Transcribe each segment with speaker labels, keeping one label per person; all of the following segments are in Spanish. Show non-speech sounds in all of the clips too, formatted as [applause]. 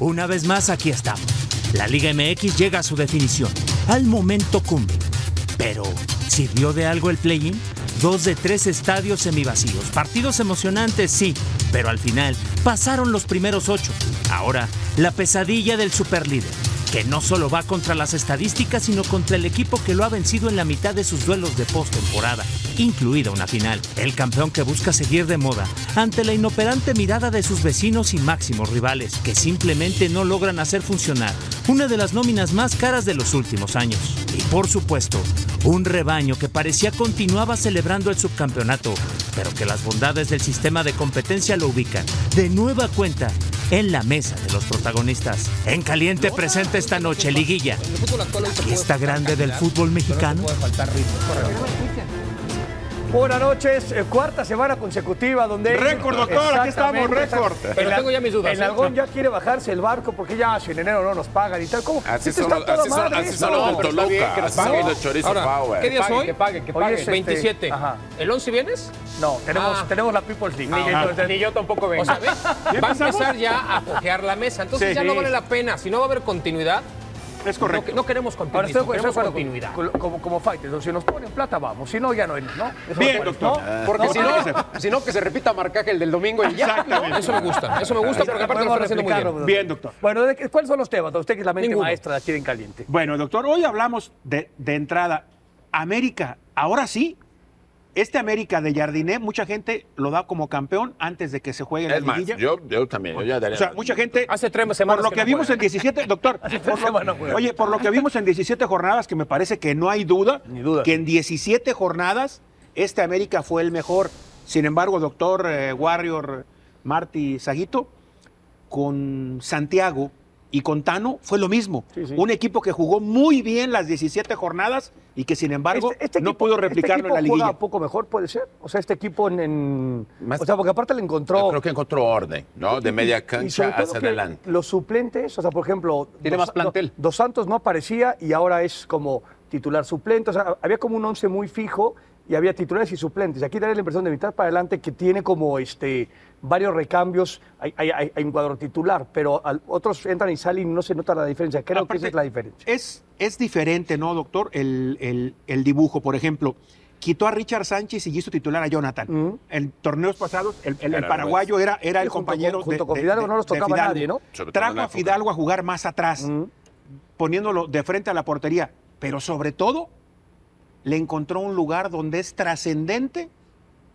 Speaker 1: Una vez más, aquí estamos. La Liga MX llega a su definición, al momento cumbre. Pero, ¿sirvió de algo el play-in? Dos de tres estadios semivacíos, partidos emocionantes, sí, pero al final pasaron los primeros ocho. Ahora, la pesadilla del superlíder, que no solo va contra las estadísticas, sino contra el equipo que lo ha vencido en la mitad de sus duelos de postemporada, incluida una final. El campeón que busca seguir de moda ante la inoperante mirada de sus vecinos y máximos rivales, que simplemente no logran hacer funcionar una de las nóminas más caras de los últimos años. Y por supuesto, un rebaño que parecía continuaba celebrando el subcampeonato, pero que las bondades del sistema de competencia lo ubican de nueva cuenta en la mesa de los protagonistas. En caliente presente esta noche, liguilla. La fiesta grande del fútbol mexicano.
Speaker 2: Buenas noches, eh, cuarta semana consecutiva donde...
Speaker 3: Récord, doctor, aquí estamos, récord.
Speaker 2: Pero tengo ya mis dudas. El algón ya quiere bajarse el barco porque ya si en enero no nos pagan y tal. ¿Cómo?
Speaker 3: Así
Speaker 2: Esto
Speaker 3: son,
Speaker 2: Este está
Speaker 3: los-
Speaker 2: toda
Speaker 3: así son,
Speaker 2: madre
Speaker 3: así
Speaker 2: eso.
Speaker 3: son los del
Speaker 2: Pero está bien,
Speaker 3: Toluca,
Speaker 2: que nos
Speaker 3: así son
Speaker 2: paguen.
Speaker 3: los chorizos
Speaker 4: Ahora,
Speaker 3: power.
Speaker 4: ¿qué día es hoy?
Speaker 2: Que paguen, que
Speaker 4: Hoy
Speaker 2: paguen.
Speaker 4: es
Speaker 5: este,
Speaker 2: 27.
Speaker 4: 27.
Speaker 2: Ajá.
Speaker 4: ¿El 11 vienes?
Speaker 2: No, tenemos,
Speaker 4: Ah.
Speaker 2: tenemos la People's League.
Speaker 4: Ni yo-
Speaker 2: Entonces,
Speaker 5: Ni yo tampoco vengo.
Speaker 4: O sea,
Speaker 5: [laughs]
Speaker 4: ¿ves? va a empezar ya a cojear la mesa. Entonces
Speaker 3: Sí.
Speaker 4: ya no vale la pena. Si no va a haber continuidad,
Speaker 3: Es
Speaker 4: no,
Speaker 3: correcto.
Speaker 4: no queremos continuidad.
Speaker 2: ahora estoy estoy de
Speaker 4: queremos
Speaker 2: acuerdo
Speaker 4: continuidad.
Speaker 2: con- con- como, como fighters. ¿no? Si nos ponen plata, vamos. Si no, ya no. ¿no? Eso
Speaker 3: Bien,
Speaker 2: me parece,
Speaker 3: doctor. Ah.
Speaker 2: ¿no?
Speaker 5: Porque
Speaker 2: No,
Speaker 5: si
Speaker 2: no,
Speaker 5: no, si no, que se repita marcaje el del domingo y ya. ¿no?
Speaker 3: Exactamente.
Speaker 4: Eso me gusta. Eso me gusta porque aparte lo
Speaker 2: Podemos
Speaker 4: están haciendo muy
Speaker 2: replicarlo,
Speaker 4: bien.
Speaker 2: doctor.
Speaker 3: Bien, doctor.
Speaker 2: Bueno, ¿de qué- ¿cuáles son los temas? Usted que es la mente
Speaker 4: Ninguno.
Speaker 2: maestra de aquí de en caliente.
Speaker 3: Bueno, doctor, hoy hablamos de, de entrada. América, ahora sí. Este América de Jardiné, mucha gente lo da como campeón antes de que se juegue la
Speaker 6: Es más,
Speaker 3: liguilla.
Speaker 6: yo, yo también, yo ya daría.
Speaker 3: O sea, mucha gente.
Speaker 4: Hace tres semanas
Speaker 3: Por lo
Speaker 4: que
Speaker 3: que,
Speaker 4: no
Speaker 3: vimos
Speaker 4: juega.
Speaker 3: en
Speaker 2: [laughs]
Speaker 3: 17, doctor. por lo-
Speaker 2: semanas no juega.
Speaker 3: oye, por lo que vimos en 17 jornadas, que me parece que no hay duda,
Speaker 2: Ni duda.
Speaker 3: que en 17 jornadas este América fue el mejor. Sin embargo, doctor eh, Warrior Marty Saguito, con Santiago y con Tano fue lo mismo. Un equipo que jugó muy bien las 17 jornadas y que sin embargo
Speaker 2: Este- este
Speaker 3: no
Speaker 2: equipo-
Speaker 3: pudo
Speaker 2: este
Speaker 3: replicarlo en la
Speaker 2: equipo juega
Speaker 3: liguilla.
Speaker 2: un poco mejor, puede ser. O sea, este equipo en. en-
Speaker 6: Más-
Speaker 2: o sea, porque aparte le
Speaker 6: Yo
Speaker 2: encontró.
Speaker 6: creo que encontró orden, ¿no? De media
Speaker 2: y sobre
Speaker 6: cancha
Speaker 2: todo
Speaker 6: hacia
Speaker 2: que
Speaker 6: adelante.
Speaker 2: Los suplentes, o sea, por ejemplo.
Speaker 5: Tiene más plantel.
Speaker 2: Dos Santos no aparecía y ahora es como titular suplente. O sea, había como un once muy fijo y había titulares y suplentes. Aquí da la impresión de mitad para adelante que tiene como este varios recambios. Hay, hay- hay- hay un cuadro titular, pero al- otros entran y salen y no se nota la diferencia. Creo que
Speaker 3: Aparte,
Speaker 2: esa es la diferencia.
Speaker 3: Es, es diferente, ¿no, doctor? El, el- el dibujo, por ejemplo. Quitó a Richard Sánchez y hizo titular a Jonathan.
Speaker 2: Mm.
Speaker 3: En torneos pasados, el, el- el
Speaker 6: Claro,
Speaker 3: paraguayo era, era
Speaker 2: Sí,
Speaker 3: el
Speaker 2: junto
Speaker 3: compañero.
Speaker 2: con- junto
Speaker 3: de-
Speaker 2: con
Speaker 3: de-
Speaker 2: Fidalgo
Speaker 3: de-
Speaker 2: no los
Speaker 3: de
Speaker 2: tocaba
Speaker 3: Fidalgo.
Speaker 2: nadie, ¿no?
Speaker 6: Sobre todo en
Speaker 3: Trajo
Speaker 6: la
Speaker 3: a
Speaker 6: época.
Speaker 3: Fidalgo a jugar más atrás,
Speaker 2: Mm.
Speaker 3: poniéndolo de frente a la portería. Pero sobre todo, le encontró un lugar donde es trascendente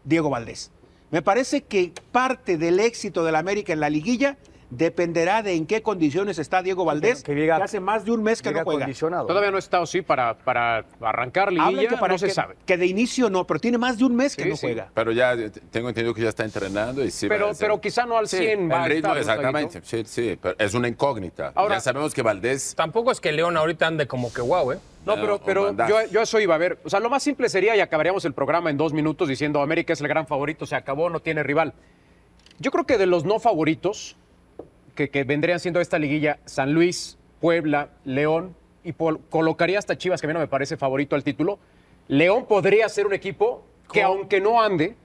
Speaker 3: Diego Valdés. Me parece que parte del éxito del América en la liguilla dependerá de en qué condiciones está Diego Valdés,
Speaker 2: que llega-
Speaker 3: hace más de un mes que
Speaker 2: Llega
Speaker 3: no juega.
Speaker 2: condicionado.
Speaker 5: Todavía no está o sí para, para arrancar
Speaker 3: Hablan
Speaker 5: liguilla,
Speaker 3: que para
Speaker 5: no se
Speaker 3: que-
Speaker 5: sabe.
Speaker 3: Que de inicio no, pero tiene más de un mes que
Speaker 5: Sí,
Speaker 3: no
Speaker 5: sí.
Speaker 3: juega.
Speaker 6: Pero ya eh, tengo entendido que ya está entrenando y sí.
Speaker 5: Pero-
Speaker 6: va a ser-
Speaker 5: pero quizá no al
Speaker 6: Sí,
Speaker 5: 100 va
Speaker 6: el
Speaker 5: a
Speaker 6: ritmo,
Speaker 5: estar, ¿no,
Speaker 6: exactamente. Sí, sí, pero es una incógnita.
Speaker 5: Ahora-
Speaker 6: ya sabemos que Valdés.
Speaker 4: Tampoco es que León ahorita ande como que guau, ¿eh?
Speaker 5: No,
Speaker 6: Ah,
Speaker 5: pero,
Speaker 6: o
Speaker 5: pero
Speaker 6: Bandai.
Speaker 5: yo, yo a eso iba a ver. O sea, lo más simple sería y acabaríamos el programa en dos minutos diciendo América es el gran favorito, se acabó, no tiene rival. Yo creo que de los no favoritos que, que vendrían siendo esta liguilla, San Luis, Puebla, León, y pol- colocaría hasta Chivas, que a mí no me parece favorito al título, León podría ser un equipo que aunque no ande,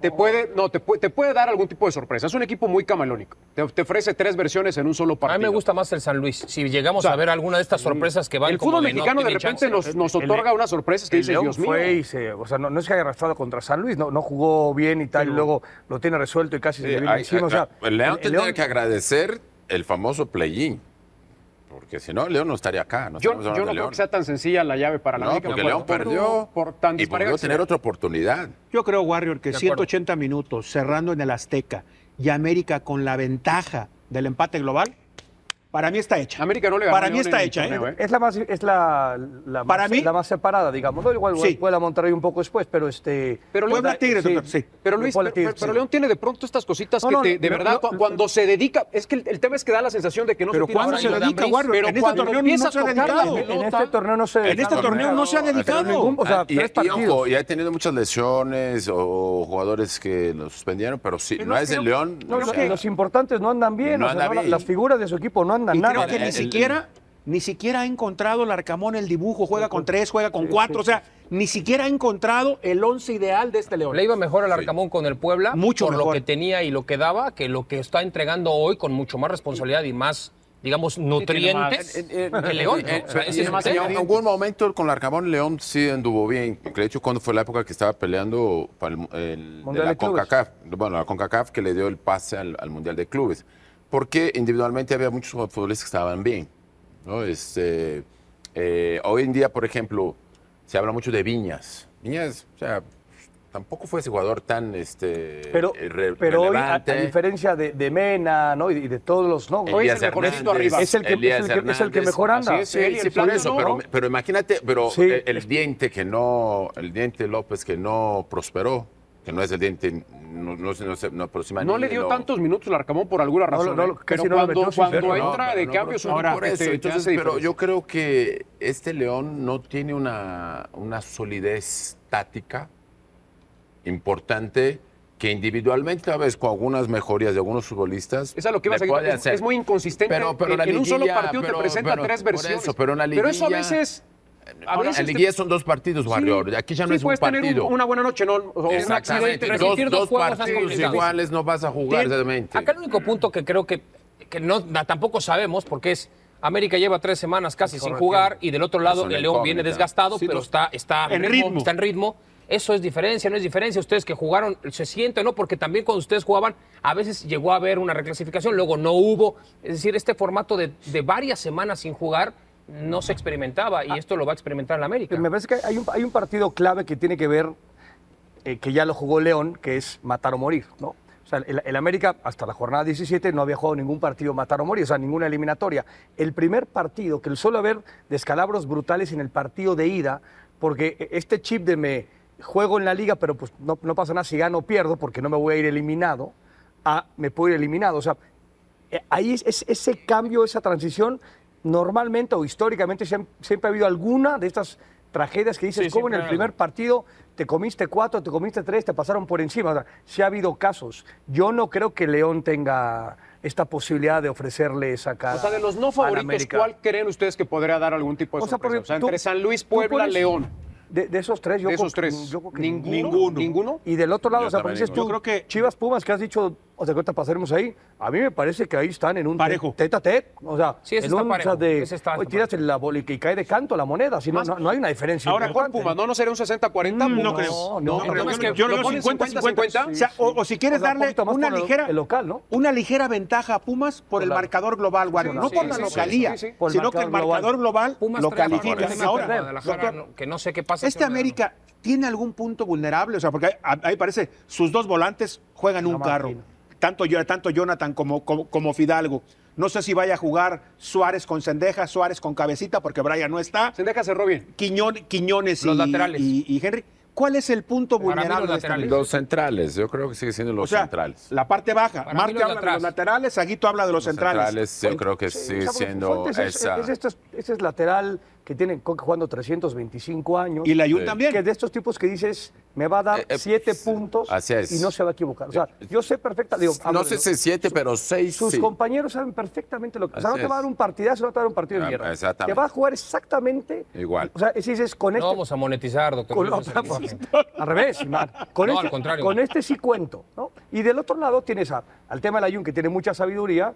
Speaker 5: te puede, no, te, pu- te puede dar algún tipo de sorpresa. Es un equipo muy camalónico. Te, te ofrece tres versiones en un solo partido.
Speaker 4: A mí me gusta más el San Luis. Si llegamos a ver alguna de estas sorpresas que van
Speaker 5: El
Speaker 4: como
Speaker 5: fútbol
Speaker 4: de eh, no
Speaker 5: mexicano de
Speaker 4: tiene
Speaker 5: repente
Speaker 4: chance.
Speaker 5: nos, nos
Speaker 2: El-
Speaker 5: otorga unas sorpresas que
Speaker 2: El
Speaker 5: dices,
Speaker 2: León
Speaker 5: Dios mío.
Speaker 2: fue y se, o sea, no, no se haya arrastrado contra San Luis, no, no jugó bien y tal, y luego lo tiene resuelto y casi se
Speaker 6: sí,
Speaker 2: le viene
Speaker 6: hay-
Speaker 2: encima. o
Speaker 6: hay-
Speaker 2: sea,
Speaker 6: el León
Speaker 2: el- el
Speaker 6: tendría
Speaker 2: León-
Speaker 6: que agradecer el famoso play-in. Porque si no, León no estaría acá. No
Speaker 5: Yo,
Speaker 6: estaríamos
Speaker 5: yo no
Speaker 6: hablando de
Speaker 5: creo
Speaker 6: León.
Speaker 5: que sea tan sencilla la llave para la
Speaker 6: No,
Speaker 5: América.
Speaker 6: porque
Speaker 5: por-
Speaker 6: León
Speaker 5: por-
Speaker 6: perdió.
Speaker 5: Por tan
Speaker 6: y
Speaker 5: dispareja
Speaker 6: volvió a
Speaker 5: que sea.
Speaker 6: tener otra oportunidad.
Speaker 3: Yo creo, Warrior, que
Speaker 4: De acuerdo.
Speaker 3: 180 minutos cerrando en el Azteca y América con la ventaja del empate global, para mí está hecha.
Speaker 5: América no le ganó
Speaker 3: Para
Speaker 5: a
Speaker 3: mí
Speaker 5: León
Speaker 3: está
Speaker 5: en el
Speaker 3: hecha, ¿eh?
Speaker 5: torneo, ¿eh?
Speaker 2: Es la más, es la, la
Speaker 3: Para
Speaker 2: más,
Speaker 3: mí-
Speaker 2: la más separada, digamos. ¿no? Igual
Speaker 3: Sí.
Speaker 2: puede la Monterrey un poco después, pero este.
Speaker 5: Pero León-
Speaker 3: Puebla Tigres, doctor, sí.
Speaker 5: Pero Luis,
Speaker 2: Puebla
Speaker 5: pero,
Speaker 2: Tigres,
Speaker 5: pero
Speaker 2: sí.
Speaker 5: León tiene de pronto estas cositas
Speaker 2: No,
Speaker 5: que
Speaker 2: no,
Speaker 5: te- de
Speaker 2: no,
Speaker 5: verdad,
Speaker 2: no,
Speaker 5: cu-
Speaker 2: no.
Speaker 5: cuando se dedica, es que el, el tema es que da la sensación de que no
Speaker 3: Pero
Speaker 5: se tiene
Speaker 3: ¿cuándo
Speaker 4: ahora
Speaker 3: se
Speaker 4: lo de
Speaker 3: dedica,
Speaker 4: Ambriz,
Speaker 3: Warrior?
Speaker 5: pero
Speaker 3: en este
Speaker 5: cuando
Speaker 3: torneo
Speaker 5: empieza
Speaker 3: no
Speaker 5: a
Speaker 3: se ha
Speaker 5: tocar la
Speaker 3: dedicado.
Speaker 5: pelota,
Speaker 2: En este torneo no se.
Speaker 3: En este torneo no se ha
Speaker 6: no,
Speaker 3: dedicado.
Speaker 2: O sea,
Speaker 6: Ah, y,
Speaker 2: tres
Speaker 6: y
Speaker 2: partidos.
Speaker 6: ojo, y ha tenido muchas lesiones o jugadores que lo suspendieron, pero si
Speaker 3: Pero
Speaker 6: no es
Speaker 3: creo-
Speaker 6: el León.
Speaker 2: No,
Speaker 6: o
Speaker 2: los,
Speaker 6: sea,
Speaker 2: los importantes no andan bien.
Speaker 6: No
Speaker 2: o sea,
Speaker 6: anda
Speaker 2: no-
Speaker 6: bien.
Speaker 2: Las figuras de su equipo no andan
Speaker 3: Y
Speaker 2: nada.
Speaker 3: creo que
Speaker 6: El-
Speaker 3: ni
Speaker 6: el-
Speaker 3: siquiera, ni siquiera ha encontrado el Arcamón el dibujo. Juega con tres, juega con cuatro. O sea, ni siquiera ha encontrado el once ideal de este León.
Speaker 4: Le iba mejor al Arcamón con el Puebla
Speaker 3: Mucho
Speaker 4: por lo
Speaker 3: mejor.
Speaker 4: que tenía y lo que daba que lo que está entregando hoy con mucho más responsabilidad y más digamos,
Speaker 5: más.
Speaker 4: nutrientes
Speaker 5: Eh,
Speaker 4: que León. ¿no?
Speaker 6: Eh,
Speaker 4: O sea, ese
Speaker 6: y
Speaker 4: es
Speaker 6: en-
Speaker 4: el tema.
Speaker 6: en algún momento con Larcamón León sí anduvo bien. De hecho, cuando fue la época que estaba peleando para el, el- de
Speaker 2: Mundial
Speaker 6: la
Speaker 2: de clubes.
Speaker 6: CONCACAF. Bueno, la CONCACAF que le dio el pase al, al Mundial de Clubes. Porque individualmente había muchos futbolistas que estaban bien. ¿no? Este, eh, hoy en día, por ejemplo, se habla mucho de Viñas. Viñas, o sea, tampoco fue ese jugador tan este,
Speaker 2: Pero,
Speaker 6: eh, re-
Speaker 2: pero hoy, a- a,
Speaker 6: relevante.
Speaker 2: diferencia de, de Mena ¿no? y y de todos los. ¿no?
Speaker 5: Hoy es
Speaker 6: Elías
Speaker 5: el mejorcito
Speaker 6: Hernández,
Speaker 5: arriba.
Speaker 2: Es el que-
Speaker 6: Elías
Speaker 2: es el que- es el que
Speaker 6: Hernández.
Speaker 2: mejor anda.
Speaker 6: Así es, sí,
Speaker 5: Él y
Speaker 6: sí,
Speaker 5: el
Speaker 6: por
Speaker 5: Flaco,
Speaker 6: eso,
Speaker 5: ¿no?
Speaker 6: pero, pero imagínate, pero
Speaker 2: Sí.
Speaker 6: el, el diente que no, el diente López que no prosperó, que no es el diente, no, no, se- no se no aproxima
Speaker 5: No
Speaker 6: ni-
Speaker 5: le dio tantos minutos al Arcamón por alguna
Speaker 2: No,
Speaker 5: razón.
Speaker 2: no,
Speaker 5: ¿eh?
Speaker 2: no,
Speaker 5: pero
Speaker 2: casi no lo
Speaker 5: cuando,
Speaker 2: metió, sí,
Speaker 5: cuando
Speaker 2: pero
Speaker 6: Pero no,
Speaker 5: entra
Speaker 6: pero
Speaker 5: de
Speaker 6: no
Speaker 5: cambio es un
Speaker 6: prosperó.
Speaker 5: tipo
Speaker 6: Por
Speaker 5: que
Speaker 6: eso,
Speaker 5: te- te
Speaker 6: entonces,
Speaker 5: hace
Speaker 6: pero
Speaker 5: diferencia.
Speaker 6: yo creo que este León no tiene una, una solidez táctica importante que individualmente, a veces con algunas mejorías de algunos futbolistas,
Speaker 5: Es a lo que ibas
Speaker 6: le
Speaker 5: a
Speaker 6: puede
Speaker 5: decir. Es,
Speaker 6: hacer.
Speaker 5: es muy inconsistente.
Speaker 6: Pero- pero
Speaker 5: en,
Speaker 6: la
Speaker 5: en un solo
Speaker 6: liguilla,
Speaker 5: partido
Speaker 6: pero-
Speaker 5: te presenta
Speaker 6: pero-
Speaker 5: tres
Speaker 6: por
Speaker 5: versiones.
Speaker 6: eso, pero en la
Speaker 5: eso a
Speaker 6: liguilla-
Speaker 5: veces. A
Speaker 6: Ahora,
Speaker 5: veces
Speaker 6: en
Speaker 5: te-
Speaker 6: liguilla son dos partidos, Warrior.
Speaker 5: Sí,
Speaker 6: Aquí ya no
Speaker 5: sí
Speaker 6: es un
Speaker 5: puedes
Speaker 6: partido.
Speaker 5: tener un- una buena noche, ¿no? O sea, un
Speaker 6: Exactamente.
Speaker 5: accidente.
Speaker 6: Dos,
Speaker 4: Resistir dos
Speaker 6: dos
Speaker 4: juegos es
Speaker 6: partidos
Speaker 4: complicado.
Speaker 6: iguales no vas a jugar,
Speaker 4: Tiene-
Speaker 6: exactamente.
Speaker 4: Acá el único punto que creo que, que no, na- tampoco sabemos, porque es América lleva tres semanas casi sin jugar y del otro
Speaker 6: Es
Speaker 4: lado
Speaker 6: una
Speaker 4: el León viene
Speaker 6: incógnita.
Speaker 4: desgastado,
Speaker 3: Sí,
Speaker 4: pero
Speaker 3: no.
Speaker 4: está, está,
Speaker 3: En ritmo.
Speaker 4: está en ritmo. Eso es diferencia, no es diferencia. Ustedes que jugaron, se sienten, ¿no? Porque también cuando ustedes jugaban, a veces llegó a haber una reclasificación, luego no hubo. Es decir, este formato de, de varias semanas sin jugar no se experimentaba
Speaker 3: Ah.
Speaker 4: y esto lo va a experimentar en América.
Speaker 2: Me parece que hay un, hay un partido clave que tiene que ver, eh, que ya lo jugó León, que es matar o morir, ¿no? O sea, el, el América hasta la jornada 17 no había jugado ningún partido matar o morir, o sea, ninguna eliminatoria. El primer partido, que el suele haber descalabros brutales en el partido de ida, porque eh, este chip de me juego en la liga, pero pues no, no pasa nada si gano o pierdo, porque no me voy a ir eliminado, a me puedo ir eliminado. O sea, eh, ahí es, es- ese cambio, esa transición, normalmente o históricamente siem- siempre ha habido alguna de estas tragedias que dices,
Speaker 4: Sí,
Speaker 2: ¿cómo en el
Speaker 4: siempre ha
Speaker 2: primer partido te comiste cuatro, te comiste tres, te pasaron por encima? O sea, sí ha habido casos. Yo no creo que León tenga esta posibilidad de ofrecerle esa cara.
Speaker 5: O sea, de los no
Speaker 2: al
Speaker 5: favoritos,
Speaker 2: América.
Speaker 5: ¿cuál creen ustedes que podría dar algún tipo de
Speaker 2: O sea,
Speaker 5: sorpresa?
Speaker 2: porque
Speaker 5: O sea,
Speaker 2: tú-
Speaker 5: entre San Luis,
Speaker 2: tú
Speaker 5: Puebla,
Speaker 2: pones-
Speaker 5: León.
Speaker 2: De, de esos tres, yo
Speaker 5: De
Speaker 2: creo
Speaker 5: esos
Speaker 2: que-
Speaker 5: tres.
Speaker 2: yo creo que
Speaker 5: Ninguno. Ninguno.
Speaker 2: Y del otro lado,
Speaker 6: Yo
Speaker 2: o sea, como
Speaker 6: también
Speaker 2: dices tú,
Speaker 6: ninguno.
Speaker 3: Yo creo que-
Speaker 2: Chivas Pumas, que has dicho, o sea, que ahorita pasaremos ahí, a mí me parece que ahí están en un
Speaker 3: Parejo.
Speaker 2: tete a tete. O sea,
Speaker 4: Sí, ese
Speaker 2: en
Speaker 4: está
Speaker 2: un,
Speaker 4: parejo,
Speaker 2: o sea, de,
Speaker 4: ese está-
Speaker 2: hoy
Speaker 4: está
Speaker 2: tiras la bola y que cae de canto la moneda, si no, no, no hay una diferencia.
Speaker 3: Ahora,
Speaker 5: Mejor
Speaker 2: importante.
Speaker 5: Pumas, ¿no? ¿No sería un 60-40?
Speaker 3: Mm,
Speaker 5: Pumas?
Speaker 3: no creo.
Speaker 2: No, no,
Speaker 3: No, creo
Speaker 4: no, es
Speaker 3: que-
Speaker 4: que
Speaker 3: yo
Speaker 4: lo
Speaker 3: lo veo
Speaker 4: pones
Speaker 3: 50-50. O sea, o, o si quieres
Speaker 2: O sea, un
Speaker 3: darle
Speaker 2: poquito más
Speaker 3: una
Speaker 2: por el-
Speaker 3: ligera,
Speaker 2: el local, ¿no?
Speaker 3: una ligera ventaja a Pumas por el
Speaker 2: Claro.
Speaker 3: marcador global, Wario.
Speaker 2: Sí,
Speaker 3: no
Speaker 2: sí,
Speaker 3: por
Speaker 2: sí,
Speaker 3: la
Speaker 2: sí,
Speaker 3: localía,
Speaker 5: sí, sí.
Speaker 2: Por el
Speaker 3: sino que el
Speaker 2: marcador
Speaker 3: marcador global
Speaker 4: Pumas
Speaker 3: lo
Speaker 4: trae a
Speaker 3: califica.
Speaker 4: Guadalajara,
Speaker 2: Ahora,
Speaker 4: Guadalajara,
Speaker 3: doctor,
Speaker 4: no- que no sé qué pasa.
Speaker 3: Este América tiene algún punto vulnerable, o sea, porque ahí- ahí parece, sus dos volantes juegan
Speaker 2: No
Speaker 3: un
Speaker 2: me
Speaker 3: carro,
Speaker 2: imagino.
Speaker 3: tanto, yo- tanto Jonathan como, como, como Fidalgo. No sé si vaya a jugar Suárez con Sendeja, Suárez con Cabecita, porque Brian no está,
Speaker 5: Sendeja cerró bien.
Speaker 3: Quiñón- Quiñones
Speaker 4: Los
Speaker 3: y,
Speaker 4: laterales.
Speaker 3: y- y Henry. ¿Cuál es el punto
Speaker 4: Para mí los
Speaker 3: vulnerable de esta
Speaker 4: laterales.
Speaker 3: liga?
Speaker 6: Los centrales, yo creo que sigue siendo los
Speaker 3: O sea,
Speaker 6: centrales.
Speaker 3: la parte baja.
Speaker 4: Para mí
Speaker 3: Marte
Speaker 4: los de
Speaker 3: habla de
Speaker 4: atrás.
Speaker 3: los laterales, Aguito habla de los,
Speaker 6: Los
Speaker 3: centrales.
Speaker 6: yo creo que
Speaker 2: Sí,
Speaker 6: sigue
Speaker 2: o sea, porque
Speaker 6: siendo
Speaker 2: Fuentes es-
Speaker 6: esa.
Speaker 2: es estos- Ese es lateral que tiene Coque jugando 325 años.
Speaker 3: Y la Jun
Speaker 6: Sí.
Speaker 3: también.
Speaker 2: Que de estos tipos que dices, me va a dar
Speaker 6: Eh, eh,
Speaker 2: siete
Speaker 6: sí,
Speaker 2: puntos
Speaker 6: así es. Eh,
Speaker 2: y no se va a equivocar. O sea, yo sé perfecta. Digo, hablo
Speaker 6: no
Speaker 2: de
Speaker 6: sé
Speaker 2: los-
Speaker 6: si siete, pero seis.
Speaker 2: Sus
Speaker 6: sí.
Speaker 2: compañeros saben perfectamente lo que. O sea,
Speaker 6: Así
Speaker 2: no te va a
Speaker 6: es.
Speaker 2: dar un partidazo, no te va a dar un partido de
Speaker 6: Ah,
Speaker 2: mierda.
Speaker 6: exactamente.
Speaker 2: Te va a jugar exactamente
Speaker 6: Igual.
Speaker 2: O sea, si dices, con
Speaker 4: No
Speaker 2: este.
Speaker 4: vamos a monetizar, doctor.
Speaker 2: con-
Speaker 4: Luis, esa-
Speaker 2: al revés, Mar. Con,
Speaker 4: No,
Speaker 2: este,
Speaker 4: al contrario.
Speaker 2: con este sí cuento. ¿no? Y del otro lado tienes a- al tema del Ayun, que tiene mucha sabiduría,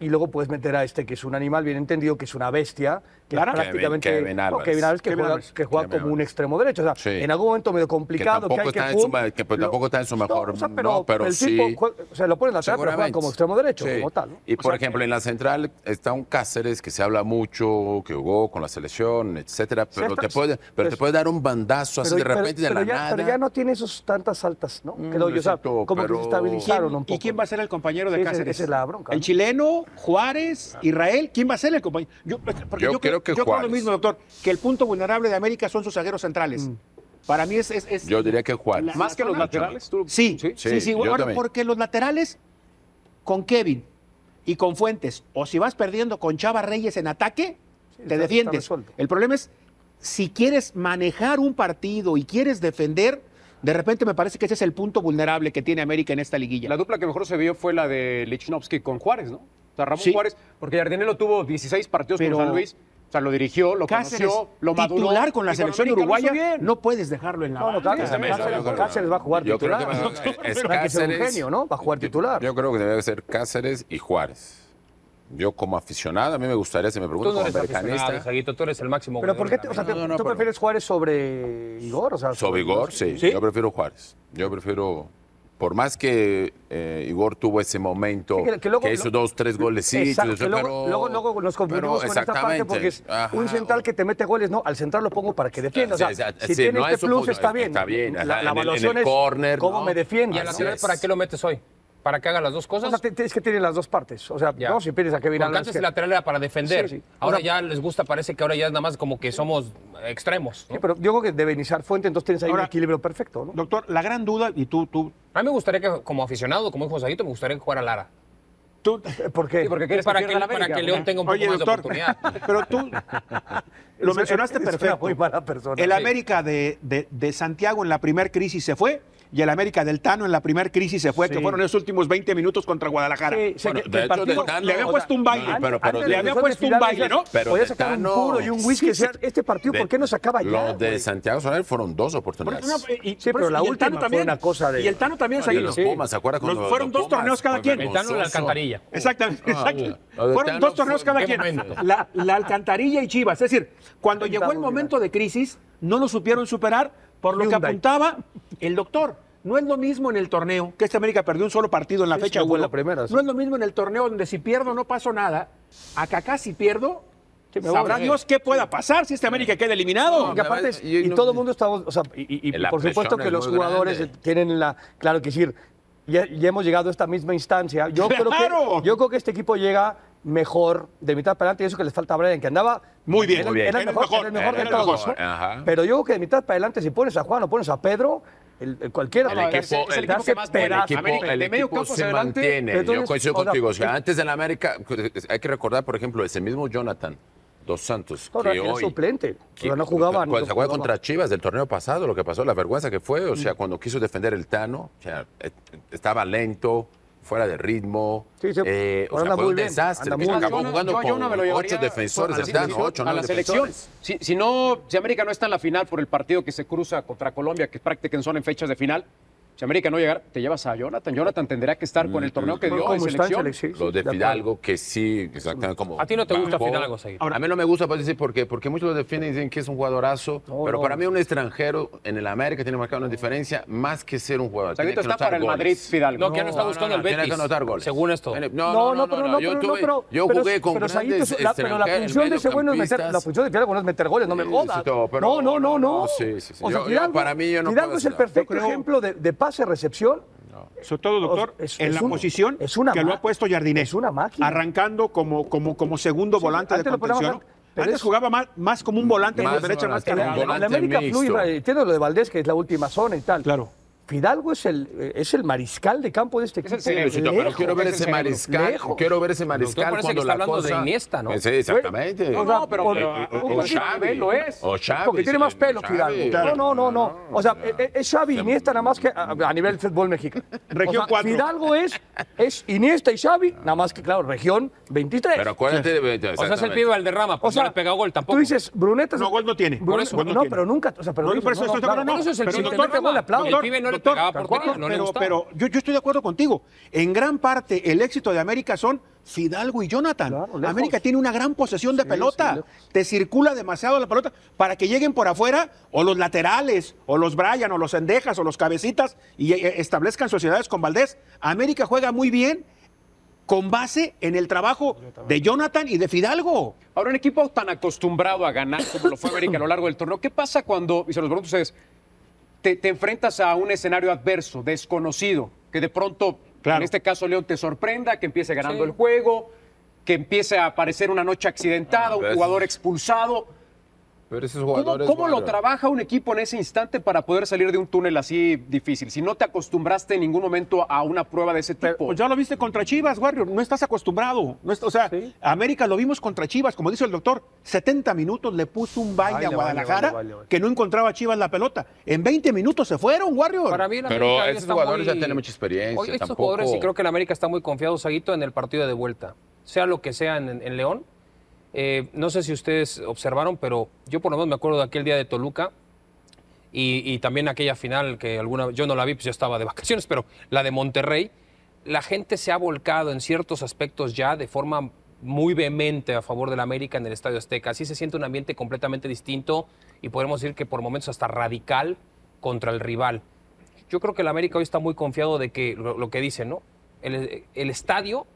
Speaker 2: y luego puedes meter a este, que es un animal bien entendido, que es una bestia, que
Speaker 3: Claro.
Speaker 2: es prácticamente.
Speaker 6: Kevin- Kevin Álvarez.
Speaker 2: No, Kevin Álvarez, que
Speaker 3: Kevin
Speaker 2: juega,
Speaker 3: Álvarez.
Speaker 2: que juega
Speaker 6: Kevin
Speaker 2: como un
Speaker 6: Álvarez.
Speaker 2: extremo derecho. O sea,
Speaker 6: Sí.
Speaker 2: en algún momento medio
Speaker 6: que
Speaker 2: complicado.
Speaker 6: tampoco,
Speaker 2: hay que
Speaker 6: está en su,
Speaker 2: pum,
Speaker 6: ma- que, pues,
Speaker 2: lo-
Speaker 6: tampoco está en su
Speaker 2: No,
Speaker 6: mejor.
Speaker 2: o sea,
Speaker 6: no, pero
Speaker 2: el
Speaker 6: sí.
Speaker 2: tipo juega- o sea, lo ponen atrás, pero juega
Speaker 6: Seguramente.
Speaker 2: como extremo derecho,
Speaker 6: Sí.
Speaker 2: como tal. ¿no?
Speaker 6: Y por ejemplo, en la central está un Cáceres que se habla mucho, que jugó con la selección, etcétera, pero,
Speaker 2: está-
Speaker 6: te, puede, pero
Speaker 2: pues-
Speaker 6: te puede dar un bandazo así de repente de
Speaker 2: pero
Speaker 6: la
Speaker 2: ya,
Speaker 6: nada.
Speaker 2: pero ya no tiene esos tantas altas, ¿no?
Speaker 6: Mm,
Speaker 2: Creo yo, o sea, como
Speaker 6: exacto,
Speaker 2: que
Speaker 6: pero-
Speaker 2: se
Speaker 3: ¿Quién-
Speaker 2: estabilizaron un poco.
Speaker 3: ¿Y quién va a ser el compañero de
Speaker 2: Sí, esa-
Speaker 3: Cáceres?
Speaker 2: esa es la bronca,
Speaker 3: ¿El
Speaker 2: ¿no?
Speaker 3: chileno, Juárez, Israel? ¿Quién va a ser el compañero? Yo, porque
Speaker 6: Ah. Yo
Speaker 3: yo
Speaker 6: creo que
Speaker 3: yo creo lo
Speaker 6: Juárez.
Speaker 3: mismo, doctor, que el punto vulnerable de América son sus zagueros centrales.
Speaker 2: Mm.
Speaker 3: Para mí es... es- es-
Speaker 6: Yo diría que Juárez.
Speaker 3: La-
Speaker 5: Más que los laterales. tú-
Speaker 3: Sí, sí,
Speaker 5: ¿Sí?
Speaker 3: sí.
Speaker 6: Sí, yo
Speaker 3: ahora,
Speaker 6: también.
Speaker 3: porque los laterales con Kevin y con Fuentes, o si vas perdiendo con Chava Reyes en ataque,
Speaker 2: está-
Speaker 3: te
Speaker 2: está
Speaker 3: defiendes.
Speaker 2: resuelto.
Speaker 3: El problema es si quieres manejar un partido y quieres defender, de repente me parece que ese es el punto vulnerable que tiene América en esta liguilla.
Speaker 5: La dupla que mejor se vio fue la de Lichnowsky con Juárez, ¿no? O sea, Ramón
Speaker 3: Sí.
Speaker 5: Juárez, porque Jardinello tuvo 16 partidos
Speaker 3: Pero-
Speaker 5: con San Luis. O sea, lo dirigió, lo
Speaker 3: Cáceres,
Speaker 5: conoció, lo maduró.
Speaker 3: titular con la
Speaker 5: y
Speaker 3: selección
Speaker 5: América lo hizo
Speaker 3: uruguaya,
Speaker 5: bien.
Speaker 3: no puedes dejarlo en la
Speaker 2: No, no,
Speaker 4: Este,
Speaker 3: banca.
Speaker 2: Cáceres,
Speaker 5: Exactamente,
Speaker 2: Cáceres-
Speaker 5: yo creo que-
Speaker 2: Cáceres va a jugar
Speaker 6: Yo creo
Speaker 2: titular.
Speaker 6: que va- es
Speaker 2: Habrá que ser un
Speaker 6: Cáceres.
Speaker 2: genio, ¿no? Va a jugar titular.
Speaker 6: Yo creo que debe ser Cáceres y Juárez. Yo como aficionado, a mí me gustaría, si me
Speaker 4: Tú
Speaker 6: preguntan,
Speaker 4: no
Speaker 6: como
Speaker 4: eres aficionado,
Speaker 6: americanista,
Speaker 4: Saguito, Ah, tú eres el máximo.
Speaker 2: Pero
Speaker 4: goleador
Speaker 2: ¿por qué?
Speaker 4: de
Speaker 2: te-
Speaker 4: la
Speaker 2: o sea,
Speaker 4: América.
Speaker 2: te- ¿tú prefieres Juárez sobre Igor? O sea,
Speaker 6: sobre Igor, sí.
Speaker 2: ¿Sí?
Speaker 6: Yo prefiero Juárez. Yo prefiero, por más que eh, Igor tuvo ese momento,
Speaker 2: Sí,
Speaker 6: que, hizo dos, tres golecitos,
Speaker 2: Exacto, que
Speaker 6: eso,
Speaker 2: luego,
Speaker 6: pero-
Speaker 2: luego, luego nos confundimos
Speaker 6: pero
Speaker 2: con esta parte
Speaker 6: exactamente,
Speaker 2: porque es un
Speaker 6: ajá,
Speaker 2: central que te mete goles, no, al central lo pongo para que defienda. O sea,
Speaker 6: Sí, sí,
Speaker 2: si
Speaker 6: sí,
Speaker 2: tiene
Speaker 6: no es
Speaker 2: este
Speaker 6: un
Speaker 2: plus
Speaker 6: fútbol,
Speaker 2: está bien.
Speaker 6: está bien,
Speaker 2: La,
Speaker 6: ajá,
Speaker 2: la
Speaker 6: en el- en el
Speaker 2: evaluación es
Speaker 6: córner,
Speaker 2: cómo
Speaker 6: ¿no?
Speaker 2: me defiendo.
Speaker 4: ¿Y a la
Speaker 6: Así
Speaker 4: final
Speaker 6: es.
Speaker 4: para qué lo metes hoy? ¿Para que haga las dos
Speaker 2: Ah, O
Speaker 4: cosas?
Speaker 2: sea, te- es que tiene las dos partes. O sea,
Speaker 4: Ya.
Speaker 2: no, si pierdes a Kevin
Speaker 4: Porque
Speaker 2: Álvarez.
Speaker 4: antes
Speaker 2: que-
Speaker 4: el lateral era para defender.
Speaker 2: Sí, sí. O
Speaker 4: Ahora
Speaker 2: sea-
Speaker 4: ya les gusta, parece que ahora ya es nada más como que somos extremos. ¿no?
Speaker 2: Sí, pero yo creo que de Benizar Fuente, entonces tienes ahí
Speaker 3: Ahora-
Speaker 2: un equilibrio perfecto, ¿no?
Speaker 3: Doctor, la gran duda, y tú, tú,
Speaker 4: A mí me gustaría que, como aficionado, como hijo Saguito, me gustaría que jugara Lara.
Speaker 3: tú,
Speaker 2: ¿Por qué?
Speaker 5: porque
Speaker 4: Es
Speaker 5: quieres
Speaker 4: para
Speaker 5: que
Speaker 4: que,
Speaker 5: pierda la
Speaker 4: para
Speaker 5: América.
Speaker 4: que León tenga un poco
Speaker 3: Oye,
Speaker 4: más de
Speaker 3: doctor,
Speaker 4: oportunidad.
Speaker 3: pero tú lo mencionaste
Speaker 2: Es una
Speaker 3: perfecto.
Speaker 2: muy mala persona.
Speaker 3: El
Speaker 4: Sí.
Speaker 3: América de, de- de Santiago en la primera crisis se fue y el América del Tano en la primera crisis se fue,
Speaker 2: Sí.
Speaker 3: que fueron esos últimos 20 minutos contra Guadalajara.
Speaker 2: Sí, sí,
Speaker 6: Bueno,
Speaker 2: que-
Speaker 6: de
Speaker 2: que el
Speaker 6: hecho,
Speaker 2: partido-
Speaker 6: de Tano-
Speaker 3: Le había puesto un baile.
Speaker 6: Ah, No, pero- pero-
Speaker 2: Antes
Speaker 6: Le
Speaker 2: de
Speaker 3: había
Speaker 2: los
Speaker 3: puesto un
Speaker 2: finales,
Speaker 3: baile, ¿no?
Speaker 6: Pero
Speaker 2: Podía
Speaker 6: de
Speaker 2: sacar un
Speaker 6: Tano-
Speaker 2: puro y un whisky.
Speaker 6: Sí,
Speaker 2: o sea,
Speaker 6: sí.
Speaker 2: Este partido, ¿por
Speaker 6: De-
Speaker 2: qué no sacaba ya?
Speaker 6: Lo
Speaker 2: güey?
Speaker 6: de Santiago Soler fueron dos
Speaker 3: Por
Speaker 6: oportunidades.
Speaker 3: eso, no, y- y-
Speaker 2: Sí,
Speaker 3: por
Speaker 2: pero
Speaker 3: eso-
Speaker 2: la
Speaker 3: y el
Speaker 2: última
Speaker 3: Tano
Speaker 2: fue una cosa de-
Speaker 3: Y el Tano también,
Speaker 6: No, y de
Speaker 3: Saguito.
Speaker 6: los Pumas, ¿se acuerda
Speaker 3: Los-
Speaker 6: cuando
Speaker 3: Fueron
Speaker 6: los
Speaker 3: dos
Speaker 6: Pumas
Speaker 3: torneos cada
Speaker 6: fue
Speaker 3: quien.
Speaker 4: El Tano en la
Speaker 6: vergonzoso?
Speaker 4: alcantarilla.
Speaker 3: Exactamente,
Speaker 6: Ah,
Speaker 3: exacto.
Speaker 6: lo de
Speaker 3: Fueron
Speaker 6: Thanos
Speaker 3: dos torneos
Speaker 6: fue-
Speaker 3: cada
Speaker 6: qué
Speaker 3: quien.
Speaker 6: momento.
Speaker 3: La, la alcantarilla y Chivas. Es decir, cuando llegó el momento de crisis, no lo supieron superar por lo que
Speaker 2: Hyundai.
Speaker 3: apuntaba el doctor. No es lo mismo en el torneo, que este América perdió un solo partido en la
Speaker 2: Sí,
Speaker 3: fecha
Speaker 2: sí, fue
Speaker 3: uno.
Speaker 2: la primera, sí.
Speaker 3: No es lo mismo en el torneo donde si pierdo no paso nada. Acá acá si pierdo,
Speaker 2: Sí, me
Speaker 3: sabrá
Speaker 2: voy.
Speaker 3: Dios qué pueda pasar si este América queda eliminado.
Speaker 2: Y aparte,
Speaker 6: No, yo
Speaker 2: y
Speaker 6: no-
Speaker 2: todo el mundo estamos, o sea, y, y- y
Speaker 6: La
Speaker 2: por supuesto
Speaker 6: presión
Speaker 2: que
Speaker 6: es
Speaker 2: los
Speaker 6: muy
Speaker 2: jugadores
Speaker 6: grande.
Speaker 2: tienen la, claro que decir, ya, ya hemos llegado a esta misma instancia. Yo creo
Speaker 3: ¡Claro!
Speaker 2: que yo creo que este equipo llega mejor de mitad para adelante y eso que les falta a Brian que andaba
Speaker 3: Muy bien,
Speaker 2: era,
Speaker 3: muy bien.
Speaker 2: era el
Speaker 3: Era el
Speaker 2: mejor,
Speaker 3: mejor,
Speaker 2: era el mejor
Speaker 3: era
Speaker 2: de
Speaker 3: el
Speaker 2: todos.
Speaker 6: mejor,
Speaker 2: ¿no?
Speaker 6: ajá.
Speaker 2: Pero yo creo que de mitad para adelante si pones a Juan o pones a Pedro, el, el cualquiera
Speaker 6: El
Speaker 2: te hace-
Speaker 6: equipo,
Speaker 2: te
Speaker 6: el equipo
Speaker 2: hace
Speaker 6: que más el
Speaker 2: pedazos.
Speaker 6: equipo-
Speaker 5: América,
Speaker 6: el
Speaker 5: de medio
Speaker 6: equipo
Speaker 5: campo
Speaker 6: se
Speaker 5: hacia adelante.
Speaker 6: mantiene. Yo
Speaker 2: Entonces,
Speaker 6: coincido
Speaker 2: o sea, eh,
Speaker 6: contigo. O sea,
Speaker 2: es-
Speaker 6: antes del América, pues, hay que recordar, por ejemplo, ese mismo Jonathan Dos Santos.
Speaker 2: Ahora,
Speaker 6: que
Speaker 2: era
Speaker 6: hoy-
Speaker 2: suplente. O sea,
Speaker 6: que-
Speaker 2: no jugaba, no
Speaker 6: cuando se acuerda
Speaker 2: jugaba. Mm.
Speaker 6: contra Chivas del torneo pasado, lo que pasó, la vergüenza que fue. O sea, cuando quiso defender el Tano, o sea, eh, estaba lento, fuera de ritmo.
Speaker 2: Sí, sí.
Speaker 6: eh, o
Speaker 2: Ahora
Speaker 6: sea,
Speaker 2: anda
Speaker 6: fue
Speaker 2: muy
Speaker 6: un
Speaker 2: bien,
Speaker 6: desastre.
Speaker 2: anda
Speaker 6: que
Speaker 2: muy bien.
Speaker 6: acabó
Speaker 5: Yo a-
Speaker 6: jugando
Speaker 5: yo a Jonah me lo
Speaker 6: con
Speaker 5: llevaría
Speaker 6: ocho defensores
Speaker 5: a la
Speaker 6: del Tano,
Speaker 5: selección,
Speaker 6: ocho,
Speaker 5: a la
Speaker 6: nueve
Speaker 5: selección.
Speaker 6: defensores.
Speaker 5: Si, si no, si América no está en la final por el partido que se cruza contra Colombia, que prácticamente son en fechas de final, si América no llegara, te llevas a Jonathan. Jonathan tendrá que estar
Speaker 6: Mm,
Speaker 5: con el torneo que
Speaker 2: Por
Speaker 5: dio en
Speaker 2: cómo está en
Speaker 5: selección.
Speaker 2: selección, sí,
Speaker 6: Lo
Speaker 2: sí,
Speaker 6: de
Speaker 2: acuerdo.
Speaker 6: Fidalgo, que sí, exactamente como.
Speaker 4: ¿A ti no te gusta
Speaker 6: bajó.
Speaker 4: Fidalgo, Seguir?
Speaker 6: a mí no me gusta pues, decir por qué, porque muchos lo defienden y dicen que es un jugadorazo,
Speaker 2: No,
Speaker 6: pero
Speaker 2: no.
Speaker 6: para mí un extranjero en el América tiene marcada una diferencia más que ser un jugador. Tiene
Speaker 5: Saguito
Speaker 6: que
Speaker 5: pues, está
Speaker 6: anotar
Speaker 5: para el
Speaker 6: goles.
Speaker 5: Madrid, Fidalgo.
Speaker 4: No, que ya no está buscando el
Speaker 6: tiene que
Speaker 4: Betis,
Speaker 6: anotar goles.
Speaker 4: según esto.
Speaker 6: Tiene- No, no, no, no, yo tuve- yo
Speaker 2: pero-
Speaker 6: jugué con este,
Speaker 2: pero Saguito,
Speaker 6: grandes
Speaker 2: la- pero la
Speaker 6: extranjeros,
Speaker 2: función de ese bueno es meter, la
Speaker 6: mediocampistas.
Speaker 2: función de Fidalgo no es meter goles, no me
Speaker 6: Sí,
Speaker 2: jodas.
Speaker 6: sí, todo, pero
Speaker 2: no, no, no, no.
Speaker 6: no, sí, sí, sí.
Speaker 2: O sea,
Speaker 6: Yo- yo-
Speaker 2: Fidalgo,
Speaker 6: para mí yo no
Speaker 2: Fidalgo
Speaker 6: puedo
Speaker 2: es el
Speaker 6: hacer nada.
Speaker 2: perfecto
Speaker 3: Yo creo-
Speaker 2: ejemplo de, de pase-recepción.
Speaker 3: Sobre todo, doctor,
Speaker 2: Es-
Speaker 3: en
Speaker 2: es
Speaker 3: la
Speaker 2: un-
Speaker 3: posición
Speaker 2: es una
Speaker 3: que lo
Speaker 2: ma-
Speaker 3: ha puesto Jardiné.
Speaker 2: es una máquina.
Speaker 3: Arrancando como, como, como segundo
Speaker 2: Sí,
Speaker 3: volante de
Speaker 2: antes lo poníamos
Speaker 3: contención.
Speaker 2: al- pero
Speaker 3: Antes
Speaker 2: es-
Speaker 3: jugaba más, más como un volante
Speaker 6: Más
Speaker 3: por derecha, más
Speaker 6: volante,
Speaker 2: En
Speaker 6: un
Speaker 2: la,
Speaker 3: cargado.
Speaker 2: en la
Speaker 6: volante
Speaker 2: América
Speaker 6: mixto.
Speaker 2: fluye, entiendo lo de Valdés, que es la última zona y tal.
Speaker 3: Claro.
Speaker 2: Fidalgo es el, eh, es el mariscal de campo de este equipo.
Speaker 5: el cerebro,
Speaker 6: Sí, pero
Speaker 2: Lejos.
Speaker 6: quiero ver ese
Speaker 5: Lejos.
Speaker 6: mariscal,
Speaker 2: Lejos.
Speaker 6: quiero ver ese mariscal
Speaker 4: parece que
Speaker 6: cuando
Speaker 4: está
Speaker 6: la
Speaker 4: hablando de
Speaker 6: cosa-
Speaker 4: Iniesta, ¿no?
Speaker 6: Sí, exactamente.
Speaker 2: No, no, pero-
Speaker 6: O-
Speaker 2: pero-
Speaker 6: o-
Speaker 2: un
Speaker 6: o
Speaker 2: poquito
Speaker 6: Xavi,
Speaker 5: nivel lo es.
Speaker 6: O Xavi,
Speaker 2: Porque tiene más pelo,
Speaker 6: Xavi.
Speaker 2: Fidalgo. No, no, no, no. O sea,
Speaker 6: ya.
Speaker 2: eh, eh, es Xavi Iniesta nada más que a, a nivel fútbol mexicano.
Speaker 3: Región
Speaker 2: o sea,
Speaker 3: cuatro.
Speaker 2: Fidalgo es, es Iniesta y Xavi, nada más que, claro, región 23.
Speaker 6: Pero acuérdate de.
Speaker 4: O sea, es el pibe Valderrama, pues no le pega gol tampoco.
Speaker 2: Tú dices, Bruneta... es-
Speaker 3: No, gol no tiene.
Speaker 2: Brune-
Speaker 4: Por eso,
Speaker 3: gol no
Speaker 2: no,
Speaker 3: tiene.
Speaker 2: pero nunca... O sea, pero
Speaker 3: No,
Speaker 2: dices,
Speaker 3: por eso estoy de acuerdo,
Speaker 2: claro,
Speaker 3: no.
Speaker 4: Por eso es el
Speaker 3: Pero,
Speaker 4: chiste.
Speaker 3: doctor,
Speaker 4: del Rama.
Speaker 2: le aplaudo.
Speaker 4: El pibe no le
Speaker 3: Doctor,
Speaker 4: pegaba
Speaker 3: tal
Speaker 4: portería,
Speaker 3: cual,
Speaker 4: no le
Speaker 3: pero,
Speaker 4: gustaba.
Speaker 3: pero yo, yo estoy de acuerdo contigo. En gran parte, el éxito de América son Fidalgo y Jonathan.
Speaker 2: Claro, lejos.
Speaker 3: América tiene una gran posesión de pelota. Te circula demasiado la pelota para que lleguen por afuera o los laterales, o los Bryan, o los Endejas, o los Cabecitas y eh, establezcan sociedades con Valdés. América juega muy bien con base en el trabajo de Jonathan y de Fidalgo.
Speaker 5: Ahora, un equipo tan acostumbrado a ganar como lo fue América a lo largo del torneo, ¿qué pasa cuando, y se los pregunto a ustedes, te, te enfrentas a un escenario adverso, desconocido, que de pronto,
Speaker 3: Claro.
Speaker 5: en este caso León, te sorprenda, que empiece ganando
Speaker 4: Sí.
Speaker 5: el juego, que empiece a aparecer una noche accidentada,
Speaker 6: Ah,
Speaker 5: un
Speaker 6: pero
Speaker 5: jugador
Speaker 6: es-
Speaker 5: expulsado?
Speaker 6: Pero esos
Speaker 5: ¿Cómo,
Speaker 6: jugadores.
Speaker 5: cómo lo
Speaker 6: bárbaro.
Speaker 5: trabaja un equipo en ese instante para poder salir de un túnel así difícil? Si no te acostumbraste en ningún momento a una prueba de ese
Speaker 3: Pero,
Speaker 5: tipo.
Speaker 3: pues, ya lo viste contra Chivas, Warrior. No estás acostumbrado. No est- o sea,
Speaker 2: Sí.
Speaker 3: América lo vimos contra Chivas. Como dice el doctor, 70 minutos le puso un baile
Speaker 2: Baile,
Speaker 3: a
Speaker 2: baile,
Speaker 3: Guadalajara
Speaker 2: baile, baile.
Speaker 3: que no encontraba a Chivas la pelota. En 20 minutos se fueron, Warrior.
Speaker 4: Para mí, el
Speaker 6: Pero
Speaker 4: América hoy
Speaker 6: estos
Speaker 4: está
Speaker 6: jugadores
Speaker 4: muy-
Speaker 6: ya tienen mucha experiencia,
Speaker 4: Hoy estos
Speaker 6: tampoco-
Speaker 4: jugadores, y creo que el América está muy confiado, Saguito, en el partido de vuelta. Sea lo que sea en, en León. Eh, no sé si ustedes observaron, pero yo por lo menos me acuerdo de aquel día de Toluca. Y, y también aquella final que alguna yo no la vi, pues yo estaba de [laughs] vacaciones, pero la de Monterrey, la gente se ha volcado en ciertos aspectos ya de forma muy vehemente a favor del América en el Estadio Azteca. Así se siente un ambiente completamente distinto y podemos decir que por momentos hasta radical contra el rival. Yo creo que el América hoy está muy confiado de que lo, lo que dice, ¿no? El, el estadio,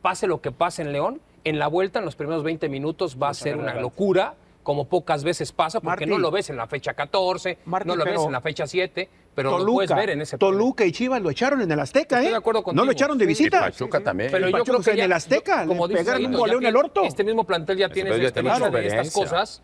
Speaker 4: pase lo que pase en León, en la vuelta, en los primeros 20 minutos, va a ser una locura, como pocas veces pasa, porque
Speaker 3: Martín.
Speaker 4: no lo ves en la fecha 14,
Speaker 3: Martín,
Speaker 4: no lo ves
Speaker 3: pero-
Speaker 4: en la fecha 7, pero lo puedes
Speaker 3: Toluca,
Speaker 4: ver en ese
Speaker 3: Toluca y Chivas lo echaron en el Azteca,
Speaker 4: Estoy
Speaker 3: ¿eh?
Speaker 4: de acuerdo
Speaker 3: No lo
Speaker 4: contigo.
Speaker 3: echaron de
Speaker 4: Sí, sí,
Speaker 6: Y
Speaker 3: visita.
Speaker 6: Pachuca también.
Speaker 4: Pero
Speaker 3: Eh, El
Speaker 4: yo
Speaker 3: Pachuca
Speaker 4: creo que
Speaker 3: en
Speaker 4: ya-
Speaker 3: el Azteca,
Speaker 4: yo-
Speaker 3: le pegaron
Speaker 4: Saito,
Speaker 3: un
Speaker 4: ya
Speaker 3: goleo en el
Speaker 4: tiene-
Speaker 3: orto.
Speaker 4: Este mismo plantel ya tiene
Speaker 6: pero ya
Speaker 4: este-
Speaker 6: tiene
Speaker 4: este-
Speaker 6: experiencia.
Speaker 4: estas cosas.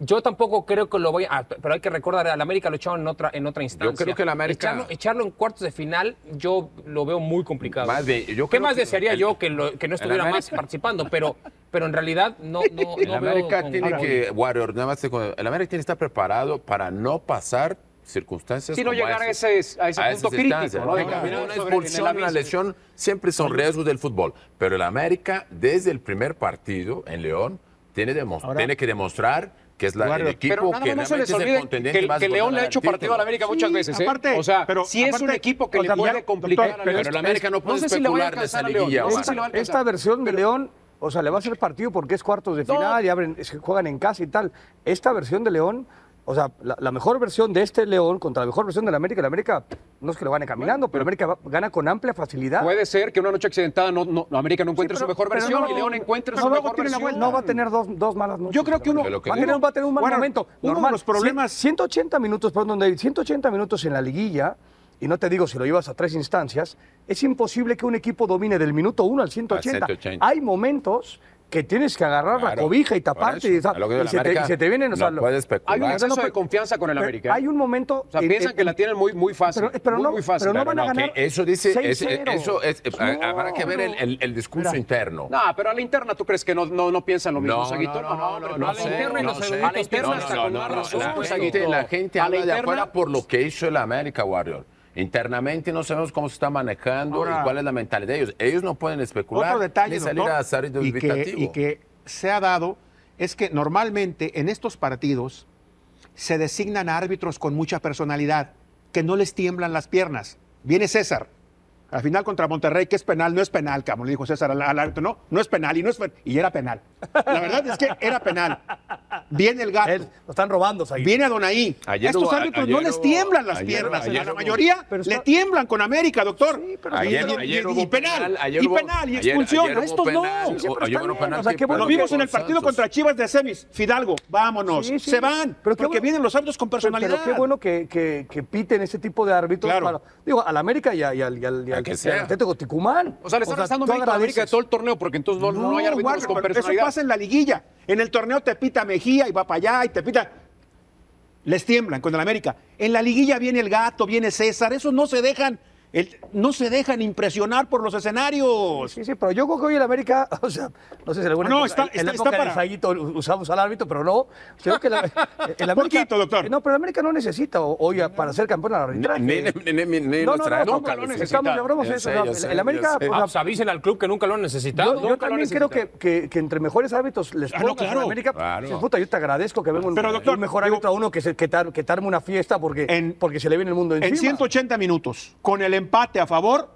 Speaker 4: Yo tampoco creo que lo vaya, ah, pero hay que recordar, al América lo echaron en otra, en otra instancia.
Speaker 5: creo que el América-
Speaker 4: Echarlo, echarlo en cuartos de final, yo lo veo muy complicado.
Speaker 6: Más de- yo
Speaker 4: ¿Qué
Speaker 6: creo
Speaker 4: más
Speaker 6: que
Speaker 4: desearía
Speaker 6: el-
Speaker 4: yo que, lo- que no estuviera más
Speaker 6: América-
Speaker 4: participando? Pero, pero en realidad no, no,
Speaker 6: El
Speaker 4: no veo
Speaker 6: América
Speaker 4: con-
Speaker 6: tiene
Speaker 4: con-
Speaker 6: que, Warrior, nada más te- el América tiene que estar preparado para no pasar circunstancias.
Speaker 5: Sí, no
Speaker 6: como
Speaker 5: llegar a ese- a ese
Speaker 6: esas
Speaker 5: punto crítico,
Speaker 6: instancias,
Speaker 5: ¿no? De caminar
Speaker 6: Una
Speaker 5: sobre el
Speaker 6: expulsión, una
Speaker 5: abismo.
Speaker 6: lesión, siempre son riesgos del fútbol. Pero el América, desde el primer partido en León, tiene, demos- tiene que demostrar que es la, el
Speaker 3: Warrior,
Speaker 6: equipo
Speaker 5: pero nada
Speaker 6: que
Speaker 5: más no se les
Speaker 6: realmente es el
Speaker 5: olvide
Speaker 6: contendiente
Speaker 5: que,
Speaker 6: más
Speaker 5: que León le ha
Speaker 6: goleador
Speaker 5: hecho
Speaker 6: del
Speaker 5: partido a
Speaker 6: título.
Speaker 5: la América muchas
Speaker 3: Sí,
Speaker 5: veces, ¿eh?
Speaker 3: aparte,
Speaker 5: o sea,
Speaker 3: pero
Speaker 5: si es un
Speaker 3: aparte,
Speaker 5: equipo que
Speaker 3: o
Speaker 5: le
Speaker 3: sea,
Speaker 5: puede
Speaker 3: ya-
Speaker 5: complicar
Speaker 3: doctor,
Speaker 5: a
Speaker 6: Pero
Speaker 5: León.
Speaker 6: el América no puede
Speaker 5: sé si le vaya a
Speaker 6: especular de esa
Speaker 5: alcanzar a León,
Speaker 6: liguilla.
Speaker 5: no sé
Speaker 6: Omar.
Speaker 5: si le va a alcanzar.
Speaker 2: Esta versión de León, o sea, le va a hacer partido porque es cuartos de final y abren, es que juegan en casa y tal. Esta versión de León, o sea, la, la mejor versión de este León contra la mejor versión del América, el América no es que lo gane caminando, pero el América va- gana con amplia facilidad.
Speaker 5: Puede ser que una noche accidentada no, no- América no encuentre
Speaker 2: pero-
Speaker 5: su mejor
Speaker 2: pero
Speaker 5: versión
Speaker 2: no-
Speaker 5: y León encuentre
Speaker 2: no,
Speaker 5: su
Speaker 2: luego
Speaker 5: mejor
Speaker 2: tiene la
Speaker 5: versión.
Speaker 2: vuelta. No va a tener dos, dos malas noches.
Speaker 3: Yo creo que uno-
Speaker 6: Pero lo que
Speaker 2: va a
Speaker 6: digo-
Speaker 2: tener, va a tener un mal
Speaker 3: Bueno,
Speaker 2: momento.
Speaker 3: uno de
Speaker 2: normal.
Speaker 3: los problemas-
Speaker 2: Cien- 180 minutos, perdón, donde hay 180 minutos en la liguilla, y no te digo si lo llevas a tres instancias, es imposible que un equipo domine del minuto 1 al 180.
Speaker 6: 180.
Speaker 2: Hay momentos que tienes que agarrar la
Speaker 6: Claro,
Speaker 2: cobija y
Speaker 6: por
Speaker 2: taparte
Speaker 6: eso.
Speaker 2: y, o sea,
Speaker 6: A lo que digo,
Speaker 2: y
Speaker 6: la
Speaker 2: se, te,
Speaker 6: América
Speaker 2: y se te vienen, o sea,
Speaker 6: no
Speaker 2: lo-
Speaker 6: puede especular.
Speaker 5: Hay un exceso
Speaker 2: no,
Speaker 5: de
Speaker 2: pero-
Speaker 5: confianza con el
Speaker 2: pero
Speaker 5: América. ¿eh?
Speaker 2: Hay un momento...
Speaker 5: O sea,
Speaker 2: en-
Speaker 5: piensan
Speaker 2: en-
Speaker 5: que la tienen muy, muy fácil.
Speaker 2: eh, Pero- eh, pero
Speaker 5: muy,
Speaker 2: no-
Speaker 5: muy fácil.
Speaker 2: pero no van a
Speaker 6: Que
Speaker 2: ganar
Speaker 6: Eso dice, es-
Speaker 2: 6-0.
Speaker 6: eso es, eh,
Speaker 2: No.
Speaker 6: habrá que ver el, el- el discurso
Speaker 2: Mira.
Speaker 6: interno.
Speaker 5: No, pero a la interna tú crees que no, no, no piensan lo mismo, Saguito. hombre,
Speaker 4: no,
Speaker 5: a la
Speaker 4: sé,
Speaker 5: interna y
Speaker 4: no
Speaker 5: los
Speaker 4: sé.
Speaker 5: eruditos
Speaker 4: A la interna
Speaker 5: piensan
Speaker 4: no,
Speaker 5: hasta
Speaker 4: no,
Speaker 5: con
Speaker 4: no,
Speaker 5: más
Speaker 4: no,
Speaker 5: razón,
Speaker 6: la
Speaker 5: pues,
Speaker 6: gente,
Speaker 5: Saguito.
Speaker 6: la gente
Speaker 5: A la
Speaker 6: habla de
Speaker 5: interna-
Speaker 6: afuera por lo que hizo el América Warrior. Internamente no sabemos cómo se está manejando
Speaker 3: Ahora-
Speaker 6: y cuál es la mentalidad de ellos. Ellos no pueden especular
Speaker 3: Otro detalle,
Speaker 6: ni salir
Speaker 3: doctor,
Speaker 6: a hacer
Speaker 3: y, que,
Speaker 6: dubitativo.
Speaker 3: y que se ha dado es que normalmente en estos partidos se designan a árbitros con mucha personalidad, que no les tiemblan las piernas. Viene César, al final contra Monterrey, que es penal, no es penal, cabrón, le dijo César al, al árbitro, no, no es penal y no es pen- y era penal. La verdad es que era penal. Viene el gato,
Speaker 2: Él, lo están robando, Said.
Speaker 3: viene Adonai.
Speaker 6: Ayer
Speaker 3: a estos
Speaker 6: hubo- a-
Speaker 3: árbitros
Speaker 6: ayer
Speaker 3: no les
Speaker 6: hubo-
Speaker 3: tiemblan las
Speaker 6: ayer-
Speaker 3: piernas,
Speaker 6: ayer
Speaker 3: a la
Speaker 6: hubo-
Speaker 3: mayoría
Speaker 2: pero
Speaker 3: le
Speaker 2: está-
Speaker 3: tiemblan con América, doctor.
Speaker 2: pero
Speaker 3: Y-
Speaker 6: Ayer-
Speaker 3: y-
Speaker 6: ayer
Speaker 3: y-
Speaker 6: hubo
Speaker 3: y penal,
Speaker 6: ayer
Speaker 3: y
Speaker 6: hubo-
Speaker 3: penal, y
Speaker 6: ayer-
Speaker 3: expulsión.
Speaker 6: ayer
Speaker 3: A
Speaker 6: hubo
Speaker 3: estos no.
Speaker 6: penal,
Speaker 3: Sí,
Speaker 6: o- ayer hubo penal
Speaker 2: O sea,
Speaker 6: que
Speaker 2: qué bueno
Speaker 3: Lo
Speaker 6: perdió
Speaker 2: que-
Speaker 3: vimos en
Speaker 6: con
Speaker 3: el partido
Speaker 6: Santos.
Speaker 3: contra Chivas de semis. Fidalgo, vámonos.
Speaker 2: Sí, sí.
Speaker 3: Se van.
Speaker 2: Pero qué
Speaker 3: porque
Speaker 2: bueno-
Speaker 3: vienen los árbitros con
Speaker 2: Pero-
Speaker 3: personalidad.
Speaker 2: Pero qué bueno que, que, que piten ese tipo de árbitros.
Speaker 3: Claro.
Speaker 2: Para, digo, al América y, a- y al, y al, y
Speaker 6: A
Speaker 2: al-
Speaker 6: que
Speaker 2: y al
Speaker 6: sea.
Speaker 2: Atlético Ticumán.
Speaker 5: O sea, le están gastando
Speaker 2: tú
Speaker 5: mérito a América de
Speaker 2: agradeces.
Speaker 5: todo el torneo porque entonces no, no hay árbitros
Speaker 3: guarda,
Speaker 5: con
Speaker 3: pero eso
Speaker 5: personalidad.
Speaker 3: pasa en la liguilla. En el torneo te pita Mejía y va para allá y te pita. Les tiemblan con el América. En la liguilla viene el gato, viene César. Esos no se dejan, el- no se dejan impresionar por los escenarios.
Speaker 2: Sí, sí, pero yo creo que hoy el América, [laughs] o sea, no sé si alguna
Speaker 3: No,
Speaker 2: época-
Speaker 3: está-
Speaker 2: en
Speaker 3: está-
Speaker 2: la
Speaker 3: está
Speaker 2: época del
Speaker 3: para-
Speaker 2: Saguito usamos al árbitro, pero no. Creo que la-
Speaker 3: [laughs]
Speaker 2: eh, el América,
Speaker 3: Poquito, doctor.
Speaker 2: No, pero el América no necesita o- hoy a- para ser campeón al arbitraje.
Speaker 6: Ni- ni- ni- ni- ni en
Speaker 2: no, no,
Speaker 6: nuestra
Speaker 2: no,
Speaker 6: época
Speaker 2: no,
Speaker 6: lo
Speaker 2: estamos,
Speaker 6: necesitaba.
Speaker 2: ya hablamos
Speaker 6: Ya
Speaker 2: eso.
Speaker 6: sé,
Speaker 2: o sea,
Speaker 6: ya
Speaker 2: el-
Speaker 6: sé,
Speaker 2: el
Speaker 6: ya
Speaker 2: América,
Speaker 6: sé.
Speaker 2: o sea,
Speaker 4: Ah, pues avisen al club que nunca lo han necesitado.
Speaker 2: Yo, yo
Speaker 4: Nunca lo han
Speaker 2: también creo que,
Speaker 4: necesitado.
Speaker 2: que- que entre mejores árbitros les
Speaker 3: Ah,
Speaker 2: pongas
Speaker 3: no, claro.
Speaker 2: a América.
Speaker 6: Claro.
Speaker 2: dices, puta, yo te agradezco que venga un,
Speaker 3: Pero, doctor,
Speaker 2: un mejor
Speaker 3: digo-
Speaker 2: árbitro a uno que, se, que, te, ar- que te arme una fiesta porque,
Speaker 3: En-
Speaker 2: porque se le viene el mundo encima.
Speaker 3: En 180 minutos, con el empate a favor,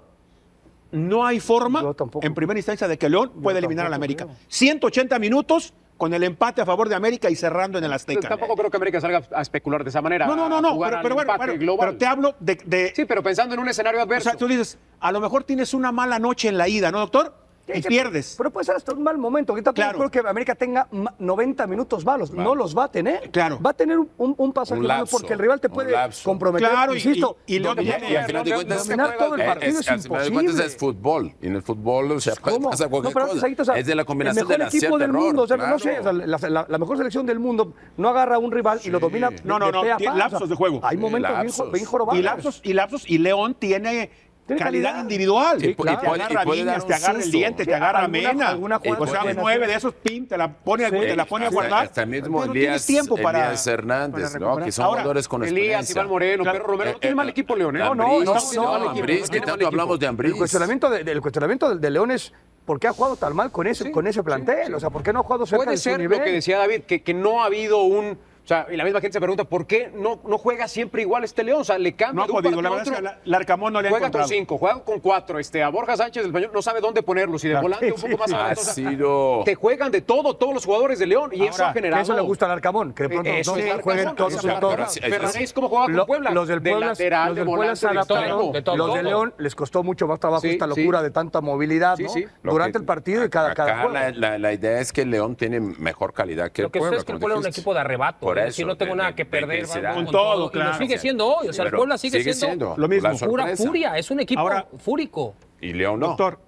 Speaker 3: no hay forma,
Speaker 2: Yo tampoco.
Speaker 3: en primera instancia, de que León pueda eliminar al
Speaker 2: tampoco
Speaker 3: América.
Speaker 2: creo.
Speaker 3: 180 minutos con el empate a favor de América y cerrando en el Azteca.
Speaker 5: Tampoco creo que América salga a especular de esa manera.
Speaker 3: No, no, no,
Speaker 5: a
Speaker 3: no,
Speaker 5: jugar
Speaker 3: pero,
Speaker 5: al
Speaker 3: pero bueno,
Speaker 5: empate
Speaker 3: bueno,
Speaker 5: global.
Speaker 3: pero te hablo de... de-
Speaker 5: Sí, pero pensando en un escenario
Speaker 3: o
Speaker 5: adverso.
Speaker 3: sea, tú dices, a lo mejor tienes una mala noche en la ida, ¿no, doctor?
Speaker 2: Sí,
Speaker 3: Y
Speaker 2: sí,
Speaker 3: pierdes.
Speaker 2: Pero puede ser hasta un mal momento. Yo tampoco
Speaker 3: Claro.
Speaker 2: creo que América tenga ma- 90 minutos malos. No los va a tener.
Speaker 3: Claro.
Speaker 2: Va a tener un, un- un pasaje
Speaker 6: Un
Speaker 2: malo
Speaker 6: lapso,
Speaker 2: porque el rival te
Speaker 6: un
Speaker 2: puede
Speaker 6: lapso.
Speaker 2: comprometer.
Speaker 3: Claro, y-
Speaker 2: insisto,
Speaker 3: y- y León
Speaker 6: Y,
Speaker 2: dominar-
Speaker 6: y al final de
Speaker 5: no,
Speaker 6: cuentas,
Speaker 5: no, no,
Speaker 2: dominar todo el
Speaker 5: eh,
Speaker 2: partido es,
Speaker 6: al final de
Speaker 2: imposible.
Speaker 6: cuentas es fútbol. Y en el fútbol, o sea, pa-
Speaker 2: ¿Cómo?
Speaker 6: pasa cualquier
Speaker 2: No, pero
Speaker 6: cosa.
Speaker 2: Saguito, o sea,
Speaker 6: es de la combinación
Speaker 2: el
Speaker 6: del
Speaker 2: mejor equipo
Speaker 6: acierto
Speaker 2: del
Speaker 6: error.
Speaker 2: mundo, o sea, no
Speaker 6: claro.
Speaker 2: sé, o sea, la, la- la mejor selección del mundo no agarra a un rival y lo domina.
Speaker 3: No, no,
Speaker 2: de
Speaker 3: no,
Speaker 2: pe a
Speaker 3: tiene
Speaker 2: pa,
Speaker 3: lapsos de juego.
Speaker 2: Hay
Speaker 6: Sí,
Speaker 2: momentos bien jo-
Speaker 6: lapsos.
Speaker 2: bien jorobados.
Speaker 3: Y lapsos, y lapsos, y León tiene,
Speaker 2: Tiene
Speaker 3: calidad,
Speaker 2: calidad.
Speaker 3: individual.
Speaker 6: Sí,
Speaker 3: te
Speaker 6: y puede-
Speaker 3: agarra
Speaker 6: y puede dar
Speaker 3: Viñas,
Speaker 6: un
Speaker 3: te agarra el
Speaker 6: susto.
Speaker 3: diente, te
Speaker 2: Sí,
Speaker 3: agarra
Speaker 2: alguna-
Speaker 3: Mena.
Speaker 2: alguna jugada
Speaker 3: o sea,
Speaker 2: buena,
Speaker 3: nueve
Speaker 2: sí.
Speaker 3: de esos, pim, te la pone,
Speaker 2: Sí.
Speaker 3: te la pone a
Speaker 6: Hasta-
Speaker 3: guardar.
Speaker 6: Hasta el mismo
Speaker 3: Pero
Speaker 6: Elías,
Speaker 3: tienes tiempo para...
Speaker 6: Elías
Speaker 3: para
Speaker 6: Hernández, ¿no?
Speaker 3: recuperar.
Speaker 6: que son
Speaker 3: Ahora,
Speaker 6: jugadores con experiencia.
Speaker 5: Elías, Iván Moreno,
Speaker 3: Claro.
Speaker 5: Pedro Romero, no tiene mal equipo León, ¿eh?
Speaker 2: No, no,
Speaker 6: Ambriz,
Speaker 2: no,
Speaker 6: no,
Speaker 2: no,
Speaker 6: Ambriz, que
Speaker 5: tiene mal
Speaker 6: tanto
Speaker 5: equipo.
Speaker 6: hablamos de
Speaker 2: El
Speaker 6: Ambriz.
Speaker 2: cuestionamiento, de, el cuestionamiento de, de León es por qué ha jugado tan mal con ese, con ese plantel. O sea, ¿por qué no ha jugado cerca
Speaker 5: Puede
Speaker 2: de su
Speaker 5: ser
Speaker 2: nivel?
Speaker 5: lo que decía David, que, que no ha habido un sea, y la misma gente se pregunta, ¿por qué no, no juega siempre igual este León? O sea, le cambia.
Speaker 3: No ha
Speaker 5: de un
Speaker 3: podido, la
Speaker 5: partido a
Speaker 3: verdad es que
Speaker 5: otro.
Speaker 3: la- Larcamón no le ha
Speaker 5: Juega
Speaker 3: encontrado.
Speaker 5: con cinco, juega con cuatro. Este, a Borja Sánchez, el español, no sabe dónde ponerlos. Y de
Speaker 2: Claro,
Speaker 5: volante un
Speaker 2: sí,
Speaker 5: poco más
Speaker 2: sí.
Speaker 6: Ha
Speaker 5: adelante. O sea,
Speaker 6: sido.
Speaker 5: te juegan de todo, todos los jugadores de León. Y eso
Speaker 3: Ahora,
Speaker 5: ha
Speaker 2: Que
Speaker 5: generado.
Speaker 2: eso le gusta al Arcamón, que de pronto
Speaker 5: Eh, Eso
Speaker 2: no
Speaker 5: es
Speaker 2: se
Speaker 5: Larcamón,
Speaker 2: jueguen
Speaker 5: eso
Speaker 2: todos
Speaker 5: es
Speaker 2: en
Speaker 5: Larcamón.
Speaker 2: todas.
Speaker 6: Sí, es-
Speaker 5: Fernández, ¿cómo jugaba
Speaker 2: Lo-
Speaker 5: con Puebla?
Speaker 2: Los del Puebla,
Speaker 5: de lateral,
Speaker 2: los
Speaker 5: de
Speaker 2: del Puebla
Speaker 5: volante,
Speaker 2: se
Speaker 5: de extremo.
Speaker 2: adaptaron.
Speaker 4: de todo,
Speaker 2: los de
Speaker 4: todo.
Speaker 2: León les costó mucho más trabajo
Speaker 5: Sí,
Speaker 2: esta
Speaker 5: sí.
Speaker 2: locura de tanta movilidad
Speaker 5: Sí,
Speaker 2: ¿no?
Speaker 5: sí.
Speaker 6: Lo
Speaker 2: durante
Speaker 6: que-
Speaker 2: el partido y cada,
Speaker 6: acá
Speaker 2: cada juego.
Speaker 6: La, la- la idea es que el León tiene mejor calidad que
Speaker 4: Lo
Speaker 6: el
Speaker 4: que
Speaker 6: Puebla.
Speaker 4: sucede es que el
Speaker 6: como
Speaker 4: Puebla es un
Speaker 6: dijiste.
Speaker 4: equipo de arrebato.
Speaker 6: Por
Speaker 4: es decir,
Speaker 6: eso,
Speaker 4: no tengo
Speaker 6: de-
Speaker 4: nada
Speaker 6: de-
Speaker 4: que
Speaker 6: de
Speaker 4: perder.
Speaker 6: intensidad.
Speaker 4: vamos
Speaker 3: Con todo,
Speaker 4: Y lo
Speaker 3: claro.
Speaker 4: sigue siendo hoy. O sea, el
Speaker 6: Pero
Speaker 4: Puebla sigue, siendo,
Speaker 3: lo mismo.
Speaker 6: la
Speaker 4: pura
Speaker 6: sorpresa.
Speaker 4: furia. Es un equipo
Speaker 3: Ahora-
Speaker 4: fúrico.
Speaker 6: Y León no.
Speaker 3: Doctor,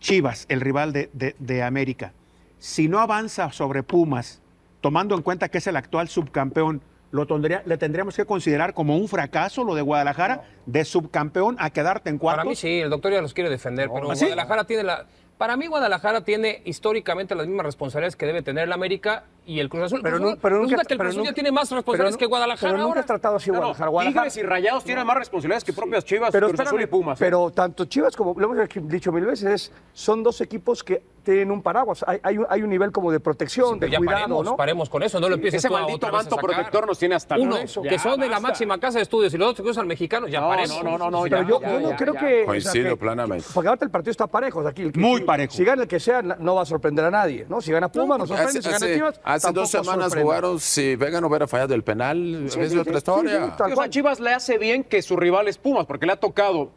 Speaker 3: Chivas, el rival de, de- de América, si no avanza sobre Pumas, tomando en cuenta que es el actual subcampeón, ¿lo tendría- ¿le tendríamos que considerar como un fracaso lo de Guadalajara de subcampeón a quedarte en
Speaker 4: Para mí
Speaker 3: cuartos?
Speaker 4: sí, el doctor ya los quiere defender, pero
Speaker 3: ¿Ah, sí?
Speaker 4: Guadalajara tiene la... Para mí Guadalajara tiene históricamente las mismas responsabilidades que debe tener el América y el Cruz Azul.
Speaker 2: Pero,
Speaker 4: Resulta-
Speaker 2: nu- pero nunca,
Speaker 4: resulta que Pues el
Speaker 2: pero
Speaker 4: Cruz Azul ya
Speaker 2: nunca-
Speaker 4: tiene más
Speaker 2: pero
Speaker 4: responsabilidades
Speaker 2: nu-
Speaker 4: que Guadalajara
Speaker 2: Pero nunca
Speaker 4: ahora.
Speaker 2: has tratado así
Speaker 5: No, no,
Speaker 2: Guadalajara. Guadalajara-
Speaker 5: Tigres y Rayados tienen más responsabilidades que propias Chivas,
Speaker 2: pero,
Speaker 5: Cruz Azul
Speaker 2: espérame,
Speaker 5: y Pumas. ¿eh?
Speaker 2: pero tanto Chivas como lo hemos dicho mil veces, es- son dos equipos que tienen un paraguas. Hay, hay un- hay un nivel como de protección,
Speaker 4: Pero
Speaker 2: de
Speaker 4: ya
Speaker 2: cuidado,
Speaker 4: paremos,
Speaker 2: ¿no?
Speaker 4: paremos con eso, no lo empieces
Speaker 5: Ese
Speaker 4: tú a
Speaker 5: maldito
Speaker 4: otra vez a
Speaker 5: manto
Speaker 4: sacar.
Speaker 5: protector nos tiene hasta
Speaker 4: Uno,
Speaker 5: la-
Speaker 4: que
Speaker 5: Ya,
Speaker 4: son de la
Speaker 5: basta.
Speaker 4: máxima casa de estudios y los otros que usan mexicanos, ya
Speaker 5: No,
Speaker 4: paremos.
Speaker 5: no, no, no,
Speaker 4: Sí,
Speaker 2: Pero
Speaker 5: ya,
Speaker 2: yo,
Speaker 5: ya,
Speaker 2: yo no
Speaker 5: ya,
Speaker 2: creo
Speaker 5: ya.
Speaker 2: que.
Speaker 6: Coincido
Speaker 2: que-
Speaker 6: plenamente.
Speaker 2: Porque ahorita el partido está parejo. o sea, aquí el que-
Speaker 3: Muy
Speaker 2: si-
Speaker 3: parejo.
Speaker 2: Si gana el que sea, no va a sorprender a nadie. ¿no? Si gana Pumas, nos sorprende.
Speaker 6: Hace,
Speaker 2: si gana
Speaker 6: hace-
Speaker 2: Chivas,
Speaker 6: hace
Speaker 2: tampoco
Speaker 6: dos semanas
Speaker 2: sorprende.
Speaker 6: jugaron, si Vega no hubiera fallado el penal,
Speaker 2: Sí,
Speaker 6: es
Speaker 2: sí,
Speaker 6: otra
Speaker 2: sí,
Speaker 6: historia.
Speaker 2: sí, sí, tal
Speaker 5: Digo, o sea,
Speaker 2: cual.
Speaker 5: Chivas le hace bien que su rival es Pumas, porque le ha tocado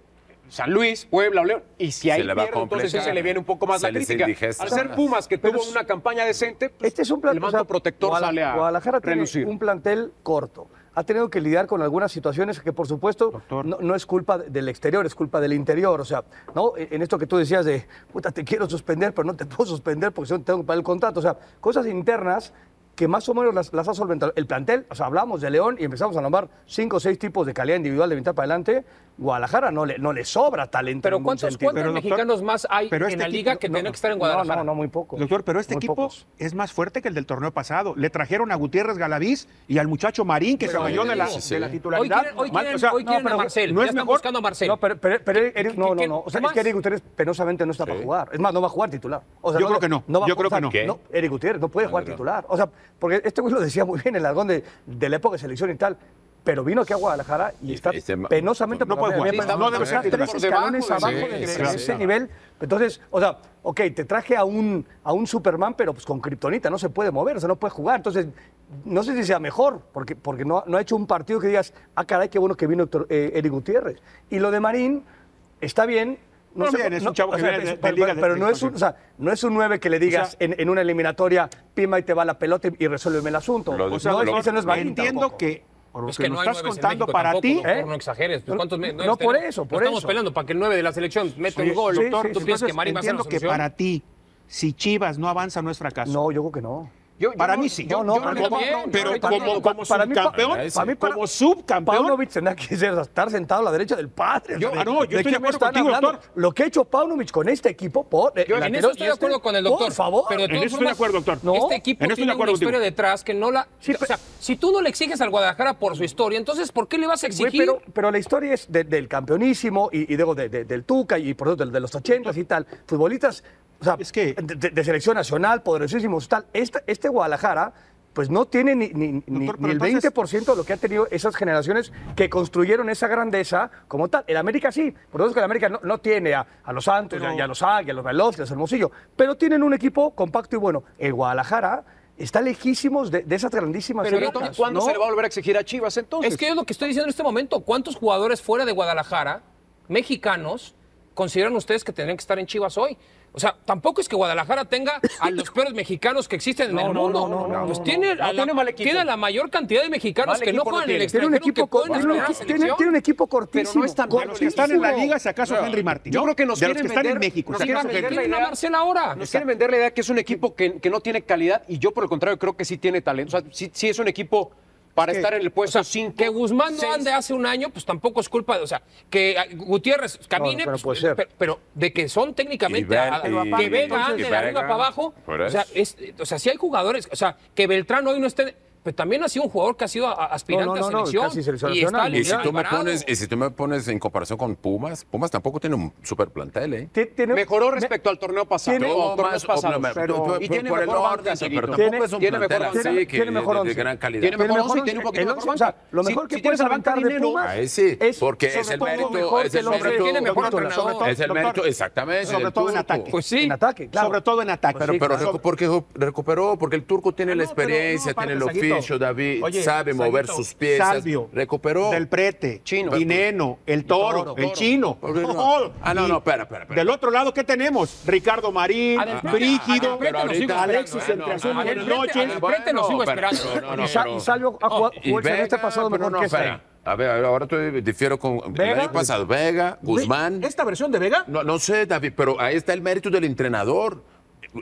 Speaker 5: San Luis, Puebla, o León, y si ahí
Speaker 6: le va a
Speaker 5: pierde, entonces sí
Speaker 6: complicar.
Speaker 5: se le viene un poco más
Speaker 6: Se
Speaker 5: la
Speaker 6: les
Speaker 5: crítica.
Speaker 6: indigesta.
Speaker 5: Al ser Pumas, que tuvo una campaña decente, pues,
Speaker 2: Este es un plan-
Speaker 5: el
Speaker 2: o
Speaker 5: manto
Speaker 2: sea,
Speaker 5: protector
Speaker 2: Guadala-
Speaker 5: sale a
Speaker 2: Guadalajara tiene
Speaker 5: relucir.
Speaker 2: un plantel corto. Ha tenido que lidiar con algunas situaciones que, por supuesto, no, no es culpa de- del exterior, es culpa del interior. O sea, ¿no? en esto que tú decías de, puta, te quiero suspender, pero no te [laughs] puedo suspender porque si no tengo que pagar el contrato. O sea, cosas internas que más o menos las, las ha solventado el plantel. O sea, hablamos de León y empezamos a nombrar cinco o seis tipos de calidad individual de mitad para adelante. Guadalajara no le, no le sobra talento. en
Speaker 4: Pero
Speaker 2: ningún
Speaker 4: ¿cuántos,
Speaker 2: sentido.
Speaker 4: cuántos
Speaker 3: Pero, doctor,
Speaker 4: mexicanos más hay
Speaker 3: pero
Speaker 4: en
Speaker 3: este
Speaker 4: la liga
Speaker 3: equipo-
Speaker 4: que
Speaker 2: no,
Speaker 4: tienen que estar en
Speaker 2: no,
Speaker 4: Guadalajara?
Speaker 2: no, no, muy pocos.
Speaker 3: Doctor, pero este
Speaker 2: Muy
Speaker 3: equipo
Speaker 2: pocos.
Speaker 3: es más fuerte que el del torneo pasado. Le trajeron a Gutiérrez Galaviz y al muchacho Marín, que se cayó de la,
Speaker 6: sí, sí.
Speaker 3: de la
Speaker 6: Hoy
Speaker 4: Hoy
Speaker 3: titularidad.
Speaker 4: quieren, hoy
Speaker 3: Mal-
Speaker 4: quieren-
Speaker 3: o sea,
Speaker 4: hoy
Speaker 3: no,
Speaker 4: quieren a
Speaker 3: pero
Speaker 4: Marcel,
Speaker 3: no
Speaker 4: ya
Speaker 3: es
Speaker 4: están
Speaker 3: mejor.
Speaker 4: buscando a Marcel.
Speaker 2: No, pero, pero, pero Eric, no, no,
Speaker 4: qué-
Speaker 2: no. O sea,
Speaker 4: qué
Speaker 2: es que
Speaker 4: más?
Speaker 2: Eric Gutiérrez penosamente no está para jugar. Es más, no va a jugar titular. O sea,
Speaker 3: Yo creo que no.
Speaker 2: va a
Speaker 3: Yo creo
Speaker 2: jugar-
Speaker 3: que no.
Speaker 2: o sea, Eric Gutiérrez no puede jugar
Speaker 6: no, no.
Speaker 2: titular. O sea, porque este güey lo decía muy bien, el largón de, de la época de selección y tal. Pero vino aquí a Guadalajara y
Speaker 6: Y
Speaker 2: está
Speaker 6: este ma-
Speaker 2: penosamente.
Speaker 3: no
Speaker 2: por
Speaker 3: puede
Speaker 2: arriba.
Speaker 3: jugar.
Speaker 2: Está-
Speaker 3: No debe
Speaker 2: está
Speaker 3: ser titular.
Speaker 2: tres
Speaker 5: Por debajo
Speaker 2: escalones
Speaker 5: de-
Speaker 2: abajo
Speaker 6: sí,
Speaker 2: de,
Speaker 6: sí,
Speaker 2: de
Speaker 6: sí.
Speaker 2: ese nivel. Entonces, o sea, ok, te traje a un, a un Superman, pero pues con kriptonita no se puede mover, o sea, no puede jugar. Entonces, no sé si sea mejor, porque, porque no, no ha hecho un partido que digas, ah, caray, qué bueno que vino Héctor- eh, Eric Gutiérrez. Y lo de Marín está bien. No
Speaker 3: No,
Speaker 2: sé,
Speaker 3: bien, es
Speaker 2: no-
Speaker 3: un chavo
Speaker 2: o
Speaker 3: que
Speaker 2: sea,
Speaker 3: viene de-
Speaker 2: pero-
Speaker 3: de liga
Speaker 2: pero-
Speaker 3: de-
Speaker 2: pero
Speaker 3: de
Speaker 2: no es un, o sea, no es un 9 que le digas
Speaker 3: sea-
Speaker 2: en, en una eliminatoria, pima y te va la pelota y, y resuélveme el asunto.
Speaker 6: Lo de-
Speaker 2: o sea,
Speaker 6: lo-
Speaker 2: no, es- ese no es Marín
Speaker 3: entiendo
Speaker 2: tampoco.
Speaker 3: que, por lo
Speaker 4: Es
Speaker 3: que,
Speaker 4: que no
Speaker 3: nos
Speaker 4: hay nueves
Speaker 3: estás
Speaker 4: en México
Speaker 3: contando para
Speaker 4: tampoco,
Speaker 3: ti,
Speaker 4: doctor,
Speaker 2: ¿eh?
Speaker 4: No exageres. pues,
Speaker 2: No,
Speaker 4: ¿cuántos me-
Speaker 2: no,
Speaker 4: nueves
Speaker 2: por
Speaker 4: tenemos?
Speaker 2: eso,
Speaker 4: Lo
Speaker 2: por
Speaker 4: Estamos
Speaker 2: eso.
Speaker 4: peleando para que el 9 de la selección meta
Speaker 2: Sí,
Speaker 4: el gol.
Speaker 2: sí,
Speaker 4: doctor,
Speaker 2: sí,
Speaker 4: ¿tú
Speaker 2: sí,
Speaker 4: piensas que
Speaker 2: entonces
Speaker 4: Marín va a ser la
Speaker 3: entiendo que
Speaker 4: solución?
Speaker 3: para ti, si Chivas no avanza, no es fracaso.
Speaker 2: No, yo creo que no.
Speaker 5: Yo- yo
Speaker 3: para
Speaker 5: no-
Speaker 3: mí sí.
Speaker 5: yo-
Speaker 2: No,
Speaker 5: yo
Speaker 2: no,
Speaker 5: le
Speaker 2: pero-
Speaker 5: compro-
Speaker 2: pero
Speaker 5: ahorita
Speaker 2: como-
Speaker 5: no.
Speaker 2: como para mí, pa-
Speaker 3: subcampeón,
Speaker 2: para mí, para-
Speaker 3: como subcampeón,
Speaker 2: Paunovic tendrá que ser- estar sentado a la derecha del padre.
Speaker 3: Yo-
Speaker 2: O sea,
Speaker 3: ah, no, yo estoy de
Speaker 2: qué me
Speaker 3: acuerdo
Speaker 2: están
Speaker 3: contigo,
Speaker 2: hablando?
Speaker 3: doctor.
Speaker 2: Lo que ha hecho Paunovic con este equipo, por, eh,
Speaker 4: Yo en
Speaker 2: lateral
Speaker 4: eso estoy
Speaker 2: y
Speaker 4: de
Speaker 2: este,
Speaker 4: acuerdo con el doctor.
Speaker 2: Por favor.
Speaker 4: pero de
Speaker 3: En
Speaker 4: todas
Speaker 3: eso estoy de
Speaker 4: formas,
Speaker 3: acuerdo, doctor.
Speaker 2: No,
Speaker 4: este equipo
Speaker 3: en eso estoy de
Speaker 4: tiene
Speaker 3: acuerdo
Speaker 4: una historia
Speaker 3: contigo.
Speaker 4: detrás que no la.
Speaker 2: Sí,
Speaker 4: o sea,
Speaker 2: pero-
Speaker 4: si tú no le exiges al Guadalajara por su historia, entonces ¿por qué le vas a
Speaker 2: Güey,
Speaker 4: exigir?
Speaker 2: pero, pero la historia es de- del campeonísimo y, y digo, de- de- del Tuca y por eso de, de los 80 y tal. Futbolistas, o sea,
Speaker 3: Es que-
Speaker 2: de, de- de selección nacional, poderosísimos, tal. Este, este Guadalajara. Pues no tiene ni, ni- ni-
Speaker 3: pero
Speaker 2: ni el
Speaker 3: entonces-
Speaker 2: 20% de lo que han tenido esas generaciones que construyeron esa grandeza como tal. El América sí, por eso es que el América no, no tiene a, a los Santos, y a- y a los Águilas, a los Veloz, a los Hermosillo, pero tienen un equipo compacto y bueno. El Guadalajara está lejísimos de, de esas grandísimas
Speaker 5: Pero
Speaker 2: épocas,
Speaker 5: entonces, ¿cuándo
Speaker 2: ¿no?
Speaker 5: se le va a volver a exigir a Chivas entonces?
Speaker 4: Es que es lo que estoy diciendo en este momento. ¿Cuántos jugadores fuera de Guadalajara, mexicanos, consideran ustedes que tendrían que estar en Chivas hoy? O sea, tampoco es que Guadalajara tenga
Speaker 5: [laughs]
Speaker 4: a los peores mexicanos que existen en
Speaker 2: No,
Speaker 4: el
Speaker 2: no,
Speaker 4: mundo.
Speaker 2: no, no, no,
Speaker 4: pues
Speaker 2: no,
Speaker 4: tiene,
Speaker 5: no.
Speaker 4: a la,
Speaker 5: No tiene mal equipo.
Speaker 4: tiene a la mayor cantidad de mexicanos
Speaker 5: Mal
Speaker 4: que no
Speaker 5: equipo no
Speaker 4: juegan en el
Speaker 5: tiene.
Speaker 2: Tiene un
Speaker 4: extranjero
Speaker 2: equipo,
Speaker 4: que
Speaker 2: co-
Speaker 4: pueden
Speaker 2: tiene un
Speaker 4: esperar a la
Speaker 2: equipo- tiene-
Speaker 4: selección.
Speaker 2: tiene un equipo cortísimo.
Speaker 5: Pero no es tan
Speaker 3: De los que están en la liga, si acaso Henry Martín.
Speaker 5: Yo creo que nos
Speaker 3: de los
Speaker 5: quieren
Speaker 3: que están en
Speaker 5: vender-
Speaker 3: México.
Speaker 5: nos
Speaker 3: si
Speaker 5: quieren
Speaker 3: acaso
Speaker 5: vender
Speaker 3: Henry-
Speaker 5: la
Speaker 4: Quieren a
Speaker 5: idea-
Speaker 4: Marcel ahora.
Speaker 5: Nos quieren vender la idea que es un equipo que, que no tiene calidad y yo por el contrario creo que sí tiene talento. O sea, sí, sí es un equipo para
Speaker 3: Es que-
Speaker 5: estar en el puesto 5.
Speaker 4: Que Guzmán
Speaker 5: seis.
Speaker 4: no ande hace un año, pues tampoco es culpa de. O sea, que ah, Gutiérrez camine,
Speaker 2: No, no,
Speaker 4: pues,
Speaker 2: pero puede ser.
Speaker 4: pero, pero de que son
Speaker 6: Y
Speaker 4: técnicamente.
Speaker 6: Ver-
Speaker 4: a- a-
Speaker 6: y-
Speaker 4: que Vega
Speaker 6: y
Speaker 4: ande de
Speaker 6: Verga,
Speaker 4: arriba para abajo.
Speaker 6: por
Speaker 4: O sea, es-
Speaker 6: eso.
Speaker 4: o sea, sí hay jugadores. O sea, que Beltrán hoy no esté. pero también ha sido un jugador que ha sido a- aspirante
Speaker 2: No, no, no,
Speaker 4: a
Speaker 2: no,
Speaker 4: selección.
Speaker 2: casi selección
Speaker 4: y está
Speaker 2: nacional.
Speaker 6: Y si,
Speaker 4: Luis
Speaker 6: tú me
Speaker 4: Alvarado.
Speaker 6: pones, y si tú me pones en comparación con Pumas, Pumas tampoco tiene un super plantel, ¿eh?
Speaker 2: Ti- tiene-
Speaker 5: Mejoró respecto al torneo pasado.
Speaker 2: Tiene-
Speaker 5: o
Speaker 6: No,
Speaker 5: torneos
Speaker 6: más
Speaker 5: pasados.
Speaker 6: o-
Speaker 5: pero-
Speaker 6: por-
Speaker 5: y
Speaker 6: por-
Speaker 5: tiene
Speaker 6: por el
Speaker 5: mejor
Speaker 6: orden,
Speaker 5: banca,
Speaker 6: pero
Speaker 5: Seguito.
Speaker 6: tampoco
Speaker 2: Tiene-
Speaker 6: es un
Speaker 5: tiene
Speaker 6: plantel
Speaker 5: mejor
Speaker 6: así
Speaker 2: once.
Speaker 6: que
Speaker 2: Tiene mejor
Speaker 6: de- de,
Speaker 2: once.
Speaker 6: gran calidad.
Speaker 5: Tiene
Speaker 2: Tiene
Speaker 5: mejor
Speaker 2: mejor
Speaker 5: once y tiene un
Speaker 2: once.
Speaker 5: poquito
Speaker 2: El once,
Speaker 5: mejor
Speaker 2: o sea,
Speaker 5: banca.
Speaker 2: lo
Speaker 5: Si-
Speaker 2: mejor que
Speaker 5: si
Speaker 2: puedes
Speaker 5: tienes a la banca
Speaker 2: aventar de
Speaker 5: dinero,
Speaker 2: Pumas
Speaker 6: Ahí sí,
Speaker 2: es
Speaker 6: porque es
Speaker 2: sobre
Speaker 6: el
Speaker 2: todo
Speaker 6: mérito,
Speaker 2: mejor
Speaker 6: es
Speaker 2: que
Speaker 6: el
Speaker 2: los
Speaker 6: mérito-
Speaker 2: tiene mejor
Speaker 6: Doctor,
Speaker 2: sobre
Speaker 6: no,
Speaker 2: todo-
Speaker 6: es el
Speaker 2: doctor,
Speaker 6: mérito, exactamente.
Speaker 3: sobre
Speaker 6: del
Speaker 3: todo en
Speaker 6: turco.
Speaker 3: ataque.
Speaker 4: Pues sí.
Speaker 2: en ataque, claro.
Speaker 3: Sobre todo en ataque.
Speaker 6: Pero, pero
Speaker 3: Sobre-
Speaker 6: recu- porque ju- recuperó, porque el turco tiene
Speaker 3: Pues
Speaker 6: la
Speaker 3: Ah, no, pero
Speaker 6: experiencia,
Speaker 3: no,
Speaker 6: tiene el
Speaker 3: aparte, Saguito.
Speaker 6: oficio, David,
Speaker 3: Oye,
Speaker 6: sabe mover
Speaker 3: Saguito,
Speaker 6: sus piezas.
Speaker 3: Salvio,
Speaker 6: recuperó.
Speaker 3: Del prete,
Speaker 5: Chino.
Speaker 3: Dineno, el toro,
Speaker 5: Toro,
Speaker 3: el
Speaker 5: Toro.
Speaker 3: chino.
Speaker 6: Porque no.
Speaker 3: Todo.
Speaker 6: Ah, no,
Speaker 3: Y
Speaker 6: no, espera, espera, espera.
Speaker 3: Del otro lado, ¿qué tenemos? Ricardo Marín,
Speaker 4: A del prete,
Speaker 3: Brígido,
Speaker 4: a del prete
Speaker 6: Pero
Speaker 4: lo sigo
Speaker 6: ahorita- Ah,
Speaker 4: esperando,
Speaker 3: Alexis
Speaker 4: ¿eh?
Speaker 3: entre
Speaker 4: No,
Speaker 3: azul
Speaker 4: no,
Speaker 3: y
Speaker 4: a del
Speaker 3: negro.
Speaker 4: prete- a del
Speaker 6: Bueno,
Speaker 4: prete lo sigo
Speaker 6: pero-
Speaker 4: esperando.
Speaker 6: no, no,
Speaker 2: y, Sa-
Speaker 6: pero-
Speaker 2: y Salvio ha jugado
Speaker 6: Y
Speaker 2: jugó el semestre
Speaker 6: Vega,
Speaker 2: pasado
Speaker 6: pero
Speaker 2: mejor
Speaker 6: no,
Speaker 2: que esta.
Speaker 6: espera. A ver, ahora estoy, difiero con el
Speaker 2: ¿Vega?
Speaker 6: año pasado. Vega, Guzmán.
Speaker 3: ¿Esta versión de Vega?
Speaker 6: No, no sé, David, pero ahí está el mérito del entrenador.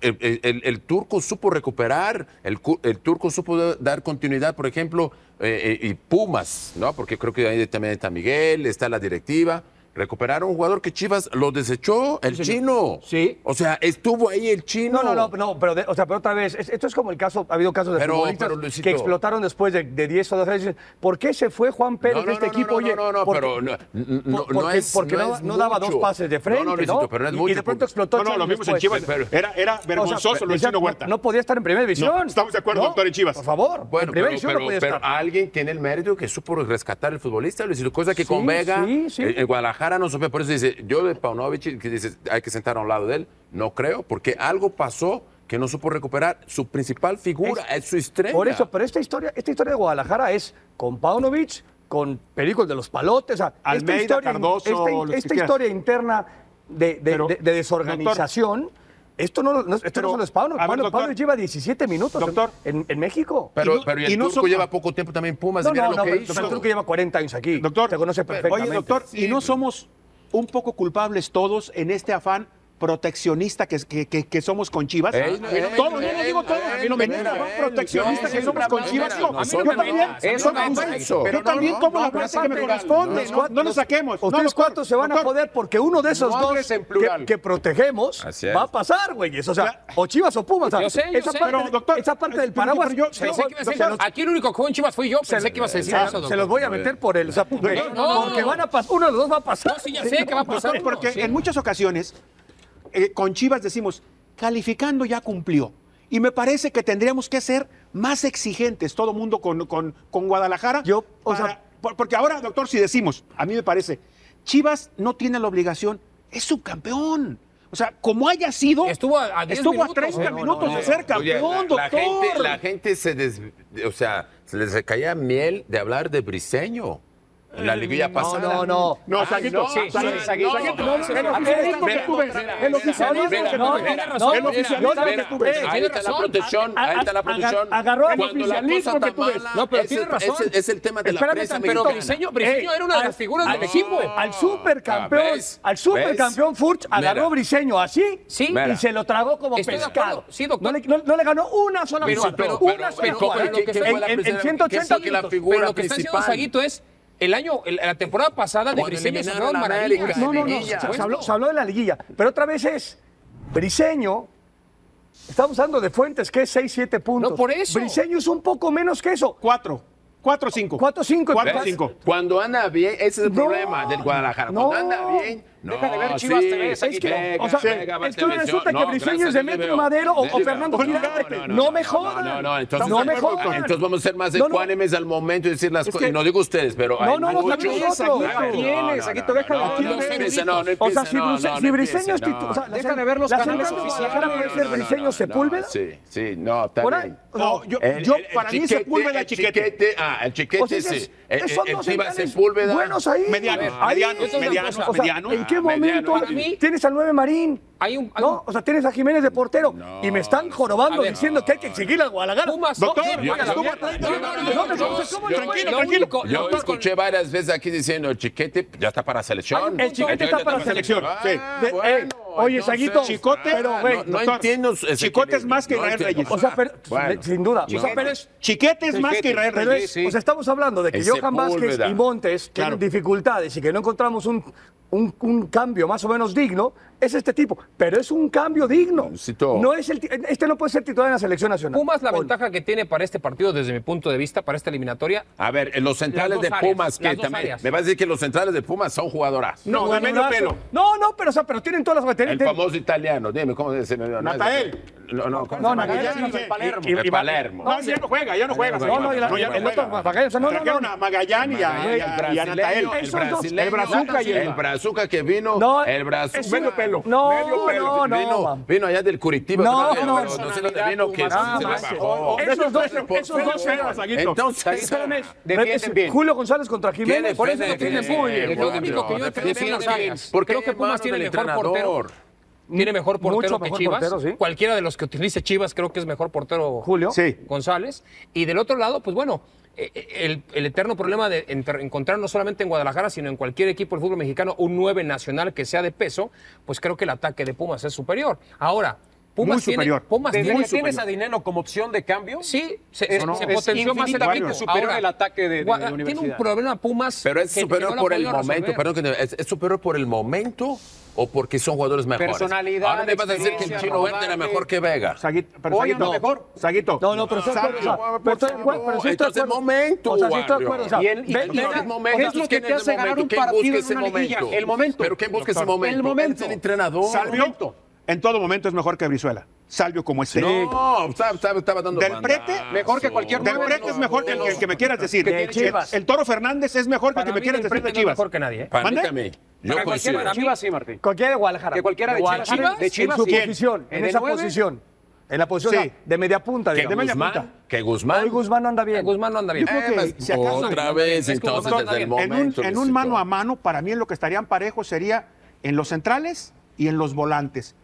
Speaker 6: El, el- el- el turco supo recuperar, el, cu- el turco supo da- dar continuidad, por ejemplo, eh, eh, y Pumas, ¿no? Porque creo que ahí también está Miguel, está la directiva. Recuperaron un jugador que Chivas lo desechó, el chino.
Speaker 3: Sí.
Speaker 6: O sea, estuvo ahí el chino.
Speaker 2: No, no, no, no, pero, de- o sea, pero otra vez, es- esto es como el caso, ha habido casos de
Speaker 6: Pero-
Speaker 2: futbolistas
Speaker 6: pero, Luisito.
Speaker 2: que explotaron después de, de 10 o 12 años. ¿Por qué se fue Juan Pérez
Speaker 6: No,
Speaker 2: de
Speaker 6: no,
Speaker 2: este
Speaker 6: no, no,
Speaker 2: equipo?
Speaker 6: no,
Speaker 2: Oye,
Speaker 6: no, no,
Speaker 2: ¿por-
Speaker 6: pero no- no- no-
Speaker 2: porque-
Speaker 6: no es-
Speaker 2: Porque
Speaker 6: no
Speaker 2: no,
Speaker 6: es
Speaker 2: no daba dos
Speaker 6: mucho.
Speaker 2: pases de
Speaker 6: No, no,
Speaker 2: frente, ¿no?
Speaker 6: Luisito, pero no es
Speaker 2: Y- y,
Speaker 6: mucho, pues.
Speaker 2: de pronto
Speaker 6: porque-
Speaker 2: explotó
Speaker 3: No, no,
Speaker 2: ocho
Speaker 3: lo
Speaker 2: años
Speaker 3: vimos en
Speaker 2: después.
Speaker 3: Chivas.
Speaker 6: Pero-
Speaker 3: Era, era vergonzoso
Speaker 2: O sea,
Speaker 3: lo de
Speaker 2: decía,
Speaker 3: Chino Huerta.
Speaker 2: No, no podía estar en primera división.
Speaker 3: No, estamos de acuerdo,
Speaker 2: No,
Speaker 3: doctor, en Chivas.
Speaker 2: Por favor,
Speaker 6: Bueno,
Speaker 2: en primera
Speaker 6: pero,
Speaker 2: división no
Speaker 6: pero-
Speaker 2: podía
Speaker 6: pero
Speaker 2: estar.
Speaker 6: alguien tiene el mérito que supo rescatar el futbolista, Luisito, cosa que
Speaker 2: Sí,
Speaker 6: con Vega,
Speaker 2: sí, sí.
Speaker 6: eh, en Guadalajara no supe. Por eso dice, yo de Paunovic, que dice, hay que sentar a un lado de él, no creo, porque algo pasó que no supo recuperar su principal figura, es, su estrella.
Speaker 2: Por eso, pero esta historia, esta historia de Guadalajara es con Paunovic, con Pericos de los Palotes, o sea,
Speaker 3: Almeida,
Speaker 2: esta historia,
Speaker 3: Cardoso,
Speaker 2: esta-
Speaker 3: los que
Speaker 2: esta
Speaker 3: quieras.
Speaker 2: historia interna de, de-
Speaker 3: Pero,
Speaker 2: de- de desorganización. esto no, lo- no- esto
Speaker 3: Pero,
Speaker 2: no se lo es
Speaker 3: a
Speaker 2: Paunovic.
Speaker 3: ver,
Speaker 2: Pauno-
Speaker 3: doctor.
Speaker 2: Paunovic lleva 17 minutos en-
Speaker 3: Doctor.
Speaker 2: en, en México.
Speaker 6: Pero,
Speaker 3: Y no-
Speaker 6: pero y
Speaker 3: y
Speaker 6: el
Speaker 3: no
Speaker 6: turco
Speaker 3: supo-
Speaker 6: lleva poco tiempo también en Pumas,
Speaker 2: no,
Speaker 6: mira
Speaker 2: no,
Speaker 6: lo
Speaker 2: no,
Speaker 6: que
Speaker 2: pero
Speaker 6: hizo.
Speaker 2: pero tú que lleva 40 años aquí.
Speaker 3: Doctor, eh,
Speaker 2: te conoce perfectamente.
Speaker 3: Oye, doctor, ¿y no somos un poco culpables todos en este afán proteccionista que, que- que- que somos con Chivas?
Speaker 6: Ey, no, ey,
Speaker 3: todos,
Speaker 6: ey,
Speaker 3: no, no digo
Speaker 6: ey,
Speaker 3: todos.
Speaker 6: ey,
Speaker 3: en este
Speaker 6: ey,
Speaker 3: afán
Speaker 6: ey,
Speaker 3: proteccionista
Speaker 6: ey,
Speaker 3: que
Speaker 6: ey,
Speaker 3: somos
Speaker 6: ey,
Speaker 3: con
Speaker 6: ey,
Speaker 3: Chivas,
Speaker 6: ey,
Speaker 3: no,
Speaker 6: ey,
Speaker 3: a mí
Speaker 6: nosotros
Speaker 3: no yo también,
Speaker 6: no,
Speaker 3: yo
Speaker 6: eso no
Speaker 3: también-
Speaker 6: es eso.
Speaker 3: yo
Speaker 6: Pero no,
Speaker 3: también
Speaker 6: no,
Speaker 3: como
Speaker 6: no,
Speaker 3: la
Speaker 6: pero
Speaker 3: parte que me
Speaker 6: aparte,
Speaker 3: corresponde,
Speaker 6: los
Speaker 3: no, no nos saquemos. No,
Speaker 2: Ustedes
Speaker 3: doctor,
Speaker 2: cuatro se van a
Speaker 3: doctor,
Speaker 2: joder porque uno de esos
Speaker 5: no
Speaker 2: dos
Speaker 5: hables en
Speaker 2: que-
Speaker 5: plural.
Speaker 2: que, protegemos
Speaker 6: Así es.
Speaker 2: va a pasar, güeyes. O sea, o Chivas o Pumas. o sea,
Speaker 4: Yo sé, yo
Speaker 2: esa,
Speaker 4: sé.
Speaker 2: parte,
Speaker 3: Pero, doctor,
Speaker 2: esa parte del
Speaker 3: pero
Speaker 2: paraguas
Speaker 3: yo-
Speaker 2: se,
Speaker 4: Pensé que ibas a
Speaker 2: se
Speaker 4: decir,
Speaker 2: los-
Speaker 3: Ah,
Speaker 4: aquí el único que fue en Chivas fui yo.
Speaker 2: se-
Speaker 4: Pensé que ibas a decir
Speaker 2: se-
Speaker 4: eso,
Speaker 2: se
Speaker 4: doctor.
Speaker 2: los voy a meter por él. O sea, porque,
Speaker 4: No.
Speaker 2: porque van a pasar. Uno de los dos va a pasar.
Speaker 4: No, sí, ya sé que va a pasar. uno,
Speaker 3: Porque
Speaker 4: sí.
Speaker 3: en muchas ocasiones eh, con Chivas decimos, calificando ya cumplió. Y me parece que tendríamos que ser más exigentes todo mundo con, con- con Guadalajara.
Speaker 2: Yo, o
Speaker 3: para-
Speaker 2: sea-
Speaker 3: por- porque ahora, doctor, si decimos, a mí me parece, Chivas no tiene la obligación, es subcampeón. O sea, como haya sido,
Speaker 4: Estuvo a- a 10
Speaker 3: estuvo
Speaker 4: minutos.
Speaker 3: 30
Speaker 4: No, no,
Speaker 3: minutos
Speaker 4: no,
Speaker 3: de
Speaker 4: no.
Speaker 3: ser
Speaker 6: Oye,
Speaker 3: campeón,
Speaker 6: la-
Speaker 3: doctor.
Speaker 6: la gente- La gente se des- o sea, se les caía miel de hablar de Briseño en la liguilla
Speaker 2: Eh, No,
Speaker 6: pasada.
Speaker 2: no, no.
Speaker 3: No, Saguito,
Speaker 4: sí, sí,
Speaker 3: Saguito,
Speaker 4: Saguito.
Speaker 3: Saguito,
Speaker 4: No,
Speaker 3: no,
Speaker 4: no,
Speaker 3: el
Speaker 4: no,
Speaker 3: oficialismo
Speaker 4: no,
Speaker 3: que
Speaker 4: no,
Speaker 3: tuve,
Speaker 4: no,
Speaker 3: el
Speaker 4: no,
Speaker 3: oficialismo
Speaker 4: no,
Speaker 3: que
Speaker 4: no,
Speaker 3: tuve,
Speaker 4: tiene razón,
Speaker 3: el
Speaker 4: tiene
Speaker 3: oficialismo
Speaker 4: razón.
Speaker 3: que tuve.
Speaker 4: Eh,
Speaker 6: Ahí
Speaker 4: tiene
Speaker 6: está la
Speaker 4: razón.
Speaker 6: protección,
Speaker 2: A- a-
Speaker 6: ahí está la
Speaker 2: agar-
Speaker 6: protección.
Speaker 2: agarró el
Speaker 6: Cuando la
Speaker 3: oficialismo
Speaker 6: cosa
Speaker 3: que
Speaker 6: está
Speaker 3: tú ves.
Speaker 6: mala,
Speaker 4: No, pero
Speaker 6: ese-
Speaker 4: tiene razón.
Speaker 6: ese es el tema de la
Speaker 2: Espérame
Speaker 6: prensa
Speaker 2: tantito.
Speaker 6: mexicana.
Speaker 4: Briseño, Briseño
Speaker 2: Ey,
Speaker 4: era una de
Speaker 2: al-
Speaker 4: las figuras
Speaker 2: al-
Speaker 4: del equipo.
Speaker 2: Al supercampeón,
Speaker 6: Ah, ¿Ves?
Speaker 2: al supercampeón
Speaker 6: ¿Ves?
Speaker 2: Furch agarró
Speaker 6: Mira.
Speaker 2: Briseño así
Speaker 4: Sí.
Speaker 2: y
Speaker 4: Mira.
Speaker 2: se lo tragó como
Speaker 4: Estoy de
Speaker 2: pescado.
Speaker 4: acuerdo. Sí, doctor.
Speaker 2: No le, no- no le ganó una sola
Speaker 6: Pero-
Speaker 2: jugada.
Speaker 6: pero-
Speaker 2: una
Speaker 6: pero-
Speaker 2: sola
Speaker 6: pero-
Speaker 2: jugada.
Speaker 6: pero- ¿qué fue
Speaker 2: En-
Speaker 6: la
Speaker 2: en, en
Speaker 6: primera-
Speaker 2: 180
Speaker 6: qué fue la
Speaker 2: minutos.
Speaker 6: figura
Speaker 4: Pero lo que está haciendo
Speaker 6: principal?
Speaker 4: Saguito es el año, el- la temporada pasada de
Speaker 6: Cuando
Speaker 4: Briseño se
Speaker 6: eliminaron
Speaker 4: fueron
Speaker 6: a
Speaker 4: maravillas.
Speaker 6: América,
Speaker 2: No, no, no.
Speaker 6: Liguilla.
Speaker 2: Se, se habló, se habló de la liguilla. Pero otra vez es Briseño. Estamos hablando de fuentes que es 6, 7 puntos.
Speaker 4: No, por eso.
Speaker 2: Briseño es un poco menos que eso.
Speaker 3: Cuatro, cuatro, cinco.
Speaker 2: Cuatro, cinco.
Speaker 3: Cuatro,
Speaker 2: ¿Ves?
Speaker 3: cinco.
Speaker 6: Cuando anda bien, ese es el
Speaker 2: No.
Speaker 6: problema del Guadalajara.
Speaker 2: No.
Speaker 6: Cuando anda bien, no,
Speaker 5: Deja de ver Chivas TV,
Speaker 6: sí,
Speaker 5: Saguito.
Speaker 6: venga,
Speaker 2: O sea,
Speaker 6: venga, va
Speaker 2: es que ahora
Speaker 6: televisión.
Speaker 2: resulta que
Speaker 6: No,
Speaker 2: Briseño
Speaker 6: gracias,
Speaker 2: es de
Speaker 6: sí le
Speaker 2: Metro
Speaker 6: veo.
Speaker 2: Madero o-
Speaker 6: Sí,
Speaker 2: o
Speaker 6: le
Speaker 2: Fernando
Speaker 6: veo.
Speaker 2: Quirarte.
Speaker 6: No,
Speaker 2: No
Speaker 6: no,
Speaker 2: me
Speaker 6: no,
Speaker 2: jodan.
Speaker 6: No, no, entonces,
Speaker 2: No me jodan.
Speaker 6: entonces vamos a ser más
Speaker 2: No, no.
Speaker 6: ecuánimes al momento y decir las
Speaker 3: Es
Speaker 6: cosas.
Speaker 3: que-
Speaker 6: Y no digo ustedes, pero
Speaker 2: No,
Speaker 6: hay
Speaker 2: no, no,
Speaker 6: muchos.
Speaker 2: también es Saguito.
Speaker 6: Ay, no,
Speaker 5: Tiene,
Speaker 6: no, no,
Speaker 5: Saguito, déjalo,
Speaker 6: no,
Speaker 5: tiene
Speaker 6: no,
Speaker 2: O
Speaker 6: no, no, no
Speaker 5: méritos.
Speaker 2: sea,
Speaker 6: empiece,
Speaker 2: si,
Speaker 6: no,
Speaker 2: Bruse-
Speaker 6: no,
Speaker 2: si
Speaker 6: no
Speaker 2: Briseño es
Speaker 6: empiece,
Speaker 2: titular.
Speaker 6: no.
Speaker 2: o sea, la
Speaker 5: Deja
Speaker 2: cen-
Speaker 5: de ver los
Speaker 2: la
Speaker 5: canales
Speaker 2: central de
Speaker 5: oficiales.
Speaker 2: Guadalajara puede ser
Speaker 6: No, no, no,
Speaker 2: Briseño
Speaker 6: no,
Speaker 2: Sepúlveda.
Speaker 6: Sí, sí, no, está
Speaker 2: Por ahí-
Speaker 6: bien.
Speaker 3: No, yo,
Speaker 6: El-
Speaker 3: yo
Speaker 6: el- el
Speaker 3: para mí
Speaker 6: Chiquete,
Speaker 3: Sepúlveda
Speaker 6: el
Speaker 3: chiquete.
Speaker 6: Ah, el chiquete
Speaker 2: O sea,
Speaker 6: sí.
Speaker 2: es-
Speaker 6: El,
Speaker 2: son
Speaker 6: el
Speaker 2: dos
Speaker 6: Chivas
Speaker 2: centrales
Speaker 6: Sepúlveda.
Speaker 2: Buenos ahí.
Speaker 3: Medianos,
Speaker 2: Ahí.
Speaker 3: medianos,
Speaker 4: Entonces,
Speaker 3: medianos,
Speaker 4: o sea,
Speaker 2: O sea,
Speaker 3: medianos.
Speaker 2: ¿En qué
Speaker 6: Ah,
Speaker 2: momento
Speaker 6: mediano,
Speaker 4: para mí-
Speaker 2: tienes al 9 Marín?
Speaker 4: Hay un- hay
Speaker 2: ¿no?
Speaker 4: un-
Speaker 2: O sea, tienes a Jiménez de portero y me están jorobando
Speaker 4: A ver.
Speaker 2: diciendo que hay que exigir al Guadalajara.
Speaker 4: Pumas,
Speaker 3: Doctor,
Speaker 4: no,
Speaker 3: yo-
Speaker 4: no, no,
Speaker 3: yo-
Speaker 4: no, no,
Speaker 3: yo-
Speaker 4: no, no, no,
Speaker 3: yo-
Speaker 4: no,
Speaker 3: yo-
Speaker 4: ¿cómo
Speaker 3: yo-
Speaker 4: le puede-
Speaker 3: tranquilo,
Speaker 4: lo
Speaker 3: tranquilo.
Speaker 4: único-
Speaker 6: Yo
Speaker 4: lo único-
Speaker 6: escuché varias veces aquí diciendo el chiquete ya está para selección.
Speaker 2: El chiquete está para
Speaker 3: selección, sí.
Speaker 2: De- eh, oye, Saguito,
Speaker 3: Chicote,
Speaker 2: pero,
Speaker 6: ah,
Speaker 2: güey,
Speaker 6: no, no
Speaker 3: doctor,
Speaker 6: entiendo. ese
Speaker 3: Chicote es
Speaker 6: equilibrio,
Speaker 3: más que
Speaker 6: no
Speaker 3: Israel
Speaker 6: entiendo.
Speaker 3: Reyes.
Speaker 2: o sea, pero-
Speaker 6: Bueno,
Speaker 2: sin duda.
Speaker 6: no.
Speaker 2: O sea, pero es-
Speaker 3: Chiquete es más que Israel
Speaker 2: Pero
Speaker 3: Reyes.
Speaker 2: es- o sea, estamos hablando de que
Speaker 6: El
Speaker 2: Johan Vázquez
Speaker 6: Sepúlveda.
Speaker 2: y Montes tienen
Speaker 3: Claro.
Speaker 2: dificultades y que no encontramos un un, un cambio más o menos digno es este tipo, pero es un cambio digno.
Speaker 6: Cito.
Speaker 2: No es el, ti- este no puede ser titular en la selección nacional.
Speaker 4: Pumas, la
Speaker 2: Ponlo.
Speaker 4: ventaja que tiene para este partido, desde mi punto de vista, para esta eliminatoria.
Speaker 6: A ver, en los centrales
Speaker 4: dos
Speaker 6: de
Speaker 4: áreas,
Speaker 6: Pumas,
Speaker 4: las
Speaker 6: que
Speaker 4: dos
Speaker 6: también.
Speaker 4: áreas.
Speaker 6: Me vas a decir que los centrales de Pumas son jugadoras.
Speaker 3: No,
Speaker 2: Bueno,
Speaker 3: dame no
Speaker 2: brazo.
Speaker 3: pelo.
Speaker 2: No, no, pero, o sea, pero tienen todas las baterías.
Speaker 6: El famoso italiano, dime cómo se me olvidó? No, es-
Speaker 3: Natael.
Speaker 6: No, no, ¿cómo
Speaker 2: No,
Speaker 6: se llama?
Speaker 2: Natael,
Speaker 6: Magallanes,
Speaker 3: no sé.
Speaker 6: el Palermo.
Speaker 2: Y- y-
Speaker 6: El Palermo.
Speaker 3: No, ya no juega, ya no juega.
Speaker 6: no,
Speaker 3: señor.
Speaker 6: no, y la-
Speaker 3: ya
Speaker 6: y el
Speaker 3: juega.
Speaker 6: otro,
Speaker 2: Magallanes, o sea, no, no,
Speaker 3: Trajeron
Speaker 2: no.
Speaker 3: a Magallanes y a- y a- y a Natael.
Speaker 6: brasileño, el
Speaker 2: Esos dos.
Speaker 6: brasileño,
Speaker 3: El Brazuca y el-
Speaker 6: el Brazuca que vino,
Speaker 2: No,
Speaker 6: el Brazuca,
Speaker 2: es un- Medio pelo. no,
Speaker 6: Medio pelo.
Speaker 2: no, no,
Speaker 6: vino,
Speaker 2: man.
Speaker 6: vino allá del Curitiba,
Speaker 2: No,
Speaker 6: creo que,
Speaker 2: no,
Speaker 6: pero no sé dónde vino que
Speaker 4: Nada
Speaker 6: se le
Speaker 4: más.
Speaker 6: bajó.
Speaker 2: Esos dos,
Speaker 6: Por
Speaker 2: esos dos.
Speaker 6: favor.
Speaker 3: eran, Saguito.
Speaker 6: Entonces, ahí está.
Speaker 4: Defienden bien.
Speaker 2: Julio González contra Jiménez. Por eso
Speaker 6: defensa
Speaker 2: lo
Speaker 6: que
Speaker 2: tiene
Speaker 6: tiene?
Speaker 2: muy bien.
Speaker 6: Eh,
Speaker 4: lo
Speaker 6: Guardiola,
Speaker 4: único que yo creo son las
Speaker 6: defiende bien.
Speaker 4: áreas.
Speaker 6: ¿Por qué
Speaker 4: creo que Pumas
Speaker 6: mano
Speaker 4: tiene
Speaker 6: del
Speaker 4: mejor portero.
Speaker 6: entrenador?
Speaker 4: Tiene mejor
Speaker 2: Mucho
Speaker 4: portero que
Speaker 2: mejor
Speaker 4: Chivas.
Speaker 2: portero, sí.
Speaker 4: Cualquiera de los que utilice Chivas creo que es mejor portero
Speaker 2: Julio.
Speaker 3: Sí.
Speaker 4: González. Y del otro lado, pues bueno, eh, eh, el, el eterno problema de enter- encontrar no solamente en Guadalajara, sino en cualquier equipo del fútbol mexicano un 9 nacional que sea de peso, pues creo que el ataque de Pumas es superior. Ahora, Pumas
Speaker 3: Muy
Speaker 4: tiene,
Speaker 3: superior.
Speaker 4: Pumas
Speaker 5: Desde
Speaker 4: tiene-
Speaker 5: que tienes a Dineno como opción de cambio,
Speaker 4: Sí, se,
Speaker 5: Es-
Speaker 4: se-
Speaker 5: no,
Speaker 4: se
Speaker 5: es
Speaker 4: potenció más el
Speaker 5: infinitamente
Speaker 4: equipo.
Speaker 5: superior el ataque de- de- de
Speaker 4: Guada- Tiene un
Speaker 5: Universidad.
Speaker 4: problema Pumas.
Speaker 6: Pero es
Speaker 4: que- que
Speaker 6: superior
Speaker 4: no lo ha
Speaker 6: por el
Speaker 4: podido resolver.
Speaker 6: momento, perdón que te- ¿es, es superior por el momento o porque son jugadores mejores?
Speaker 5: Personalidad,
Speaker 6: Ahora me vas a decir que el
Speaker 5: experiencia,
Speaker 6: Chino Huerta era
Speaker 5: rodaje.
Speaker 6: mejor que Vega.
Speaker 3: Saguito, pero
Speaker 5: Oye,
Speaker 3: Saguito,
Speaker 5: no, mejor.
Speaker 3: Saguito.
Speaker 2: No, no, pero estoy de acuerdo. o sea,
Speaker 6: Sabio,
Speaker 2: pero estoy de acuerdo, pero sí estoy de
Speaker 6: entonces,
Speaker 2: acuerdo.
Speaker 6: momento,
Speaker 2: O sea, sí estoy de
Speaker 6: Wario.
Speaker 2: acuerdo. O sea,
Speaker 5: Y el- y
Speaker 2: ve- ve-
Speaker 5: el- Mira,
Speaker 6: Entonces, momento,
Speaker 5: es lo
Speaker 6: ¿quién
Speaker 5: que te
Speaker 6: el
Speaker 5: hace ganar
Speaker 6: momento?
Speaker 5: un
Speaker 6: ¿Quién
Speaker 5: partido
Speaker 6: busca
Speaker 5: en
Speaker 6: ese
Speaker 5: una liguilla?
Speaker 6: momento?
Speaker 5: El momento.
Speaker 6: Pero ¿quién busca ese
Speaker 5: Doctor,
Speaker 6: momento?
Speaker 5: el momento.
Speaker 6: Él es el entrenador.
Speaker 3: Salvio, en todo momento es mejor que Brizuela. Salvio como este.
Speaker 6: No, estaba, estaba- estaba dando
Speaker 3: Del
Speaker 6: bandazo.
Speaker 3: Prete,
Speaker 5: mejor que cualquier
Speaker 3: Del
Speaker 5: No,
Speaker 3: Prete es
Speaker 5: no,
Speaker 3: mejor que el,
Speaker 6: no,
Speaker 3: que- que me quieras decir.
Speaker 4: Que tiene
Speaker 3: El-
Speaker 4: Chivas.
Speaker 3: El Toro Fernández es mejor que el
Speaker 4: Para
Speaker 3: que me
Speaker 4: mí,
Speaker 3: quieras
Speaker 4: del
Speaker 3: decir de
Speaker 4: Prete no es
Speaker 3: Chivas.
Speaker 4: mejor que nadie. ¿eh?
Speaker 6: Para mí
Speaker 3: ¿Mande?
Speaker 6: también. Yo
Speaker 4: Para
Speaker 6: coincido.
Speaker 4: cualquiera, Chivas sí, Martín.
Speaker 2: Cualquiera de Guadalajara.
Speaker 5: Que cualquiera de Chivas,
Speaker 2: Guadalajara,
Speaker 5: de
Speaker 2: En
Speaker 5: Chivas,
Speaker 2: su
Speaker 5: sí.
Speaker 2: posición, en
Speaker 5: ¿De
Speaker 2: esa
Speaker 5: nueve?
Speaker 2: posición. En la posición
Speaker 3: Sí.
Speaker 2: o sea, de media punta,
Speaker 6: Que
Speaker 2: digamos.
Speaker 6: Guzmán, que Guzmán.
Speaker 2: Hoy Guzmán no anda
Speaker 4: Eh,
Speaker 2: bien.
Speaker 4: Guzmán no anda bien.
Speaker 3: Yo creo
Speaker 6: Eh,
Speaker 3: que, si acaso,
Speaker 6: otra vez,
Speaker 4: es que Guzmán
Speaker 6: entonces,
Speaker 4: no anda
Speaker 6: desde el
Speaker 4: bien.
Speaker 3: En un,
Speaker 6: momento.
Speaker 3: en un
Speaker 6: Luisito.
Speaker 3: mano a mano, para mí en lo que estarían parejos sería en los centrales y en los volantes.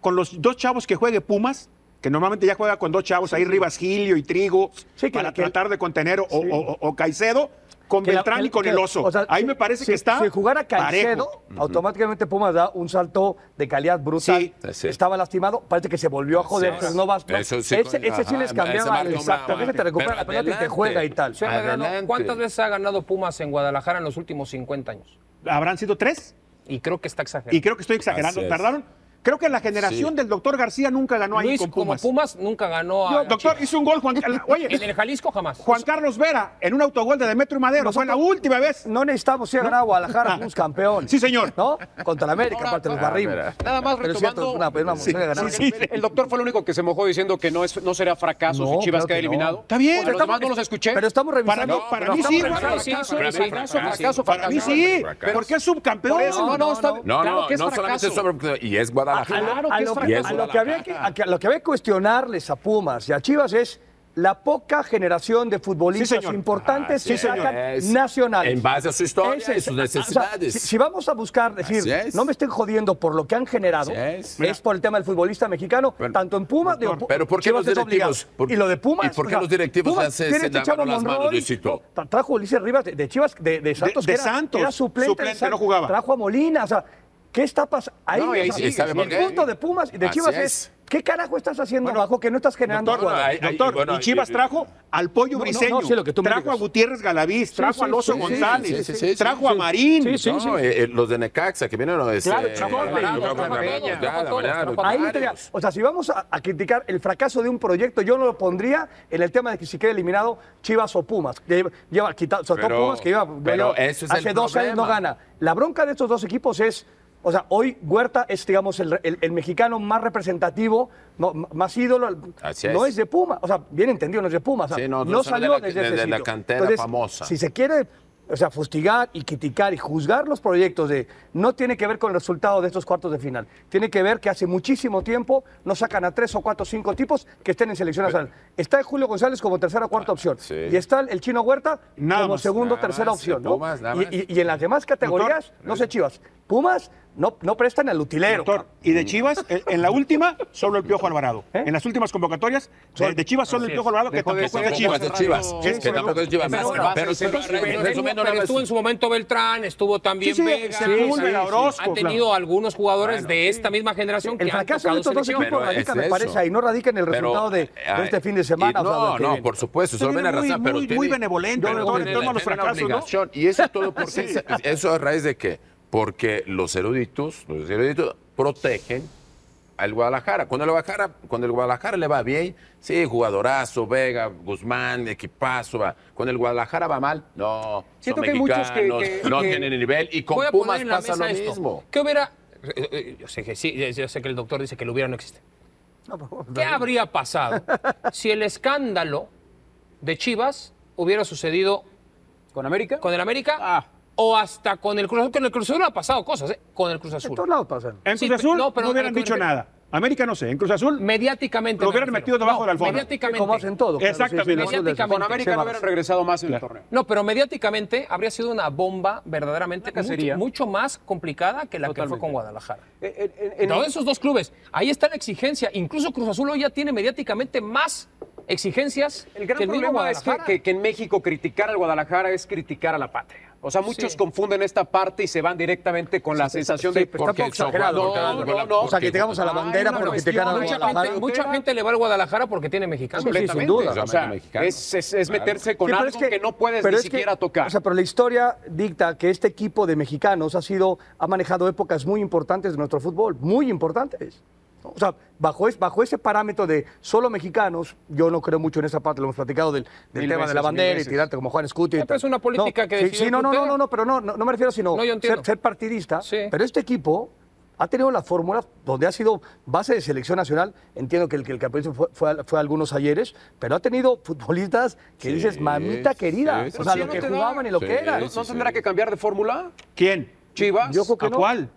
Speaker 3: Con los dos chavos que juegue Pumas, que normalmente ya juega con dos chavos, ahí Rivas Gilio y Trigo,
Speaker 2: Sí, que-
Speaker 3: para
Speaker 2: que-
Speaker 3: tratar de contener o, o- o- o Caicedo, con
Speaker 2: Que la-
Speaker 3: Beltrán y
Speaker 2: que-
Speaker 3: con
Speaker 2: que-
Speaker 3: el Oso.
Speaker 2: o sea,
Speaker 3: ahí
Speaker 2: si-
Speaker 3: me parece
Speaker 2: si-
Speaker 3: que está
Speaker 2: Si jugara Caicedo,
Speaker 3: parejo.
Speaker 2: automáticamente Pumas da un salto de calidad brutal.
Speaker 3: Sí,
Speaker 6: sí.
Speaker 2: Estaba lastimado, parece que se volvió a joder,
Speaker 6: Sí.
Speaker 2: pero no basta.
Speaker 6: Eso sí,
Speaker 2: ese,
Speaker 6: con-
Speaker 2: ese sí
Speaker 6: ajá,
Speaker 2: les
Speaker 6: ese
Speaker 2: cambiaba.
Speaker 6: marca un
Speaker 2: exacto,
Speaker 6: avance.
Speaker 2: ese te recupera la
Speaker 6: Pero
Speaker 2: pelota y te
Speaker 6: adelante.
Speaker 2: juega y tal.
Speaker 4: O
Speaker 3: Ah.
Speaker 4: sea, Mariano,
Speaker 6: Adelante.
Speaker 4: ¿Cuántas veces ha ganado Pumas en Guadalajara en los últimos 50 años?
Speaker 3: Habrán sido tres,
Speaker 4: Y creo que está exagerado.
Speaker 3: y creo que estoy
Speaker 6: Así
Speaker 3: exagerando.
Speaker 6: es.
Speaker 3: Tardaron. Creo que la generación del doctor García nunca ganó ahí
Speaker 4: Luis,
Speaker 3: con
Speaker 4: como
Speaker 3: Pumas.
Speaker 4: Pumas, nunca ganó a.
Speaker 3: Yo,
Speaker 4: la
Speaker 3: doctor,
Speaker 4: Chivas.
Speaker 3: hizo un gol, Juan.
Speaker 2: [laughs]
Speaker 3: Oye,
Speaker 4: En el Jalisco jamás.
Speaker 3: Juan Carlos Vera, en un autogol de Demetrio Madero. fue la última vez.
Speaker 2: No necesitamos ir a ganar a Guadalajara, fuimos
Speaker 3: [laughs]
Speaker 2: campeón.
Speaker 3: Sí, señor.
Speaker 2: ¿No? Contra la América, aparte nos
Speaker 6: ah,
Speaker 2: barrimos.
Speaker 6: mira.
Speaker 5: Nada más
Speaker 2: Pero es cierto,
Speaker 5: retomando-
Speaker 2: una- una montaña de ganar.
Speaker 3: sí.
Speaker 5: El doctor fue el único que se mojó diciendo que no, es, no será fracaso
Speaker 2: No,
Speaker 5: si Chivas
Speaker 2: claro
Speaker 5: queda
Speaker 2: que no.
Speaker 5: eliminado.
Speaker 3: Está bien.
Speaker 5: A los demás no los escuché.
Speaker 2: Pero estamos
Speaker 3: Para mí,
Speaker 2: revisando.
Speaker 3: para
Speaker 2: pero
Speaker 3: mí
Speaker 2: estamos
Speaker 3: sí,
Speaker 2: revisando-
Speaker 5: Fracaso,
Speaker 4: sí,
Speaker 5: fracaso,
Speaker 4: para mí,
Speaker 5: fracaso,
Speaker 4: fracaso,
Speaker 5: fracaso,
Speaker 3: Para mí
Speaker 5: fracaso.
Speaker 3: sí.
Speaker 6: Fracaso.
Speaker 3: Porque es subcampeón.
Speaker 5: Por eso, no, no, está-
Speaker 6: No,
Speaker 5: claro
Speaker 6: no,
Speaker 5: que es
Speaker 6: no solamente es
Speaker 5: fracaso. Ah,
Speaker 6: sobre. Y es Guadalajara.
Speaker 5: Claro
Speaker 2: a
Speaker 5: que es
Speaker 2: lo,
Speaker 6: fracaso.
Speaker 2: a lo que había que, a que- a lo que había que cuestionarles a Pumas y a Chivas es la poca generación de
Speaker 3: Sí,
Speaker 2: futbolistas
Speaker 3: señor. Ah,
Speaker 2: importantes
Speaker 6: Así
Speaker 2: que
Speaker 6: es.
Speaker 2: sacan
Speaker 6: Es
Speaker 2: nacionales.
Speaker 6: en base a su historia
Speaker 2: Ese
Speaker 6: y sus
Speaker 2: o sea,
Speaker 6: necesidades.
Speaker 2: si, si vamos a buscar
Speaker 6: Así
Speaker 2: decir,
Speaker 6: es.
Speaker 2: no me estén jodiendo por lo que han generado,
Speaker 6: Así es.
Speaker 2: es,
Speaker 6: Mira.
Speaker 2: por el tema del futbolista mexicano,
Speaker 6: Bueno,
Speaker 2: tanto en Pumas, digo,
Speaker 6: pero ¿por qué
Speaker 2: Chivas
Speaker 6: los
Speaker 2: es obligado.
Speaker 6: directivos? Por-
Speaker 2: y lo de Pumas.
Speaker 6: ¿y por qué
Speaker 2: o sea,
Speaker 6: los directivos
Speaker 2: Pumas
Speaker 6: se- se
Speaker 2: tiene este
Speaker 6: lavaron
Speaker 2: chavo
Speaker 6: las manos,
Speaker 2: Monroy,
Speaker 6: Luisito?
Speaker 2: tra- Trajo a Ulises Rivas de, de Chivas, de, de Santos.
Speaker 3: de
Speaker 2: que era-
Speaker 3: Santos,
Speaker 2: Era suplente, de
Speaker 3: suplente, no
Speaker 2: Santos.
Speaker 3: jugaba.
Speaker 2: Trajo a Molina, o sea, ¿qué está pasando? Ahí,
Speaker 5: No, y ahí
Speaker 2: o sea,
Speaker 5: sigue, ¿sabe
Speaker 2: el
Speaker 6: por qué?
Speaker 2: punto de Pumas y de
Speaker 6: Así
Speaker 2: Chivas
Speaker 6: es.
Speaker 2: es, ¿qué carajo estás haciendo abajo que no estás generando
Speaker 3: Doctor,
Speaker 2: algo?
Speaker 6: Bueno, ahí- ahí-
Speaker 3: doctor,
Speaker 6: bueno,
Speaker 3: y Chivas
Speaker 6: y-
Speaker 3: trajo al Pollo
Speaker 2: No, no,
Speaker 3: Briseño,
Speaker 2: no, sí, lo que tú me
Speaker 3: trajo
Speaker 2: digas.
Speaker 3: a Gutiérrez Galaviz, trajo
Speaker 2: sí,
Speaker 3: al Oso
Speaker 2: sí, sí,
Speaker 3: González,
Speaker 6: sí, sí, sí, sí,
Speaker 3: trajo
Speaker 6: sí,
Speaker 3: a
Speaker 6: sí.
Speaker 3: Marín.
Speaker 6: No, eh, eh, los de Necaxa que vienen a este,
Speaker 4: Claro, Chapo Alvarado,
Speaker 6: Chapo
Speaker 4: Chapo
Speaker 6: Alvarado,
Speaker 4: Peña,
Speaker 6: ya,
Speaker 4: Chapo
Speaker 6: Alvarado,
Speaker 4: todos, Chapo
Speaker 2: Ahí
Speaker 6: varios.
Speaker 2: tenía- o sea, si vamos a, a criticar el fracaso de un proyecto, yo no lo pondría en el tema de que si queda eliminado Chivas o Pumas. que Lleva, lleva quitado, sobre todo
Speaker 6: Pero-
Speaker 2: Pumas que lleva,
Speaker 6: pero
Speaker 2: lleva-
Speaker 6: ese es el
Speaker 2: hace dos años no
Speaker 6: problema.
Speaker 2: gana. La bronca de estos dos equipos es, o sea, hoy Huerta es, digamos, el, el- el mexicano más representativo, no, m- más ídolo,
Speaker 6: Así
Speaker 2: no
Speaker 6: es.
Speaker 2: es de Pumas, o sea, bien entendido, no es de Pumas. o sea,
Speaker 6: Sí, no,
Speaker 2: no,
Speaker 6: no sale
Speaker 2: salió
Speaker 6: de la-
Speaker 2: desde
Speaker 6: de-
Speaker 2: ese
Speaker 6: de la
Speaker 2: sitio.
Speaker 6: cantera famosa.
Speaker 2: Si se quiere, o sea, fustigar y criticar y juzgar los proyectos de no tiene que ver con el resultado de estos cuartos de final. Tiene que ver que hace muchísimo tiempo no sacan a tres o cuatro o cinco tipos que estén en selección nacional. Está Julio González como tercera o cuarta opción.
Speaker 6: Eh. Ah, sí.
Speaker 2: Y está el Chino Huerta
Speaker 3: Nada
Speaker 2: como
Speaker 3: más,
Speaker 2: segunda o
Speaker 6: nada
Speaker 2: tercera
Speaker 6: más,
Speaker 2: opción.
Speaker 6: de
Speaker 2: ¿no?
Speaker 6: Pumas, nada
Speaker 2: Y-
Speaker 6: más.
Speaker 2: y, y en las demás categorías, no sé, Chivas. Pumas no, no prestan al utilero.
Speaker 3: Doctor, y de Chivas, en, en la última, solo el Piojo Alvarado. En las últimas convocatorias, de, de Chivas, solo el Piojo Alvarado, que
Speaker 5: Dejó de
Speaker 3: tampoco
Speaker 5: ser
Speaker 3: es de Chivas.
Speaker 6: de Chivas,
Speaker 3: Sí,
Speaker 6: que
Speaker 3: pero-
Speaker 6: tampoco es Chivas,
Speaker 4: Pero,
Speaker 6: pero, pero,
Speaker 4: pero, pero-
Speaker 6: resumiendo
Speaker 4: pero
Speaker 6: nada
Speaker 4: estuvo en
Speaker 6: más.
Speaker 4: su momento Beltrán, estuvo también
Speaker 3: Sí, sí,
Speaker 4: Vega.
Speaker 3: Sepúlveda, Orozco,
Speaker 4: Ha tenido
Speaker 3: claro.
Speaker 4: algunos jugadores de esta misma generación
Speaker 2: El
Speaker 4: que han
Speaker 2: fracaso de
Speaker 4: tocado
Speaker 2: estos dos
Speaker 4: selección.
Speaker 2: equipos
Speaker 6: Pero
Speaker 2: radica,
Speaker 6: es
Speaker 2: me
Speaker 6: eso.
Speaker 2: parece, ahí no radica en el
Speaker 6: Pero, eh,
Speaker 2: resultado de, de
Speaker 6: ay,
Speaker 2: este fin de semana.
Speaker 6: y
Speaker 2: o sea, del
Speaker 6: no,
Speaker 2: que
Speaker 6: no,
Speaker 2: viene.
Speaker 6: por supuesto,
Speaker 3: Usted
Speaker 6: solo
Speaker 3: viene
Speaker 6: ven a
Speaker 3: muy-
Speaker 6: razón, pero
Speaker 3: muy-
Speaker 6: tiene-
Speaker 3: muy benevolente,
Speaker 6: pero
Speaker 3: doctor, en
Speaker 6: tiene-
Speaker 3: torno a los
Speaker 6: tiene una
Speaker 3: fracasos,
Speaker 2: [laughs]
Speaker 3: ¿no?
Speaker 6: obligación, Y eso es todo porque se- eso es a raíz de que porque los eruditos, los eruditos protegen al Guadalajara. Cuando el Guadalajara, cuando el Guadalajara le va bien, sí, jugadorazo, Vega, Guzmán, equipazo. va. Cuando el Guadalajara va mal, no,
Speaker 5: Siento
Speaker 6: son
Speaker 5: que hay muchos
Speaker 6: mexicanos,
Speaker 5: que- que-
Speaker 6: no
Speaker 5: que-
Speaker 6: tienen el nivel. Y con
Speaker 4: Voy a
Speaker 6: Pumas
Speaker 4: poner en la
Speaker 6: pasa lo
Speaker 4: mesa esto.
Speaker 6: mismo.
Speaker 4: ¿Qué hubiera? eh, eh, Yo sé que sí, yo sé que el doctor dice que lo hubiera no existe.
Speaker 2: No, por favor,
Speaker 4: ¿Qué habría pasado si el escándalo de Chivas hubiera sucedido
Speaker 5: ¿Con América?
Speaker 4: con el América
Speaker 5: Ah.
Speaker 4: o hasta con el Cruz Azul? Con el Cruz Azul han pasado cosas, ¿eh? Con el Cruz
Speaker 2: En
Speaker 4: Azul.
Speaker 2: todos lados pasan.
Speaker 3: En
Speaker 4: Sí,
Speaker 3: Cruz
Speaker 4: pe-
Speaker 3: Azul
Speaker 4: no,
Speaker 3: no,
Speaker 4: pero
Speaker 3: hubieran
Speaker 4: me-
Speaker 3: dicho
Speaker 4: me-
Speaker 3: nada. América no sé. En Cruz Azul
Speaker 4: Mediáticamente.
Speaker 3: Lo
Speaker 4: me
Speaker 3: hubieran
Speaker 4: refiero.
Speaker 3: metido debajo
Speaker 4: No,
Speaker 3: de la alfombra.
Speaker 4: Mediáticamente.
Speaker 2: Como hacen todos. claro, sí,
Speaker 3: Exactamente.
Speaker 2: sí, no,
Speaker 4: Mediáticamente.
Speaker 5: Con América no hubieran regresado más en el
Speaker 3: Claro.
Speaker 5: torneo.
Speaker 4: No, pero mediáticamente habría sido una bomba verdaderamente
Speaker 5: Una cacería.
Speaker 4: mucho, mucho más complicada que la que fue
Speaker 5: Totalmente.
Speaker 4: con Guadalajara.
Speaker 5: Eh, eh, en-
Speaker 4: En todos esos dos clubes, ahí está la exigencia. Incluso Cruz Azul hoy ya tiene mediáticamente más exigencias
Speaker 5: El gran
Speaker 4: que el mismo
Speaker 5: problema es que,
Speaker 4: Guadalajara.
Speaker 5: que- que en México criticar al Guadalajara es criticar a la patria. O sea, muchos confunden esta parte y se van directamente con la sensación de...
Speaker 2: pues, tampoco exagerado,
Speaker 5: No,
Speaker 2: porque-
Speaker 5: no, no.
Speaker 2: O sea, que tengamos a la
Speaker 5: Hay
Speaker 2: bandera,
Speaker 5: una
Speaker 2: pero que te
Speaker 5: cuestión,
Speaker 2: cara a
Speaker 5: mucha
Speaker 2: Ah, Guadalajara.
Speaker 4: Gente- mucha gente le va al Guadalajara porque tiene mexicanos.
Speaker 2: Sí, sí, sin
Speaker 5: Completamente.
Speaker 2: duda.
Speaker 5: O sea, es, es- es meterse con
Speaker 2: Sí, pero
Speaker 5: algo
Speaker 2: es
Speaker 5: que, no puedes
Speaker 2: pero
Speaker 5: ni
Speaker 2: es que-
Speaker 5: siquiera tocar.
Speaker 2: O sea, pero la historia dicta que este equipo de mexicanos ha sido, ha manejado épocas muy importantes de nuestro fútbol, muy importantes. O sea, bajo, es, bajo ese parámetro de solo mexicanos, yo no creo mucho en esa parte, lo hemos platicado del, del
Speaker 5: Mil
Speaker 2: tema
Speaker 5: veces,
Speaker 2: de la
Speaker 5: mil
Speaker 2: bandera y
Speaker 5: veces.
Speaker 2: tirarte como Juan Escuti. y
Speaker 4: Eh, pero
Speaker 2: tal.
Speaker 4: es una política
Speaker 2: No,
Speaker 4: que
Speaker 2: sí,
Speaker 4: decidió
Speaker 2: sí,
Speaker 4: el
Speaker 2: no, no,
Speaker 4: Tute.
Speaker 2: no, no, no, pero no, no, no me refiero sino
Speaker 4: No, yo entiendo.
Speaker 2: ser, ser partidista,
Speaker 4: Sí.
Speaker 2: pero este equipo ha tenido las fórmulas donde ha sido base de selección nacional. Entiendo que el, que el campeonato fue, fue, a- fue a algunos ayeres, pero ha tenido futbolistas que
Speaker 6: Sí,
Speaker 2: dices, mamita
Speaker 6: sí,
Speaker 2: querida.
Speaker 6: sí,
Speaker 2: o sea,
Speaker 6: sí,
Speaker 2: lo
Speaker 6: no
Speaker 2: que
Speaker 5: te da-
Speaker 2: jugaban y lo
Speaker 6: Sí,
Speaker 2: que
Speaker 5: ¿No,
Speaker 2: eran.
Speaker 6: sí,
Speaker 5: no
Speaker 6: sí.
Speaker 5: tendrá que cambiar de fórmula?
Speaker 3: ¿quién?
Speaker 5: Chivas.
Speaker 2: Yo creo que
Speaker 3: ¿A
Speaker 2: no.
Speaker 3: cuál?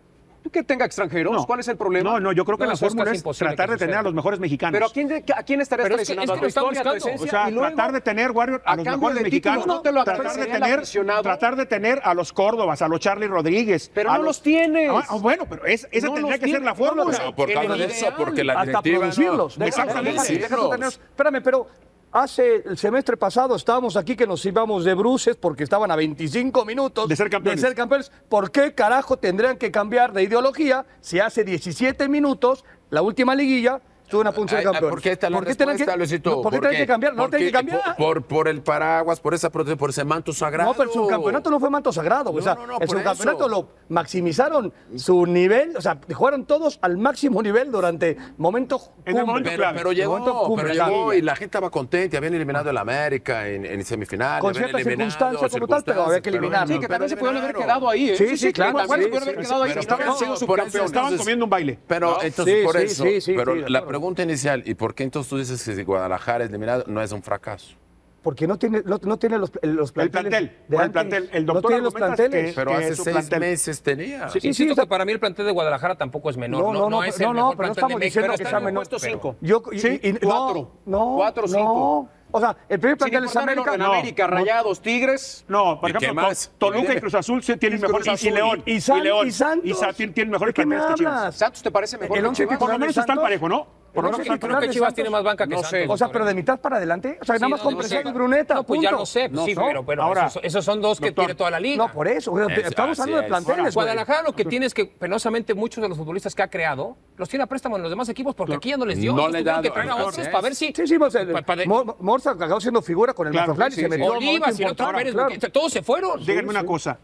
Speaker 5: Que tenga extranjeros.
Speaker 3: No.
Speaker 5: ¿Cuál es el problema?
Speaker 3: No, no, yo creo que
Speaker 4: No,
Speaker 3: la
Speaker 4: eso es
Speaker 3: fórmula
Speaker 4: casi
Speaker 3: es
Speaker 4: imposible
Speaker 3: tratar
Speaker 4: que
Speaker 3: de tener a
Speaker 4: suceda.
Speaker 3: los mejores mexicanos.
Speaker 5: Pero ¿a quién, de- a quién estarías
Speaker 4: Pero es que-
Speaker 5: traicionando?
Speaker 4: es que
Speaker 5: ¿A tu
Speaker 4: lo están
Speaker 5: historia, a tu
Speaker 4: buscando.
Speaker 5: esencia?
Speaker 3: O sea,
Speaker 5: Y luego-
Speaker 3: tratar de tener Warrior
Speaker 5: a
Speaker 3: a los
Speaker 5: cambio
Speaker 3: mejores
Speaker 5: de
Speaker 3: mexicanos,
Speaker 5: títulos, no te lo
Speaker 3: tratar de
Speaker 5: agradecería el
Speaker 3: tener,
Speaker 5: aficionado.
Speaker 3: tratar de tener a los Córdobas, a los Charlie Rodríguez,
Speaker 5: Pero
Speaker 3: a
Speaker 5: no los tienes.
Speaker 3: Ah, ah, bueno, pero es- esa
Speaker 5: No
Speaker 3: tendría
Speaker 5: los
Speaker 3: que ser
Speaker 5: tienes.
Speaker 3: la fórmula.
Speaker 6: No, por
Speaker 5: El
Speaker 6: causa de
Speaker 5: ideal.
Speaker 6: eso, porque la
Speaker 2: hasta
Speaker 6: directiva no-
Speaker 2: producirlos.
Speaker 6: no,
Speaker 2: Deja-
Speaker 6: sabe
Speaker 2: deja- deja
Speaker 6: producirlos.
Speaker 2: tenerlos. Espérame, pero hace el semestre pasado estábamos aquí que nos íbamos de bruces porque estaban a 25 minutos
Speaker 3: De ser campeones.
Speaker 2: de ser campeones. ¿Por qué carajo tendrían que cambiar de ideología si hace 17 minutos la última liguilla estuvo una punta de
Speaker 6: Ay, ay,
Speaker 2: campeones?
Speaker 6: ah, ¿Por qué está la
Speaker 2: tendrían
Speaker 6: respuesta,
Speaker 2: que,
Speaker 6: Luisito?
Speaker 2: no, ¿por qué tendrían que cambiar? No
Speaker 6: porque-
Speaker 2: tienen que cambiar.
Speaker 6: Por, por el paraguas, por esa protesta, por ese manto sagrado.
Speaker 2: No, pero el subcampeonato no fue manto sagrado.
Speaker 6: No,
Speaker 2: o sea,
Speaker 6: no, no,
Speaker 2: el
Speaker 6: por
Speaker 2: subcampeonato
Speaker 6: eso.
Speaker 2: lo maximizaron su nivel. O sea, jugaron todos al máximo nivel durante momentos
Speaker 3: En el
Speaker 2: cumbre.
Speaker 3: momento
Speaker 6: Pero,
Speaker 3: clave.
Speaker 6: pero
Speaker 2: Momento
Speaker 6: llegó,
Speaker 2: cumbre,
Speaker 6: pero
Speaker 2: claro.
Speaker 6: llegó y la gente estaba contenta. Habían eliminado el América en, en semifinal.
Speaker 2: Con
Speaker 6: habían
Speaker 2: ciertas
Speaker 6: eliminado
Speaker 2: circunstancias como tal, pero había que
Speaker 6: circunstancias,
Speaker 2: eliminarlo.
Speaker 5: Sí, que
Speaker 6: pero
Speaker 5: también se pudieron haber
Speaker 6: eliminaron.
Speaker 5: quedado ahí, ¿eh?
Speaker 2: Sí, sí, claro,
Speaker 5: También
Speaker 2: sí,
Speaker 5: se pudieron haber
Speaker 2: sí,
Speaker 5: quedado ahí.
Speaker 6: pero
Speaker 5: y no
Speaker 6: por
Speaker 5: hubieran sido
Speaker 6: eso- por eso
Speaker 5: subcampeones.
Speaker 3: Estaban
Speaker 6: entonces-
Speaker 3: comiendo un baile.
Speaker 6: Pero
Speaker 3: ¿no?
Speaker 6: entonces,
Speaker 2: Sí,
Speaker 6: por
Speaker 2: sí,
Speaker 6: eso.
Speaker 2: sí, sí,
Speaker 6: pero
Speaker 2: sí, de
Speaker 6: la
Speaker 2: acuerdo.
Speaker 6: pregunta inicial, ¿y por qué entonces tú dices que si Guadalajara es eliminado no es un fracaso?
Speaker 2: Porque no tiene, no, no tiene los, los planteles.
Speaker 3: El plantel,
Speaker 2: de
Speaker 3: por el
Speaker 2: antes.
Speaker 3: plantel. El
Speaker 2: no
Speaker 3: doctor
Speaker 2: tiene los
Speaker 3: argumenta que-
Speaker 2: planteles.
Speaker 6: Pero
Speaker 3: que
Speaker 6: hace
Speaker 3: es un
Speaker 6: seis
Speaker 3: plantel.
Speaker 6: meses tenía.
Speaker 4: Sí, Insisto que para mí el plantel de Guadalajara tampoco es menor.
Speaker 2: No,
Speaker 4: No,
Speaker 2: no,
Speaker 4: no,
Speaker 2: no,
Speaker 4: es
Speaker 2: pero-
Speaker 4: el
Speaker 2: no, no,
Speaker 4: mejor
Speaker 2: pero no
Speaker 4: plantel
Speaker 2: estamos
Speaker 4: de México.
Speaker 2: diciendo
Speaker 4: Pero
Speaker 2: que
Speaker 4: está
Speaker 2: sea
Speaker 4: en el
Speaker 2: menor.
Speaker 4: puesto
Speaker 5: Pero-
Speaker 4: 5.
Speaker 2: Yo,
Speaker 3: Sí,
Speaker 2: y- y-
Speaker 5: cuatro.
Speaker 2: No,
Speaker 5: Cuatro,
Speaker 2: no.
Speaker 5: cinco.
Speaker 2: O sea, el primer
Speaker 5: Sin
Speaker 2: plantel es
Speaker 5: importar el
Speaker 2: América.
Speaker 5: orden,
Speaker 3: no.
Speaker 5: América, Rayados, Tigres.
Speaker 3: No, por
Speaker 6: ¿Y qué
Speaker 3: ejemplo,
Speaker 6: más?
Speaker 3: Tol- Toluca y Cruz Azul sí tienen
Speaker 2: Y
Speaker 3: mejor
Speaker 2: Cruz
Speaker 3: y, y
Speaker 2: Azul.
Speaker 3: León
Speaker 2: Y San-
Speaker 3: León
Speaker 2: y Santos.
Speaker 3: Sa- tienen, tienen mejor
Speaker 2: ¿De qué me
Speaker 3: plantel que Chivas.
Speaker 2: hablas?
Speaker 5: ¿Santos te parece mejor
Speaker 2: El
Speaker 5: que
Speaker 2: once
Speaker 5: Chivas?
Speaker 2: titular
Speaker 3: Por lo menos están
Speaker 2: Santos.
Speaker 3: parejo, ¿no? Por lo
Speaker 2: El
Speaker 3: menos
Speaker 2: once
Speaker 3: están
Speaker 2: titular
Speaker 4: Creo
Speaker 3: parejos.
Speaker 4: que
Speaker 2: de
Speaker 4: Chivas
Speaker 2: Santos.
Speaker 4: tiene más banca que
Speaker 5: No sé.
Speaker 4: Santos.
Speaker 2: O sea,
Speaker 4: doctor.
Speaker 2: pero de mitad para adelante. O sea,
Speaker 4: Sí,
Speaker 2: nada más
Speaker 4: no,
Speaker 2: con
Speaker 4: no
Speaker 2: Preseca
Speaker 4: sé.
Speaker 2: y Bruneta.
Speaker 4: No, pues ya
Speaker 2: punto.
Speaker 4: lo sé. sí,
Speaker 2: no.
Speaker 4: pero, pero
Speaker 3: Ahora-
Speaker 4: esos, esos son dos que
Speaker 3: Doctor,
Speaker 4: tiene toda la liga.
Speaker 2: No, por eso.
Speaker 6: Es-
Speaker 2: Estamos
Speaker 6: así
Speaker 2: hablando de
Speaker 6: es.
Speaker 2: planteles. güey.
Speaker 4: Guadalajara lo que tiene es que, penosamente, muchos de los futbolistas que ha creado los tiene a préstamo en los demás equipos porque aquí ya no les dio.
Speaker 6: No
Speaker 4: Entonces
Speaker 6: le he
Speaker 4: tuvieron
Speaker 6: dado,
Speaker 4: que traer a
Speaker 6: mejor,
Speaker 4: once
Speaker 6: ¿eh?
Speaker 4: para ver si.
Speaker 2: Sí, sí, pues, el-
Speaker 4: pa- pa- de-
Speaker 2: Mor- Morza acabó siendo figura con el
Speaker 3: Claro,
Speaker 2: Mazatlán y
Speaker 3: sí,
Speaker 2: se
Speaker 3: sí.
Speaker 2: metió. en un
Speaker 4: Olivas y
Speaker 2: momento
Speaker 4: el otro
Speaker 2: importante.
Speaker 4: Pérez,
Speaker 2: Claro.
Speaker 4: porque todos se fueron.
Speaker 3: Díganme una cosa.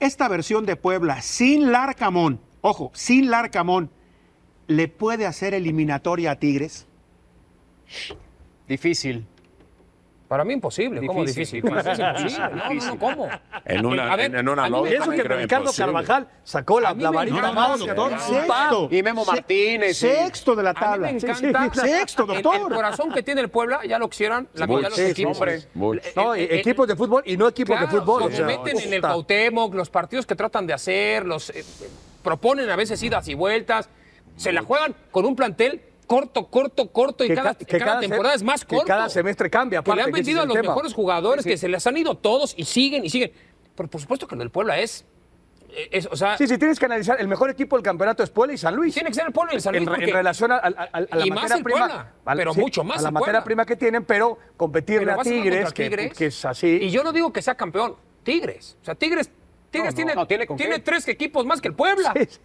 Speaker 3: Esta versión de Puebla, sin Larcamón, ojo, sin Larcamón, ¿le puede hacer eliminatoria a Tigres?
Speaker 5: Difícil.
Speaker 4: Para mí imposible. ¿Cómo
Speaker 5: Difícil,
Speaker 4: difícil? Para mí es imposible. No, no, no, ¿cómo?
Speaker 6: En una,
Speaker 4: A ver,
Speaker 6: en una
Speaker 4: a mí me-
Speaker 2: Y eso que
Speaker 6: creo
Speaker 2: Ricardo
Speaker 6: imposible.
Speaker 2: Carvajal sacó la,
Speaker 4: A mí
Speaker 2: la
Speaker 4: me
Speaker 2: varita
Speaker 4: encanta,
Speaker 2: mágica,
Speaker 4: doctor.
Speaker 2: ¿no?
Speaker 4: Sexto.
Speaker 2: Pam.
Speaker 5: Y Memo
Speaker 3: Se-
Speaker 5: Martínez, sí.
Speaker 3: Sexto de la
Speaker 4: A mí me
Speaker 3: tabla.
Speaker 2: Sí, sí,
Speaker 4: encanta
Speaker 3: Sexto,
Speaker 4: el- El,
Speaker 3: doctor.
Speaker 4: corazón que tiene el Puebla, ya lo quisieran la mitad de los
Speaker 6: Sí, sí,
Speaker 4: equipos.
Speaker 6: hombre. Mucho.
Speaker 2: No, y
Speaker 4: Eh, eh,
Speaker 2: equipos de fútbol y no equipos
Speaker 4: Claro,
Speaker 2: de fútbol.
Speaker 4: se
Speaker 2: o sea,
Speaker 4: meten en el
Speaker 2: puta.
Speaker 4: Cuauhtémoc, los partidos que tratan de hacer, los eh, eh, proponen a veces idas y vueltas, se la juegan con un plantel corto, corto, corto y
Speaker 2: Que
Speaker 4: cada,
Speaker 2: ca- que
Speaker 4: cada
Speaker 2: cada se-
Speaker 4: temporada es más
Speaker 2: que
Speaker 4: corto.
Speaker 2: cada semestre cambia,
Speaker 4: Que le
Speaker 2: aparte,
Speaker 4: han
Speaker 2: que ese
Speaker 4: vendido
Speaker 2: es
Speaker 4: a
Speaker 2: el
Speaker 4: los
Speaker 2: tema.
Speaker 4: mejores jugadores, que se les han ido todos y siguen y siguen. Pero por supuesto que lo del Puebla es, eh, es- o sea,
Speaker 2: Sí, sí, tienes que analizar. El mejor equipo del campeonato es Puebla y San Luis.
Speaker 4: tiene que ser el Puebla y el San Luis
Speaker 2: En, re- en
Speaker 4: porque-
Speaker 2: relación a, a- a- a la
Speaker 4: Y más
Speaker 2: materia
Speaker 4: el
Speaker 2: prima.
Speaker 4: Puebla,
Speaker 2: al-
Speaker 4: pero mucho más
Speaker 2: A la
Speaker 4: el
Speaker 2: materia
Speaker 4: Puebla.
Speaker 2: prima que tienen, pero competirle
Speaker 4: Pero
Speaker 2: a
Speaker 4: vas a jugar
Speaker 2: Tigres,
Speaker 4: contra
Speaker 2: que-
Speaker 4: Tigres,
Speaker 2: Que, es así.
Speaker 4: Y yo no digo que sea campeón, Tigres. O sea, Tigres, Tigres tiene,
Speaker 5: no, tiene
Speaker 4: tiene,
Speaker 5: con qué.
Speaker 4: tres equipos más que el Puebla.
Speaker 2: Sí, sí.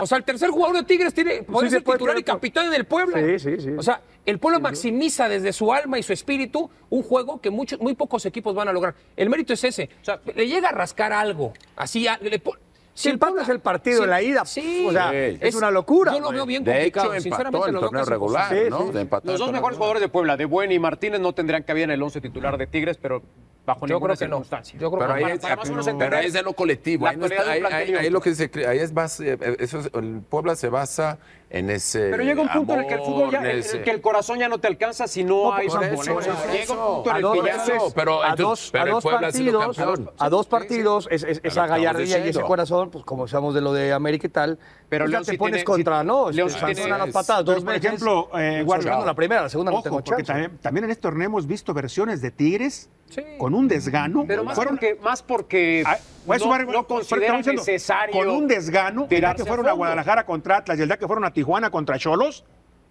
Speaker 4: O sea, el tercer jugador de Tigres tiene, puede
Speaker 2: sí,
Speaker 4: ser
Speaker 2: puede
Speaker 4: titular
Speaker 2: tener
Speaker 4: y capitán en el Puebla.
Speaker 2: Sí, sí, sí.
Speaker 4: O sea, el Puebla maximiza desde su alma y su espíritu un juego que muchos, muy pocos equipos van a lograr. El mérito es ese. O sea, le llega a rascar algo. Así, a- le po-
Speaker 2: Si empatas el partido
Speaker 4: sí,
Speaker 2: en la ida,
Speaker 4: sí.
Speaker 2: o sea,
Speaker 6: Sí.
Speaker 2: es, una locura.
Speaker 4: Yo lo veo bien
Speaker 6: De
Speaker 4: complicado,
Speaker 6: hecho, empató
Speaker 4: sinceramente
Speaker 6: el
Speaker 4: lo veo
Speaker 6: torneo
Speaker 4: casi
Speaker 6: regular,
Speaker 4: imposible.
Speaker 6: ¿no? De empató
Speaker 5: Los
Speaker 6: el
Speaker 5: dos
Speaker 6: torneo
Speaker 5: mejores jugadores de Puebla, De Buen y Martínez, no tendrían cabida en el 11 titular de Tigres, pero bajo
Speaker 4: Yo
Speaker 5: ninguna
Speaker 4: creo que no.
Speaker 5: circunstancia.
Speaker 4: Yo creo
Speaker 6: Pero
Speaker 4: que
Speaker 6: ahí,
Speaker 4: no.
Speaker 6: es,
Speaker 5: para más o menos
Speaker 6: pero
Speaker 5: entender
Speaker 6: ahí es de lo colectivo.
Speaker 5: la
Speaker 6: Ahí, no está-
Speaker 5: actualidad de un
Speaker 6: ahí- ahí-
Speaker 5: plantel
Speaker 6: ahí lo que se cre- ahí es más, eh, eso es- el Puebla se basa en ese.
Speaker 5: Pero llega un punto en el que el fútbol ya,
Speaker 6: amor,
Speaker 5: en
Speaker 6: ese-
Speaker 5: el que el corazón ya no te alcanza si no,
Speaker 2: No,
Speaker 5: hay
Speaker 2: por
Speaker 5: fútbol.
Speaker 2: eso,
Speaker 5: O sea,
Speaker 2: por
Speaker 5: Llega
Speaker 2: eso.
Speaker 5: un punto en
Speaker 2: A
Speaker 5: el
Speaker 2: dos
Speaker 5: que ya
Speaker 2: veces,
Speaker 5: haces-
Speaker 6: No, pero
Speaker 2: a
Speaker 6: entonces-
Speaker 2: dos,
Speaker 6: pero
Speaker 2: a
Speaker 6: el
Speaker 2: dos
Speaker 6: Puebla ha sido
Speaker 2: partidos,
Speaker 6: campeón.
Speaker 2: a dos
Speaker 6: Sí, sí.
Speaker 2: partidos, es, es-
Speaker 6: lo
Speaker 2: esa
Speaker 6: estamos
Speaker 2: gallardía y ese
Speaker 6: diciendo.
Speaker 2: corazón, pues como sabemos de lo de América y tal,
Speaker 5: Pero
Speaker 2: pues ya
Speaker 5: León
Speaker 2: te
Speaker 5: sí
Speaker 2: pones
Speaker 5: tiene-
Speaker 2: contra,
Speaker 5: sí-
Speaker 2: ¿no?
Speaker 5: León
Speaker 2: Este,
Speaker 6: sí
Speaker 2: Sansón
Speaker 6: tiene-
Speaker 2: a las patadas,
Speaker 6: pero,
Speaker 2: dos
Speaker 3: por
Speaker 2: veces,
Speaker 3: ejemplo, eh,
Speaker 2: sobre
Speaker 3: Guardiola-
Speaker 2: todo la primera, la segunda no
Speaker 3: Ojo,
Speaker 2: tengo
Speaker 3: porque
Speaker 2: chance.
Speaker 3: también, también en estos torneo hemos visto versiones de Tigres
Speaker 4: Sí.
Speaker 3: con un desgano.
Speaker 5: Pero más
Speaker 3: Fueron-
Speaker 5: porque, más porque
Speaker 3: Ah, pues,
Speaker 5: no,
Speaker 3: bueno,
Speaker 5: no
Speaker 3: bueno,
Speaker 5: consideran
Speaker 3: estamos diciendo,
Speaker 5: necesario.
Speaker 3: Con un desgano, el día
Speaker 5: tirarse
Speaker 3: que
Speaker 5: a
Speaker 3: fueron a
Speaker 5: fondo.
Speaker 3: Guadalajara contra Atlas y el día que fueron a Tijuana contra Cholos,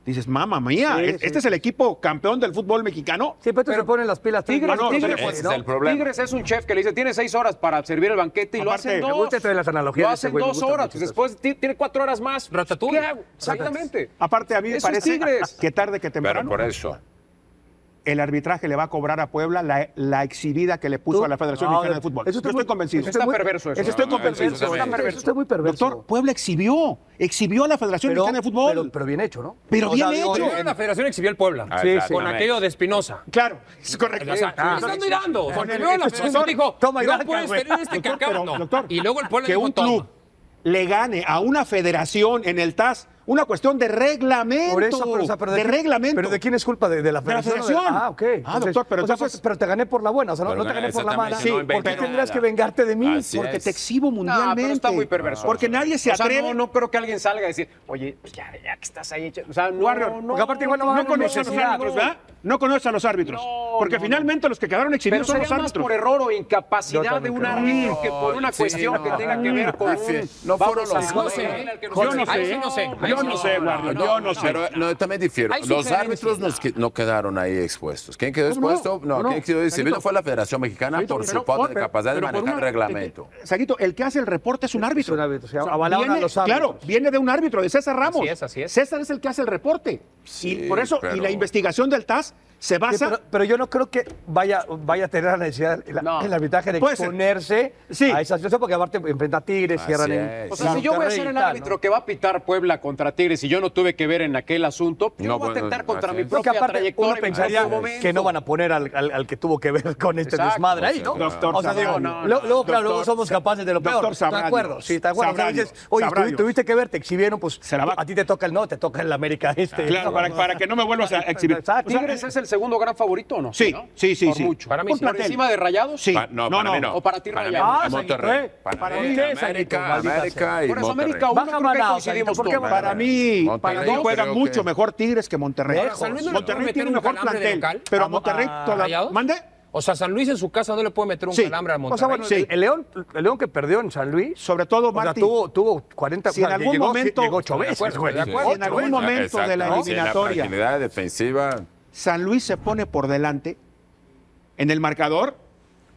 Speaker 3: dices, mamá mía,
Speaker 2: Sí,
Speaker 3: e-
Speaker 2: sí.
Speaker 3: este es el equipo campeón del fútbol mexicano.
Speaker 2: Sí, pero esto se ponen las pilas. tres
Speaker 5: Tigres,
Speaker 3: Ah, no,
Speaker 2: veces,
Speaker 5: Tigres,
Speaker 3: pero
Speaker 6: ese
Speaker 2: ¿no?
Speaker 6: es el problema.
Speaker 5: Tigres es un chef que le dice, tiene seis horas para servir el banquete y
Speaker 3: Aparte,
Speaker 5: lo
Speaker 3: me
Speaker 5: hacen dos.
Speaker 2: gusta esto de las analogías
Speaker 5: Lo
Speaker 2: de ese
Speaker 5: hacen
Speaker 2: güey, me
Speaker 5: dos
Speaker 2: gustan
Speaker 5: horas,
Speaker 2: mucho
Speaker 5: pues después ti- tiene cuatro horas más.
Speaker 4: Ratatouille.
Speaker 5: ¿Qué hago? Exactamente.
Speaker 3: Aparte, a mí me
Speaker 5: Eso es
Speaker 3: parece
Speaker 5: Tigres.
Speaker 3: que tarde que
Speaker 6: Pero
Speaker 3: temprano
Speaker 6: por
Speaker 5: [laughs]
Speaker 6: eso.
Speaker 3: el arbitraje le va a cobrar a Puebla la, la exhibida que le puso a la Federación
Speaker 2: No,
Speaker 3: Mexicana de Fútbol.
Speaker 2: eso
Speaker 3: Yo estoy
Speaker 2: muy-
Speaker 3: convencido.
Speaker 2: eso
Speaker 5: Está perverso eso.
Speaker 2: Eso está
Speaker 6: No,
Speaker 2: muy
Speaker 6: no, eso
Speaker 2: perverso.
Speaker 6: está
Speaker 2: Eso
Speaker 6: perverso.
Speaker 2: está muy perverso.
Speaker 3: Doctor, Puebla exhibió, exhibió a la Federación
Speaker 2: pero,
Speaker 3: Mexicana de Fútbol.
Speaker 2: pero- pero bien hecho, ¿no?
Speaker 3: Pero bien hecho.
Speaker 2: digo,
Speaker 4: Primero la federación exhibió el Puebla.
Speaker 6: Ah,
Speaker 2: Sí, sí.
Speaker 6: exactamente.
Speaker 4: Con aquello de Espinosa.
Speaker 3: claro, es correcto.
Speaker 4: O sea,
Speaker 2: Ah.
Speaker 4: están mirando.
Speaker 3: Con
Speaker 4: Porque
Speaker 3: el-
Speaker 4: luego la
Speaker 3: el
Speaker 4: federación
Speaker 3: doctor,
Speaker 4: dijo,
Speaker 2: toma y
Speaker 4: no
Speaker 2: daca,
Speaker 4: puedes
Speaker 2: güey".
Speaker 4: tener este
Speaker 3: Doctor,
Speaker 4: cacao.
Speaker 3: pero,
Speaker 4: No.
Speaker 3: doctor,
Speaker 4: y luego el pueblo
Speaker 3: que
Speaker 4: dijo,
Speaker 3: un
Speaker 4: "Toma".
Speaker 3: club le gane a una federación en el TAS una cuestión de reglamento
Speaker 2: Por eso, pero, o sea, pero
Speaker 3: de,
Speaker 2: quién-
Speaker 3: reglamento
Speaker 2: ¿Pero de quién es culpa? ¿De, de la
Speaker 3: De la
Speaker 2: federación? o
Speaker 3: federación.
Speaker 2: Ah, ok.
Speaker 3: Ah,
Speaker 2: Entonces,
Speaker 3: doctor, pero
Speaker 2: o sea,
Speaker 3: entonces-
Speaker 2: pues, pero te gané por la buena, o sea, no,
Speaker 6: Pero
Speaker 2: no te gané
Speaker 6: gané
Speaker 2: por la mala.
Speaker 6: exactamente,
Speaker 3: no
Speaker 2: porque
Speaker 6: inventé
Speaker 2: tendrías
Speaker 6: nada. Ah,
Speaker 2: que vengarte de mí.
Speaker 6: Así
Speaker 3: porque
Speaker 6: es.
Speaker 3: te exhibo mundialmente
Speaker 5: No, pero está muy perverso.
Speaker 3: porque nadie se
Speaker 5: O sea,
Speaker 3: atreve
Speaker 5: no, no creo que alguien salga a decir, oye, pues ya, ya que estás ahí. O sea, no,
Speaker 3: Warrior,
Speaker 5: no,
Speaker 2: porque aparte igual no va a
Speaker 3: no
Speaker 2: haber
Speaker 3: conoce a los
Speaker 2: necesidad.
Speaker 3: árbitros ¿verdad? no conoce a los árbitros
Speaker 5: No,
Speaker 3: porque
Speaker 5: no,
Speaker 3: finalmente los que quedaron
Speaker 5: Pero
Speaker 3: exhibidos son los
Speaker 5: sería más
Speaker 3: árbitros
Speaker 5: por error o incapacidad de
Speaker 2: también
Speaker 5: un
Speaker 2: creo.
Speaker 5: árbitro que por una
Speaker 6: Sí,
Speaker 5: cuestión
Speaker 6: no.
Speaker 5: que tenga que ver con
Speaker 6: Ah, sí.
Speaker 5: un...
Speaker 6: No fueron
Speaker 5: vamos a-
Speaker 6: los
Speaker 4: No sé.
Speaker 5: al que nos-
Speaker 3: yo no
Speaker 4: Ahí
Speaker 3: sé
Speaker 4: sí no sé. Ahí
Speaker 3: yo
Speaker 4: sí
Speaker 3: no
Speaker 4: no.
Speaker 3: sé Warrior,
Speaker 6: No,
Speaker 3: yo no sé
Speaker 6: Pero no, yo también difiero.
Speaker 4: Hay
Speaker 6: Los
Speaker 4: sugerencias.
Speaker 6: árbitros nos que- no quedaron ahí expuestos. ¿Quién quedó
Speaker 3: ¿Cómo no?
Speaker 6: expuesto? No,
Speaker 3: ¿Cómo no?
Speaker 6: ¿quién quedó exhibido
Speaker 3: Carlito.
Speaker 6: fue la Federación Mexicana
Speaker 3: Saguito,
Speaker 6: por su
Speaker 3: pero-
Speaker 6: falta de
Speaker 3: pero-
Speaker 6: capacidad de
Speaker 3: pero por
Speaker 6: manejar el
Speaker 3: una-
Speaker 6: reglamento.
Speaker 3: eh, eh, Saguito, el que hace el reporte es un árbitro.
Speaker 2: un árbitro, o sea, avalaron a
Speaker 3: viene-
Speaker 2: los árbitros.
Speaker 3: Claro, viene de un árbitro, de César Ramos.
Speaker 4: Así es, así es.
Speaker 3: César es el que hace el reporte.
Speaker 6: Sí,
Speaker 3: y por eso, y
Speaker 6: pero-
Speaker 3: la investigación del TAS se
Speaker 2: Sí,
Speaker 3: basa.
Speaker 2: pero, pero yo no creo que vaya, vaya a tener la necesidad el,
Speaker 5: No.
Speaker 2: el arbitraje de
Speaker 3: Puede ser.
Speaker 2: exponerse
Speaker 3: Sí.
Speaker 2: a esa situación, porque aparte enfrenta a Tigres,
Speaker 6: Así
Speaker 2: cierran
Speaker 6: es.
Speaker 2: en.
Speaker 5: O sea, si yo voy a ser el árbitro que va a pitar Puebla contra Tigres y yo no tuve que ver en aquel asunto, yo
Speaker 6: No,
Speaker 5: voy a
Speaker 6: bueno,
Speaker 5: atentar contra
Speaker 6: así
Speaker 5: mi
Speaker 6: es.
Speaker 2: Porque
Speaker 5: propia
Speaker 2: aparte
Speaker 5: trayectoria.
Speaker 2: uno
Speaker 5: y mi
Speaker 2: pensaría
Speaker 5: propio momento.
Speaker 2: que no van a poner al, al- al que tuvo que ver con este
Speaker 5: Exacto.
Speaker 2: desmadre ahí, ¿no?
Speaker 3: Doctor
Speaker 2: o sea,
Speaker 3: Sabrá,
Speaker 2: digo,
Speaker 3: no, no.
Speaker 2: luego, luego, claro, luego
Speaker 3: Doctor-
Speaker 2: somos capaces de lo peor.
Speaker 3: Doctor Sabrá
Speaker 2: de acuerdo,
Speaker 3: Dios.
Speaker 2: sí, de acuerdo. O sea,
Speaker 3: Sabrá
Speaker 2: dices,
Speaker 3: Dios.
Speaker 2: oye,
Speaker 3: Sabrá
Speaker 2: tuvi-
Speaker 3: Dios.
Speaker 2: tuviste que ver, te exhibieron, pues
Speaker 3: Se la va-
Speaker 2: a ti te toca el no, te toca el América este.
Speaker 3: Claro,
Speaker 2: No, ah,
Speaker 3: para,
Speaker 2: no, no.
Speaker 3: para que no me vuelvas a exhibir. Pues
Speaker 2: Exacto.
Speaker 3: O sea,
Speaker 5: Tigres es el segundo gran favorito, ¿no?
Speaker 3: Sí,
Speaker 5: ¿No?
Speaker 3: sí, sí,
Speaker 5: Por
Speaker 3: sí.
Speaker 5: mucho.
Speaker 4: Para mí
Speaker 5: ¿Por
Speaker 4: sí.
Speaker 5: encima de Rayados?
Speaker 3: Sí.
Speaker 6: Pa- no,
Speaker 3: No,
Speaker 6: para
Speaker 3: no.
Speaker 6: mí no.
Speaker 5: O para ti,
Speaker 6: Para mí,
Speaker 5: Rayados.
Speaker 2: Ah,
Speaker 6: Monterrey.
Speaker 2: Saguito, eh.
Speaker 6: Para
Speaker 2: Para
Speaker 6: mí,
Speaker 2: mí, Saguito,
Speaker 6: América,
Speaker 2: maldita
Speaker 6: América y
Speaker 5: Por eso América
Speaker 6: Monterrey.
Speaker 5: uno
Speaker 2: Baja
Speaker 5: creo que
Speaker 2: Manao,
Speaker 5: coincidimos
Speaker 2: ¿por qué
Speaker 5: todos.
Speaker 3: Para mí,
Speaker 6: Monterrey,
Speaker 3: para mí
Speaker 6: yo
Speaker 3: juega
Speaker 6: creo
Speaker 3: mucho
Speaker 6: que-
Speaker 3: mejor Tigres que Monterrey.
Speaker 2: Ahora, San Luis no le
Speaker 4: puede
Speaker 3: Monterrey
Speaker 4: meter
Speaker 3: tiene
Speaker 4: un
Speaker 3: un mejor
Speaker 4: calambre de
Speaker 3: plantel,
Speaker 4: local
Speaker 3: pero
Speaker 2: a-
Speaker 3: a Monterrey
Speaker 2: a
Speaker 3: toda-
Speaker 4: ¿Rayados?
Speaker 3: ¿Mande?
Speaker 4: O sea, San Luis en su casa no le puede meter un
Speaker 3: Sí.
Speaker 4: calambre a
Speaker 2: O sea,
Speaker 4: Monterrey.
Speaker 2: bueno,
Speaker 3: Sí.
Speaker 2: el- el León, el León que perdió en San Luis.
Speaker 3: Sobre todo,
Speaker 2: o sea,
Speaker 3: Martín.
Speaker 2: tuvo, tuvo 40
Speaker 3: Si en
Speaker 2: o sea,
Speaker 3: algún
Speaker 2: llegó-
Speaker 3: momento-
Speaker 2: llegó ocho
Speaker 4: Estoy de
Speaker 2: veces,
Speaker 4: acuerdo,
Speaker 6: Pues,
Speaker 2: güey.
Speaker 4: estoy de acuerdo.
Speaker 3: en algún momento de la
Speaker 6: Exacto, sí,
Speaker 3: eliminatoria.
Speaker 6: La fragilidad defensiva.
Speaker 3: San Luis se pone por delante en el marcador,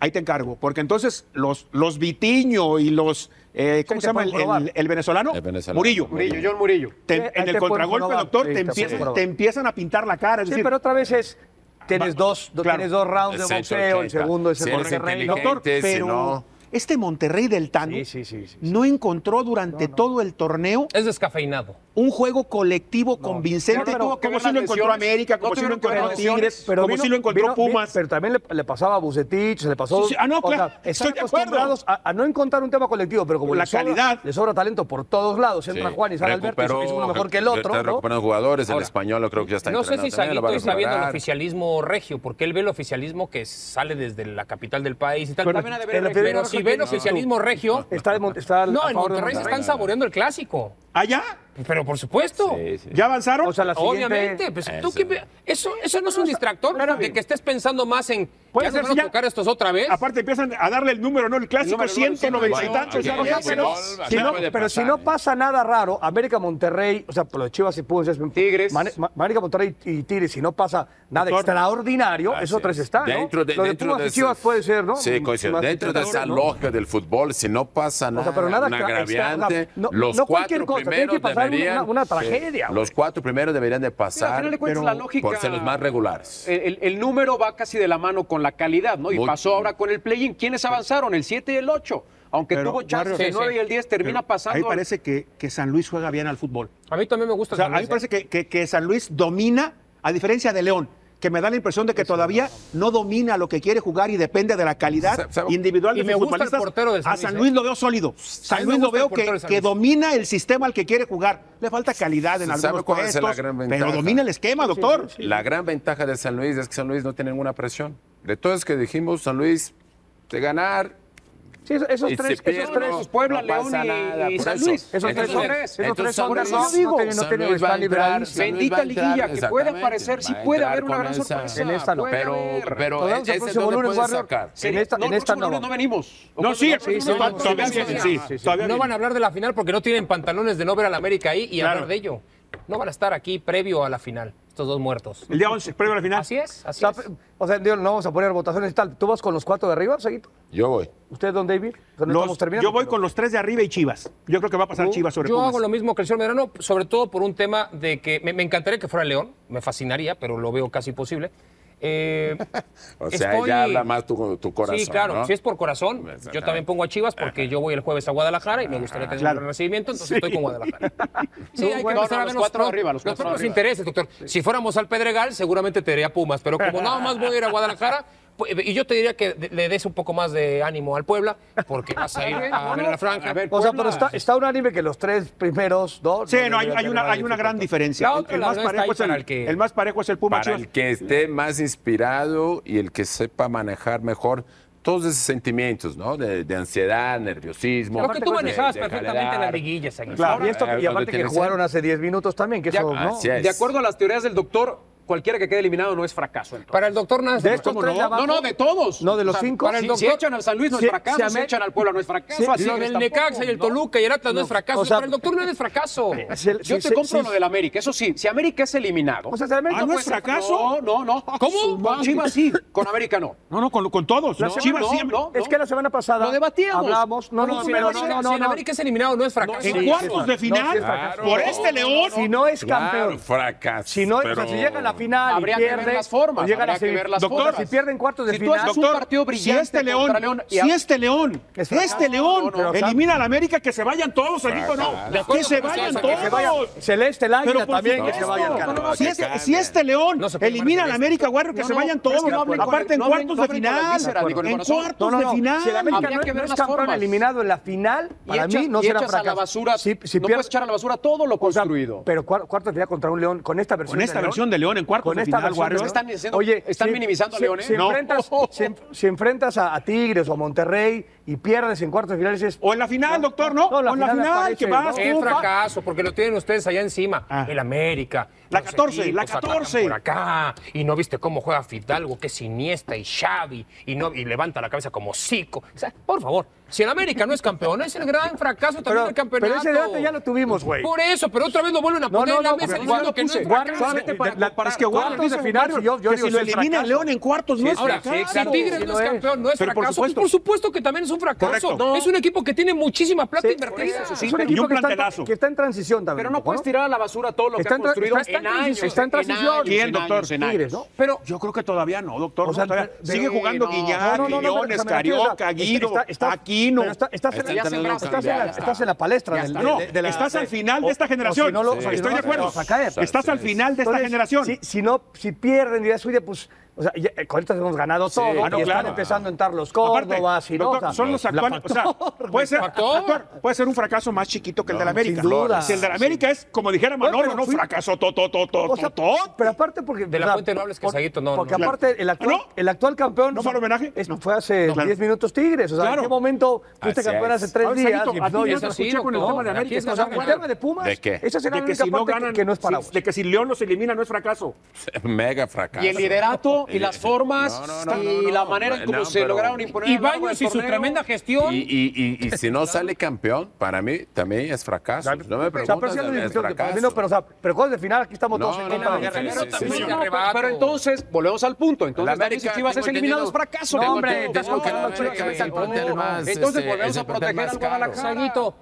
Speaker 3: ahí te encargo, porque entonces los, los Vitiño y los, eh,
Speaker 2: Sí, te
Speaker 3: ¿cómo se llama el,
Speaker 2: pueden probar.
Speaker 3: el- el venezolano?
Speaker 6: El venezolano.
Speaker 3: Murillo.
Speaker 5: Murillo, John Murillo.
Speaker 3: Te-
Speaker 2: Sí, ahí
Speaker 3: en
Speaker 2: te
Speaker 3: el
Speaker 2: pueden
Speaker 3: contragolpe,
Speaker 2: probar.
Speaker 3: doctor,
Speaker 2: Sí,
Speaker 3: te,
Speaker 2: te pueden
Speaker 3: empiezan,
Speaker 2: probar.
Speaker 3: te empiezan a pintar la cara. Es
Speaker 2: Sí,
Speaker 3: decir,
Speaker 2: pero otra vez es. Tienes,
Speaker 3: Va-
Speaker 2: dos, do-
Speaker 3: claro.
Speaker 2: tienes dos rounds de
Speaker 6: Exacto,
Speaker 2: boxeo, el
Speaker 6: ochenta.
Speaker 2: segundo es
Speaker 6: Sí,
Speaker 2: el
Speaker 6: eres
Speaker 2: Monterrey. ¿no?
Speaker 6: inteligente.
Speaker 3: doctor,
Speaker 6: gente, si
Speaker 3: pero
Speaker 6: no-
Speaker 3: este Monterrey del Tano
Speaker 2: Sí, sí, sí, sí, sí.
Speaker 3: no encontró durante todo el torneo
Speaker 4: Es descafeinado.
Speaker 3: un juego colectivo convincente,
Speaker 5: Claro, pero
Speaker 3: como,
Speaker 5: ¿cómo
Speaker 3: si lo
Speaker 5: las
Speaker 3: encontró
Speaker 5: lesiones?
Speaker 3: América,
Speaker 5: No
Speaker 3: como si lo
Speaker 5: tuvieron que ver
Speaker 3: encontró
Speaker 5: las
Speaker 3: Tigres,
Speaker 5: lesiones.
Speaker 2: Pero
Speaker 3: como
Speaker 2: vino-
Speaker 3: si lo encontró
Speaker 2: vino- vi-
Speaker 3: Pumas.
Speaker 2: pero también le, le pasaba a Bucetich, se le pasó.
Speaker 3: Sí, sí, ah, no,
Speaker 2: o sea,
Speaker 3: claro, estoy
Speaker 2: están
Speaker 3: de acuerdo.
Speaker 2: acostumbrados a, a no encontrar un tema colectivo, pero como
Speaker 3: La
Speaker 2: les sobra-
Speaker 3: calidad.
Speaker 2: Le sobra talento por todos lados. Entra
Speaker 6: Sí,
Speaker 2: Juan y sale Alberto, y
Speaker 6: recuperó-
Speaker 2: es uno mejor que el otro.
Speaker 6: Está
Speaker 2: ¿no?
Speaker 6: recuperando jugadores, el
Speaker 4: Ahora,
Speaker 6: español lo creo que ya está
Speaker 4: No sé si
Speaker 6: entrenando también, lo
Speaker 4: Saguito
Speaker 6: va a
Speaker 4: está viendo el
Speaker 6: recuperar.
Speaker 4: oficialismo regio, porque él ve el oficialismo que sale desde la capital del país y tal.
Speaker 2: Pero-
Speaker 4: También ha de
Speaker 2: pero-
Speaker 4: ver- Pero si ve el
Speaker 2: no.
Speaker 4: oficialismo regio,
Speaker 2: Está, de Mon- está al-
Speaker 4: no,
Speaker 2: a
Speaker 4: en
Speaker 2: favor de
Speaker 4: Monterrey se
Speaker 2: Monterrey.
Speaker 4: están saboreando el clásico.
Speaker 3: ¿Allá?
Speaker 4: Pero por supuesto.
Speaker 6: Sí, sí.
Speaker 3: ¿Ya avanzaron?
Speaker 2: O sea, la siguiente-
Speaker 4: Obviamente, pues tú
Speaker 6: Eso.
Speaker 4: que ve- eso, eso no es un distractor de que estés pensando más en
Speaker 3: Puede
Speaker 4: ya no
Speaker 3: ser,
Speaker 4: van a
Speaker 3: si ya-
Speaker 4: tocar estos otra vez.
Speaker 3: Aparte empiezan a darle el número, ¿no? El clásico,
Speaker 5: número,
Speaker 3: 190 y
Speaker 5: bueno,
Speaker 3: tantos.
Speaker 6: aunque
Speaker 3: ya,
Speaker 2: O sea,
Speaker 3: ya,
Speaker 6: ese
Speaker 2: pero,
Speaker 3: pero-
Speaker 6: gol,
Speaker 2: si
Speaker 6: acá
Speaker 2: no,
Speaker 6: puede
Speaker 2: pero si
Speaker 6: pasar,
Speaker 2: no
Speaker 6: ¿eh?
Speaker 2: pasa nada raro, América Monterrey, o sea, por lo de Chivas y Pumas es
Speaker 5: Tigres.
Speaker 2: Mane- Ma- América Monterrey y Tigres, si no pasa nada
Speaker 3: Doctor.
Speaker 2: extraordinario,
Speaker 6: Así
Speaker 2: eso tres
Speaker 6: es.
Speaker 2: está, ¿no?
Speaker 6: Ah, Dentro de,
Speaker 2: lo de
Speaker 6: dentro
Speaker 2: Pumas
Speaker 6: de
Speaker 2: y Chivas
Speaker 6: ese-
Speaker 2: puede ser, ¿no?
Speaker 6: Sí, coincido.
Speaker 2: Más
Speaker 6: dentro de esa
Speaker 2: extraordinario, ¿no?
Speaker 6: lógica del fútbol, si no pasa nada,
Speaker 2: pero nada
Speaker 6: un
Speaker 2: extra-
Speaker 6: agraviante,
Speaker 2: extra- no-
Speaker 6: los
Speaker 2: no cualquier
Speaker 6: cuatro
Speaker 2: cosa, tiene
Speaker 6: primeros
Speaker 2: que pasar una-
Speaker 6: deberían...
Speaker 2: una- una
Speaker 6: sí,
Speaker 2: tragedia,
Speaker 6: los
Speaker 2: güey.
Speaker 6: cuatro primeros deberían de
Speaker 5: Mira, al final
Speaker 6: pasar
Speaker 5: de cuentas, la lógica.
Speaker 6: por ser los más regulares.
Speaker 5: El, el- el número va casi de la mano con la calidad, ¿no? Y
Speaker 6: Muy-
Speaker 5: pasó ahora con el play-in. ¿Quiénes avanzaron? El 7 y el 8. aunque
Speaker 3: Pero
Speaker 5: tuvo chances
Speaker 3: Warriors-
Speaker 5: el
Speaker 4: Sí,
Speaker 5: 9
Speaker 4: sí.
Speaker 5: y el 10, termina pasando.
Speaker 3: Ahí parece que, que San Luis juega bien al fútbol.
Speaker 4: A mí también me gusta.
Speaker 3: O sea, a
Speaker 4: San
Speaker 3: mí
Speaker 4: Luis,
Speaker 3: me
Speaker 4: ¿eh?
Speaker 3: parece que, que- que San Luis domina, a diferencia de León, que me da la impresión de que todavía no domina lo que quiere jugar y depende de la calidad
Speaker 6: Sa- sabe-
Speaker 3: individual de
Speaker 4: Y me
Speaker 3: sus
Speaker 4: gusta el
Speaker 3: futbolistas.
Speaker 4: portero de San
Speaker 3: a
Speaker 4: Luis,
Speaker 3: San
Speaker 4: ¿eh?
Speaker 3: Luis lo veo sólido.
Speaker 4: A
Speaker 3: San
Speaker 4: mí me
Speaker 3: Luis lo
Speaker 4: gusta el
Speaker 3: veo
Speaker 4: portero
Speaker 3: que,
Speaker 4: de San
Speaker 3: que
Speaker 4: Luis.
Speaker 3: domina el sistema al que quiere jugar. Le falta calidad en
Speaker 6: ¿Sabe
Speaker 3: algunos
Speaker 6: cuál es
Speaker 3: puestos,
Speaker 6: la gran
Speaker 3: pero
Speaker 6: ventaja?
Speaker 3: domina el esquema, doctor.
Speaker 6: La gran ventaja de San Luis es que San Luis no tiene ninguna presión. De todos que dijimos, San Luis, de ganar.
Speaker 2: Sí, esos, esos
Speaker 6: y pues, se
Speaker 2: tres,
Speaker 6: pierde,
Speaker 2: esos tres,
Speaker 6: no-
Speaker 5: esos Puebla,
Speaker 6: no pasa
Speaker 5: León y-
Speaker 6: nada,
Speaker 5: y
Speaker 6: por
Speaker 5: San
Speaker 6: eso.
Speaker 5: Luis.
Speaker 2: esos tres
Speaker 6: Entonces,
Speaker 2: son,
Speaker 5: tres,
Speaker 2: esos tres
Speaker 6: entonces,
Speaker 2: son
Speaker 6: por eso
Speaker 2: underdogs,
Speaker 5: digo,
Speaker 2: no tienen- no
Speaker 6: San
Speaker 2: tienen-
Speaker 6: Luis va a
Speaker 2: están
Speaker 6: entrar,
Speaker 2: liberadísimos.
Speaker 6: San Luis
Speaker 5: Bendita
Speaker 6: va a entrar,
Speaker 5: liguilla, que puede
Speaker 6: exactamente,
Speaker 5: aparecer, sí
Speaker 6: va a
Speaker 5: puede
Speaker 6: entrar
Speaker 5: haber una
Speaker 6: con
Speaker 5: gran
Speaker 6: esa-
Speaker 5: sorpresa.
Speaker 2: En esta no.
Speaker 5: puede
Speaker 6: Pero,
Speaker 5: haber.
Speaker 6: pero
Speaker 2: Nos vemos el
Speaker 6: ese es
Speaker 2: próximo
Speaker 6: donde
Speaker 2: lunes,
Speaker 6: puedes
Speaker 2: Warrior.
Speaker 6: sacar.
Speaker 2: En esta-
Speaker 5: no,
Speaker 2: en
Speaker 5: el
Speaker 2: esta
Speaker 5: próximo
Speaker 2: no.
Speaker 5: lunes no venimos.
Speaker 3: No, sí,
Speaker 5: el próximo
Speaker 3: sí,
Speaker 5: lunes
Speaker 3: sí,
Speaker 5: no
Speaker 3: todavía
Speaker 5: venimos.
Speaker 3: viene, sí, sí, todavía
Speaker 4: No
Speaker 3: viene.
Speaker 4: van a hablar de la final porque no tienen pantalones de no ver al América ahí y
Speaker 3: Claro.
Speaker 4: hablar de ello. No van a estar aquí previo a la final, estos dos muertos.
Speaker 3: El día 11, previo a la final.
Speaker 4: Así es, así
Speaker 2: Está-
Speaker 4: es.
Speaker 2: O sea, digo, no vamos a poner votaciones y tal. ¿Tú vas con los cuatro de arriba, Seguito?
Speaker 6: Yo voy.
Speaker 2: ¿Usted, don David? O sea, no
Speaker 3: Los-
Speaker 2: estamos terminando,
Speaker 3: yo voy
Speaker 2: pero-
Speaker 3: con los tres de arriba y Chivas. Yo creo que va a pasar Chivas sobre
Speaker 4: Yo
Speaker 3: Pumas.
Speaker 4: hago lo mismo que el señor Medrano, sobre todo por un tema de que me, me encantaría que fuera León, me fascinaría, pero lo veo casi imposible. Eh,
Speaker 6: O sea,
Speaker 4: estoy-
Speaker 6: ya habla más tu, tu corazón.
Speaker 4: Sí, claro,
Speaker 6: ¿no?
Speaker 4: si es por corazón, yo
Speaker 6: Exactamente.
Speaker 4: también pongo a Chivas porque yo voy el jueves a Guadalajara y me gustaría tener
Speaker 3: Claro.
Speaker 4: un gran recibimiento, entonces
Speaker 3: Sí.
Speaker 4: estoy con Guadalajara. Sí, hay que
Speaker 5: bueno,
Speaker 4: empezar a
Speaker 5: los
Speaker 4: ver
Speaker 5: cuatro
Speaker 4: pro-
Speaker 5: arriba, los cuatro
Speaker 4: propios
Speaker 5: arriba.
Speaker 4: intereses, doctor. Si fuéramos al Pedregal, seguramente te diría Pumas, pero como nada más voy a ir a Guadalajara, pues, y yo te diría que de- le des un poco más de ánimo al Puebla, porque vas a ir a ver a la franja.
Speaker 5: A ver,
Speaker 2: O sea,
Speaker 5: Puebla.
Speaker 2: pero está, está unánime que los tres primeros, dos.
Speaker 3: Sí,
Speaker 2: no
Speaker 3: no, hay,
Speaker 2: deberían
Speaker 3: hay
Speaker 2: tener
Speaker 3: una, hay una gran
Speaker 2: dificultad.
Speaker 3: diferencia.
Speaker 4: La
Speaker 3: El-
Speaker 4: otra,
Speaker 3: el,
Speaker 4: la
Speaker 3: más
Speaker 4: verdad, está
Speaker 3: parejo
Speaker 4: ahí
Speaker 3: es el,
Speaker 4: para el que-
Speaker 3: el más parejo es el Puma
Speaker 6: Para
Speaker 3: Chivas.
Speaker 6: el que esté más inspirado y el que sepa manejar mejor todos esos sentimientos, ¿no? De, de ansiedad, nerviosismo.
Speaker 4: Lo que tú
Speaker 6: de-
Speaker 4: manejabas
Speaker 6: de
Speaker 4: perfectamente en
Speaker 6: jalar.
Speaker 4: las liguillas, Aguilar.
Speaker 2: Claro,
Speaker 6: Ahora,
Speaker 2: y, esto,
Speaker 6: ahí
Speaker 2: y
Speaker 6: es donde
Speaker 2: aparte que
Speaker 6: tiene que
Speaker 2: jugaron
Speaker 6: ser.
Speaker 2: hace 10 minutos también, que
Speaker 5: Ya,
Speaker 2: eso, ¿no?
Speaker 6: así es.
Speaker 5: De acuerdo a las teorías del doctor, cualquiera que quede eliminado no es fracaso. entonces.
Speaker 4: Para el doctor nada
Speaker 2: De estos
Speaker 4: ¿cómo
Speaker 2: tres
Speaker 4: no?
Speaker 2: de abajo.
Speaker 5: No, no, de todos.
Speaker 2: No, de los
Speaker 5: O sea,
Speaker 2: cinco.
Speaker 5: Para el
Speaker 4: Sí,
Speaker 5: doctor,
Speaker 4: sí.
Speaker 5: si echan al San Luis no es
Speaker 2: Sí,
Speaker 5: fracaso,
Speaker 2: sí, a
Speaker 5: si
Speaker 2: mí-
Speaker 5: echan al Puebla no es fracaso.
Speaker 2: Sí,
Speaker 5: así
Speaker 4: Lo
Speaker 5: es
Speaker 4: del
Speaker 5: tampoco,
Speaker 4: Necaxa y el
Speaker 5: ¿no?
Speaker 4: Toluca y el Atlas no, es fracaso.
Speaker 2: o sea,
Speaker 4: para el doctor no es fracaso.
Speaker 2: Si el-
Speaker 5: Yo
Speaker 2: si
Speaker 5: te
Speaker 2: se-
Speaker 5: compro
Speaker 2: si-
Speaker 5: lo del América, eso sí, si América es eliminado.
Speaker 2: O sea, si América
Speaker 3: Ah, ¿no
Speaker 5: puede
Speaker 3: es
Speaker 5: ser-
Speaker 3: fracaso?
Speaker 5: No, no, no.
Speaker 3: ¿Cómo?
Speaker 5: Con Chivas sí, con América no.
Speaker 3: No, no, con, con todos.
Speaker 5: La
Speaker 3: ¿no?
Speaker 5: semana-
Speaker 3: Chivas
Speaker 5: no,
Speaker 3: siempre.
Speaker 5: no.
Speaker 2: Es que la semana pasada
Speaker 5: Lo debatíamos.
Speaker 2: hablamos, no, no,
Speaker 4: si
Speaker 2: pero
Speaker 4: el
Speaker 2: no,
Speaker 4: América-
Speaker 2: no,
Speaker 4: si
Speaker 2: no,
Speaker 4: el
Speaker 2: no.
Speaker 4: América es eliminado, no es fracaso.
Speaker 3: ¿En
Speaker 2: Sí,
Speaker 3: cuartos
Speaker 2: sí,
Speaker 3: de final?
Speaker 2: sí, fracaso.
Speaker 3: por
Speaker 6: No,
Speaker 3: este
Speaker 6: no,
Speaker 3: León.
Speaker 2: Si no es campeón,
Speaker 6: Claro, fracaso.
Speaker 2: si no, o sea,
Speaker 6: pero-
Speaker 2: si llega a la final
Speaker 5: Habría
Speaker 2: y
Speaker 5: que ver
Speaker 2: pierde,
Speaker 5: las formas,
Speaker 2: o llega a la
Speaker 5: habría que
Speaker 2: semi-
Speaker 5: ver las
Speaker 2: o sea,
Speaker 3: formas.
Speaker 2: si pierden cuartos de
Speaker 5: Si tú
Speaker 2: final,
Speaker 5: haces-
Speaker 3: Doctor,
Speaker 5: un partido brillante
Speaker 3: si este León,
Speaker 5: contra León y a-
Speaker 3: si este León,
Speaker 2: Es fracaso.
Speaker 3: este León
Speaker 2: No, no, no.
Speaker 3: elimina al América, que se vayan todos, Aguito, no.
Speaker 4: De acuerdo
Speaker 3: Que se
Speaker 4: con
Speaker 3: vayan
Speaker 4: ustedes,
Speaker 3: todos.
Speaker 4: que se
Speaker 2: vaya Celeste el Águila
Speaker 3: Pero por
Speaker 2: también que se
Speaker 3: supuesto.
Speaker 2: vaya al
Speaker 3: No, no,
Speaker 2: carajo.
Speaker 3: no, si,
Speaker 6: que
Speaker 3: este,
Speaker 6: cambien.
Speaker 3: si este León
Speaker 4: No se puede
Speaker 3: elimina al
Speaker 4: marcar
Speaker 3: América, Guarrio, que
Speaker 5: No,
Speaker 3: se
Speaker 5: no,
Speaker 3: vayan
Speaker 5: pero es
Speaker 3: todos.
Speaker 5: que no hablen con
Speaker 3: Aparte,
Speaker 5: el-
Speaker 3: en
Speaker 5: no hablen-
Speaker 3: cuartos
Speaker 5: no
Speaker 3: de
Speaker 5: hablen con las
Speaker 3: final.
Speaker 5: vísceras ni con el
Speaker 3: En
Speaker 5: corazón.
Speaker 2: No,
Speaker 3: cuartos
Speaker 2: no,
Speaker 3: de
Speaker 2: no. Si el
Speaker 3: final.
Speaker 2: América
Speaker 5: Ah, Habría
Speaker 2: no,
Speaker 5: que ver
Speaker 2: no es
Speaker 5: las
Speaker 2: campeón
Speaker 5: formas.
Speaker 2: eliminado en la final,
Speaker 5: Y
Speaker 2: para
Speaker 5: echas-
Speaker 2: mí no
Speaker 5: y
Speaker 2: será
Speaker 5: echas
Speaker 2: fracaso.
Speaker 5: a la basura,
Speaker 2: Si- si
Speaker 5: no
Speaker 2: pierde-
Speaker 5: puedes echar a la basura todo lo
Speaker 2: o sea,
Speaker 5: construido.
Speaker 2: pero cuar- cuartos de final contra un León con esta versión
Speaker 3: Con esta
Speaker 2: de
Speaker 3: versión
Speaker 2: León,
Speaker 3: de León en cuartos
Speaker 2: con
Speaker 3: de
Speaker 2: esta
Speaker 3: final,
Speaker 2: versión de
Speaker 3: Warriors.
Speaker 2: León.
Speaker 5: Están diciendo- están minimizando a León, ¿eh?
Speaker 2: Si,
Speaker 5: No.
Speaker 2: enfrentas, si en- si enfrentas a, a Tigres o a Monterrey y pierdes en cuartos de finales es
Speaker 3: O en la final, doctor, ¿no?
Speaker 2: No, la
Speaker 3: O en la
Speaker 2: final
Speaker 3: final,
Speaker 2: aparece,
Speaker 3: que vas
Speaker 2: ¿no?
Speaker 3: tú,
Speaker 4: Es
Speaker 3: pa-
Speaker 4: fracaso, porque lo tienen ustedes allá encima.
Speaker 3: Ah.
Speaker 4: El América.
Speaker 3: La
Speaker 4: los
Speaker 3: 14, la
Speaker 4: equipos
Speaker 3: 14.
Speaker 4: atacan Por acá. Y no viste cómo juega Fidalgo, que es Iniesta y Xavi. Y, no, y levanta la cabeza como Zico. O sea, por favor, si el América no es campeón, es el gran fracaso también
Speaker 2: Pero,
Speaker 4: del campeonato.
Speaker 2: pero ese debate ya lo tuvimos, güey.
Speaker 4: Por eso, pero otra vez lo vuelven a
Speaker 2: No,
Speaker 4: poner
Speaker 2: no,
Speaker 4: en la
Speaker 2: no,
Speaker 4: mesa
Speaker 2: porque
Speaker 4: diciendo
Speaker 2: yo lo
Speaker 4: que no
Speaker 2: puse.
Speaker 4: es
Speaker 2: Guarda,
Speaker 4: fracaso.
Speaker 2: solamente para
Speaker 3: La-
Speaker 2: comparar.
Speaker 3: es que Warriors
Speaker 2: Cuartos de
Speaker 3: dice
Speaker 2: final,
Speaker 3: Warriors,
Speaker 2: yo- yo
Speaker 3: que
Speaker 2: digo,
Speaker 3: si lo
Speaker 2: es el
Speaker 3: elimina
Speaker 2: fracaso.
Speaker 3: León en cuartos, no es
Speaker 4: Ahora,
Speaker 3: fracaso.
Speaker 4: si Tigres no es campeón, no es
Speaker 3: Pero por
Speaker 4: fracaso.
Speaker 3: supuesto.
Speaker 4: Por supuesto que también es un fracaso.
Speaker 3: Correcto.
Speaker 4: Es un equipo que tiene muchísima plata
Speaker 2: Sí,
Speaker 4: invertida.
Speaker 2: es
Speaker 5: sí,
Speaker 2: un
Speaker 5: pero-
Speaker 3: Eh, y
Speaker 2: equipo
Speaker 3: un
Speaker 2: que está, en,
Speaker 3: plantelazo.
Speaker 2: que está en transición también.
Speaker 5: Pero no
Speaker 2: ¿no?
Speaker 5: puedes tirar a la basura todo lo que
Speaker 2: Está
Speaker 5: ha
Speaker 2: en tra-
Speaker 5: construido
Speaker 2: está en
Speaker 5: en años.
Speaker 2: transición, está en transición.
Speaker 5: años,
Speaker 3: ¿Quién,
Speaker 5: en
Speaker 3: doctor?
Speaker 5: años, en
Speaker 2: Tigres,
Speaker 5: años.
Speaker 2: ¿no?
Speaker 4: Pero
Speaker 3: Yo creo que todavía no, doctor.
Speaker 2: O
Speaker 3: no,
Speaker 2: sea,
Speaker 3: todavía-
Speaker 2: pero-
Speaker 3: sigue
Speaker 5: sí,
Speaker 3: jugando
Speaker 5: no.
Speaker 3: Guiñac,
Speaker 5: No, no,
Speaker 2: pero,
Speaker 5: no,
Speaker 2: o
Speaker 3: Quiñones,
Speaker 2: sea, me refiero, o
Speaker 3: Carioca,
Speaker 2: sea,
Speaker 3: Guido,
Speaker 2: está- está-
Speaker 3: Aquino.
Speaker 2: pero está- estás, en,
Speaker 5: Está entrando en
Speaker 2: estás en la-
Speaker 5: cambiar, ya
Speaker 2: estás en la palestra
Speaker 5: Ya
Speaker 2: del,
Speaker 5: está.
Speaker 3: no,
Speaker 2: de- de- de la-
Speaker 3: estás al final
Speaker 2: o-
Speaker 3: de esta
Speaker 2: o si no
Speaker 3: generación.
Speaker 2: lo- o
Speaker 6: Sí,
Speaker 2: si no
Speaker 3: Estoy
Speaker 2: lo
Speaker 3: de acuerdo.
Speaker 2: vas a caer.
Speaker 6: Exacto.
Speaker 3: Estás al final de esta
Speaker 2: Entonces,
Speaker 3: generación.
Speaker 2: Si, si no, si pierden idea suya, pues. O sea, ya, eh, con estas hemos ganado todo.
Speaker 3: Ah, no,
Speaker 2: y están
Speaker 3: claro.
Speaker 2: empezando a entrar los
Speaker 3: Aparte,
Speaker 2: Córdobas y no.
Speaker 3: doctor,
Speaker 2: o sea,
Speaker 3: son los
Speaker 2: la
Speaker 3: actuales. O sea,
Speaker 2: factor,
Speaker 3: [laughs] puede ser,
Speaker 4: Factor.
Speaker 3: doctor, puede ser un fracaso más chiquito que el
Speaker 6: No,
Speaker 3: del América.
Speaker 2: sin duda.
Speaker 3: Si el del América es, como dijera Manolo,
Speaker 2: pero
Speaker 3: no
Speaker 2: fui-
Speaker 3: fracasó, to, to, to, to,
Speaker 2: O sea,
Speaker 3: to, to.
Speaker 2: pero aparte porque
Speaker 4: De la
Speaker 2: o sea,
Speaker 4: Fuente no hables, que
Speaker 2: por-
Speaker 4: Saguito no,
Speaker 2: Porque
Speaker 4: no.
Speaker 2: aparte el actual,
Speaker 3: Ah, ¿no?
Speaker 2: el actual campeón
Speaker 3: ¿No fue el homenaje?
Speaker 2: es-
Speaker 3: No.
Speaker 2: fue hace 10
Speaker 3: Claro.
Speaker 2: minutos Tigres, o sea,
Speaker 3: Claro.
Speaker 2: en qué momento fuiste
Speaker 6: Así
Speaker 2: campeón
Speaker 6: es.
Speaker 2: hace tres
Speaker 3: A ver,
Speaker 2: días
Speaker 3: Saguito,
Speaker 2: y
Speaker 3: a ti
Speaker 2: no,
Speaker 3: ya
Speaker 2: yo
Speaker 3: te
Speaker 2: no
Speaker 4: sí,
Speaker 2: escuché con el
Speaker 4: doctor,
Speaker 2: tema de
Speaker 4: aquí
Speaker 2: América,
Speaker 4: es
Speaker 2: o sea,
Speaker 4: ganar,
Speaker 2: con el
Speaker 4: ganar.
Speaker 2: tema de Pumas,
Speaker 6: ¿De qué?
Speaker 2: esa será
Speaker 3: De
Speaker 2: la
Speaker 3: que
Speaker 2: única
Speaker 3: si no
Speaker 2: parte que-
Speaker 3: ganan,
Speaker 2: que no es para
Speaker 3: sí, de que si León los elimina no es fracaso.
Speaker 6: Mega fracaso.
Speaker 5: Y el liderato, y las formas,
Speaker 6: No, no, no,
Speaker 5: y
Speaker 6: no,
Speaker 5: la
Speaker 6: no,
Speaker 5: manera en cómo
Speaker 6: no,
Speaker 5: se
Speaker 6: pero-
Speaker 5: lograron imponer. a
Speaker 4: Y
Speaker 5: lo largo
Speaker 4: Baños
Speaker 5: del
Speaker 4: y su
Speaker 5: torneo.
Speaker 4: tremenda gestión.
Speaker 6: Y, y- y- y si no sale campeón, para mí también es fracaso. No me
Speaker 2: O sea, pero
Speaker 6: preguntas,
Speaker 2: sí es la
Speaker 6: es
Speaker 2: discusión que para mí
Speaker 6: fracaso.
Speaker 2: no, pero o sea, pero cuando de final aquí estamos
Speaker 6: No,
Speaker 2: todos en
Speaker 6: no,
Speaker 2: contra
Speaker 6: no,
Speaker 2: de la
Speaker 6: no,
Speaker 2: Guerrero
Speaker 6: sí, sí,
Speaker 2: también.
Speaker 6: sí, sí.
Speaker 5: No,
Speaker 4: de
Speaker 5: no,
Speaker 4: arrebato.
Speaker 5: pero entonces, volvemos al punto.
Speaker 6: La
Speaker 5: Entonces,
Speaker 6: América,
Speaker 5: América, Chivas
Speaker 6: tengo
Speaker 5: es eliminado, es
Speaker 6: entendido-
Speaker 5: fracaso.
Speaker 6: tengo
Speaker 5: Tengo
Speaker 2: hombre,
Speaker 5: entendido.
Speaker 2: tengo que la
Speaker 5: No,
Speaker 2: América
Speaker 5: Chivas,
Speaker 2: es el plantel
Speaker 5: no.
Speaker 6: más,
Speaker 5: Entonces,
Speaker 6: este,
Speaker 5: volvemos
Speaker 6: es el plantel
Speaker 5: a proteger
Speaker 6: más
Speaker 5: al
Speaker 6: caro.
Speaker 5: Guadalajara.
Speaker 4: Saguito,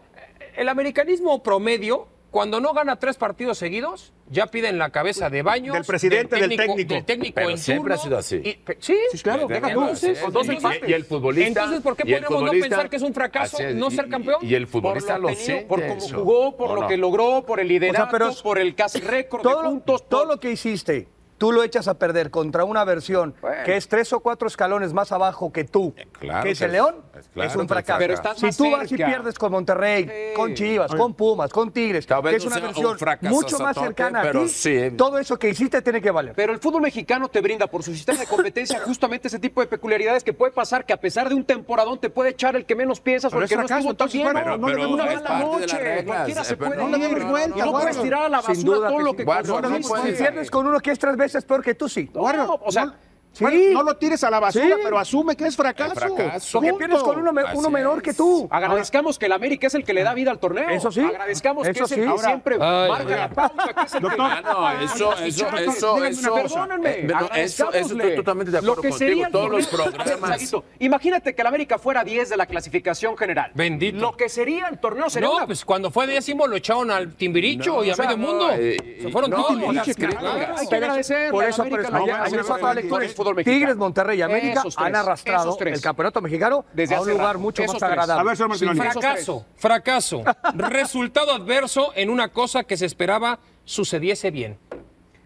Speaker 4: el americanismo promedio cuando no gana tres partidos seguidos, ya piden la cabeza de baños.
Speaker 3: Del presidente, del técnico.
Speaker 4: Del técnico
Speaker 6: Pero
Speaker 4: en turno,
Speaker 6: siempre ha sido así.
Speaker 4: y- pe- sí,
Speaker 3: Sí, claro, deja tú.
Speaker 4: Entonces,
Speaker 6: Con dos
Speaker 4: entonces-
Speaker 6: empates. y el futbolista.
Speaker 4: Entonces, ¿por qué
Speaker 6: y el
Speaker 4: podríamos no
Speaker 6: futbolista-
Speaker 4: pensar que es un fracaso
Speaker 6: Así es,
Speaker 4: no
Speaker 6: y-
Speaker 4: ser campeón?
Speaker 6: Y, y el futbolista lo,
Speaker 5: tenido,
Speaker 6: siente
Speaker 5: por cómo
Speaker 6: eso.
Speaker 5: jugó, por
Speaker 6: ¿O
Speaker 5: lo
Speaker 6: no?
Speaker 5: que logró, por el liderato,
Speaker 2: pero-
Speaker 5: por el casi récord
Speaker 2: todo,
Speaker 5: de
Speaker 2: lo-
Speaker 5: puntos.
Speaker 2: todo
Speaker 5: por-
Speaker 2: lo que hiciste, tú lo echas a perder contra una versión
Speaker 5: Bueno.
Speaker 2: que es tres o cuatro escalones más abajo que tú,
Speaker 6: Eh, claro
Speaker 2: que es
Speaker 6: que
Speaker 2: el
Speaker 6: es-
Speaker 2: León,
Speaker 6: es
Speaker 2: es,
Speaker 6: claro que es
Speaker 2: un fracaso.
Speaker 6: Pero
Speaker 5: estás
Speaker 2: si
Speaker 5: más
Speaker 2: tú vas y
Speaker 5: cerca.
Speaker 2: pierdes con Monterrey,
Speaker 5: Sí.
Speaker 2: con Chivas, con Pumas, con Tigres,
Speaker 6: Tal vez
Speaker 2: que es
Speaker 6: no
Speaker 2: una
Speaker 6: sea un
Speaker 2: versión
Speaker 6: fracaso
Speaker 2: mucho más
Speaker 6: totote,
Speaker 2: cercana a
Speaker 6: pero
Speaker 2: ti,
Speaker 6: sí.
Speaker 2: todo eso que hiciste tiene que valer.
Speaker 5: Pero el fútbol mexicano te brinda por su sistema de competencia justamente ese tipo de peculiaridades que puede pasar que a pesar de un temporadón te puede echar el que menos piensas
Speaker 3: Pero
Speaker 5: porque
Speaker 3: es
Speaker 5: no
Speaker 3: fracaso,
Speaker 5: estuvo tan
Speaker 3: entonces,
Speaker 5: bien.
Speaker 3: bueno,
Speaker 6: Pero-
Speaker 5: no,
Speaker 3: le
Speaker 6: pero
Speaker 3: demos una
Speaker 6: es
Speaker 3: mala
Speaker 6: parte de las reglas,
Speaker 5: cualquiera se
Speaker 6: eh, pero
Speaker 5: puede
Speaker 6: no
Speaker 5: ir.
Speaker 6: le demos
Speaker 3: vuelta,
Speaker 5: No puedes
Speaker 3: Warner.
Speaker 5: tirar a la
Speaker 2: Sin
Speaker 5: basura
Speaker 2: duda
Speaker 5: todo
Speaker 2: que
Speaker 5: lo
Speaker 2: sí.
Speaker 5: que
Speaker 6: Warner,
Speaker 5: construiste.
Speaker 6: no puedes.
Speaker 2: si pierdes con uno que es tres veces peor que tú, sí.
Speaker 5: No, o sea,
Speaker 3: no,
Speaker 2: sí.
Speaker 3: bueno, no lo tires a la basura,
Speaker 2: Sí.
Speaker 3: pero asume que es fracaso.
Speaker 6: Es fracaso.
Speaker 2: Porque
Speaker 3: Punto.
Speaker 2: pierdes con uno, me-
Speaker 6: Así
Speaker 2: uno menor
Speaker 6: es.
Speaker 2: que tú.
Speaker 5: Agradezcamos que el América es el que le da vida al torneo.
Speaker 2: Eso sí.
Speaker 5: Agradezcamos que
Speaker 2: Eso
Speaker 5: es el
Speaker 2: sí.
Speaker 5: que
Speaker 2: Ahora-
Speaker 5: siempre
Speaker 4: Ay,
Speaker 5: marca
Speaker 4: ay,
Speaker 5: la pauta, que es el que
Speaker 6: Ah, no, eso, eso,
Speaker 5: Díganme
Speaker 6: eso,
Speaker 5: una-
Speaker 6: eso.
Speaker 5: Perdónenme.
Speaker 6: eh, no, eso, eso
Speaker 5: agradezcámosle.
Speaker 6: estoy totalmente de
Speaker 5: Lo
Speaker 6: acuerdo
Speaker 5: que sería
Speaker 6: contigo.
Speaker 5: el
Speaker 6: Todos
Speaker 5: [laughs]
Speaker 6: los
Speaker 5: torneo-
Speaker 6: programas.
Speaker 5: Saguito, Imagínate que el América fuera 10 de la clasificación general.
Speaker 4: Bendito.
Speaker 5: Lo que sería el torneo sería
Speaker 4: No,
Speaker 5: una-
Speaker 4: pues cuando fue décimo lo echaron al Timbiricho
Speaker 6: No,
Speaker 4: y a
Speaker 6: o sea,
Speaker 4: medio
Speaker 6: no,
Speaker 4: mundo.
Speaker 6: eh,
Speaker 4: Se fueron
Speaker 6: no,
Speaker 4: todos.
Speaker 6: y las críticas.
Speaker 5: Claro, hay que
Speaker 2: Por eso-
Speaker 5: agradecerle
Speaker 2: Por
Speaker 5: al
Speaker 2: eso, por eso,
Speaker 5: América la
Speaker 2: ayer-
Speaker 5: llegada,
Speaker 2: ayer
Speaker 5: agradecerle
Speaker 2: cuatro
Speaker 5: al América
Speaker 2: lectores,
Speaker 5: del fútbol mexicano.
Speaker 2: Tigres, Monterrey y América
Speaker 5: Esos tres,
Speaker 2: han arrastrado
Speaker 5: esos tres.
Speaker 2: el campeonato mexicano
Speaker 5: Desde
Speaker 2: a
Speaker 5: hace
Speaker 2: un lugar
Speaker 5: rato,
Speaker 2: mucho
Speaker 5: esos
Speaker 2: más
Speaker 5: tres.
Speaker 2: agradable.
Speaker 3: A ver, señor Martinoli.
Speaker 5: Sin fracaso.
Speaker 4: Fracaso, fracaso. Resultado adverso en una cosa que se esperaba sucediese bien.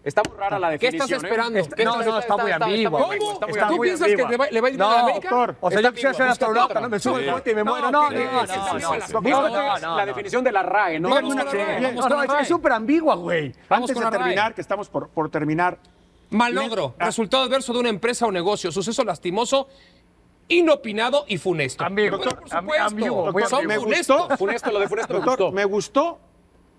Speaker 5: Está muy rara la
Speaker 4: ¿Qué estás
Speaker 5: definición. ¿eh?
Speaker 4: esperando?
Speaker 5: Está-
Speaker 4: ¿Qué
Speaker 2: no,
Speaker 4: estás-
Speaker 2: no, está muy ambiguo,
Speaker 5: ¿Cómo?
Speaker 2: güey.
Speaker 5: Está muy
Speaker 2: Está
Speaker 5: ambiguo.
Speaker 4: ¿Tú
Speaker 2: muy
Speaker 4: piensas
Speaker 2: ambiguo.
Speaker 4: que le va- le va a ir bien
Speaker 2: No,
Speaker 4: a la América?
Speaker 3: doctor.
Speaker 2: O sea,
Speaker 5: Está
Speaker 2: yo quisiera ser
Speaker 5: ambiguo. Búscate
Speaker 2: astronauta,
Speaker 5: otra.
Speaker 2: no me subo al
Speaker 6: Sí.
Speaker 2: cohete y me muero.
Speaker 4: No,
Speaker 2: No,
Speaker 4: que-
Speaker 2: no,
Speaker 4: que- que-
Speaker 2: no,
Speaker 4: que-
Speaker 2: no.
Speaker 5: Búscate
Speaker 4: No, no, no,
Speaker 5: la
Speaker 4: no.
Speaker 5: definición de la RAE, ¿no?
Speaker 4: Vamos con la
Speaker 5: Sí.
Speaker 4: RAE.
Speaker 3: bien.
Speaker 4: Vamos
Speaker 2: No,
Speaker 4: con
Speaker 2: no,
Speaker 4: la
Speaker 2: es que
Speaker 4: RAE.
Speaker 2: es súper ambigua, güey.
Speaker 4: Vamos con
Speaker 3: Antes de
Speaker 4: la RAE.
Speaker 3: terminar, que estamos por, por terminar.
Speaker 4: Mal logro. Resultado adverso de una empresa o negocio. Suceso lastimoso, inopinado y funesto.
Speaker 2: Ambiguo.
Speaker 4: Bueno, por
Speaker 2: Am-
Speaker 4: supuesto.
Speaker 2: ambiguo, muy
Speaker 4: Son
Speaker 2: ambiguo.
Speaker 3: me
Speaker 4: funestos.
Speaker 3: gustó.
Speaker 5: Funesto, lo de Funesto me
Speaker 3: Doctor,
Speaker 5: gustó.
Speaker 3: me gustó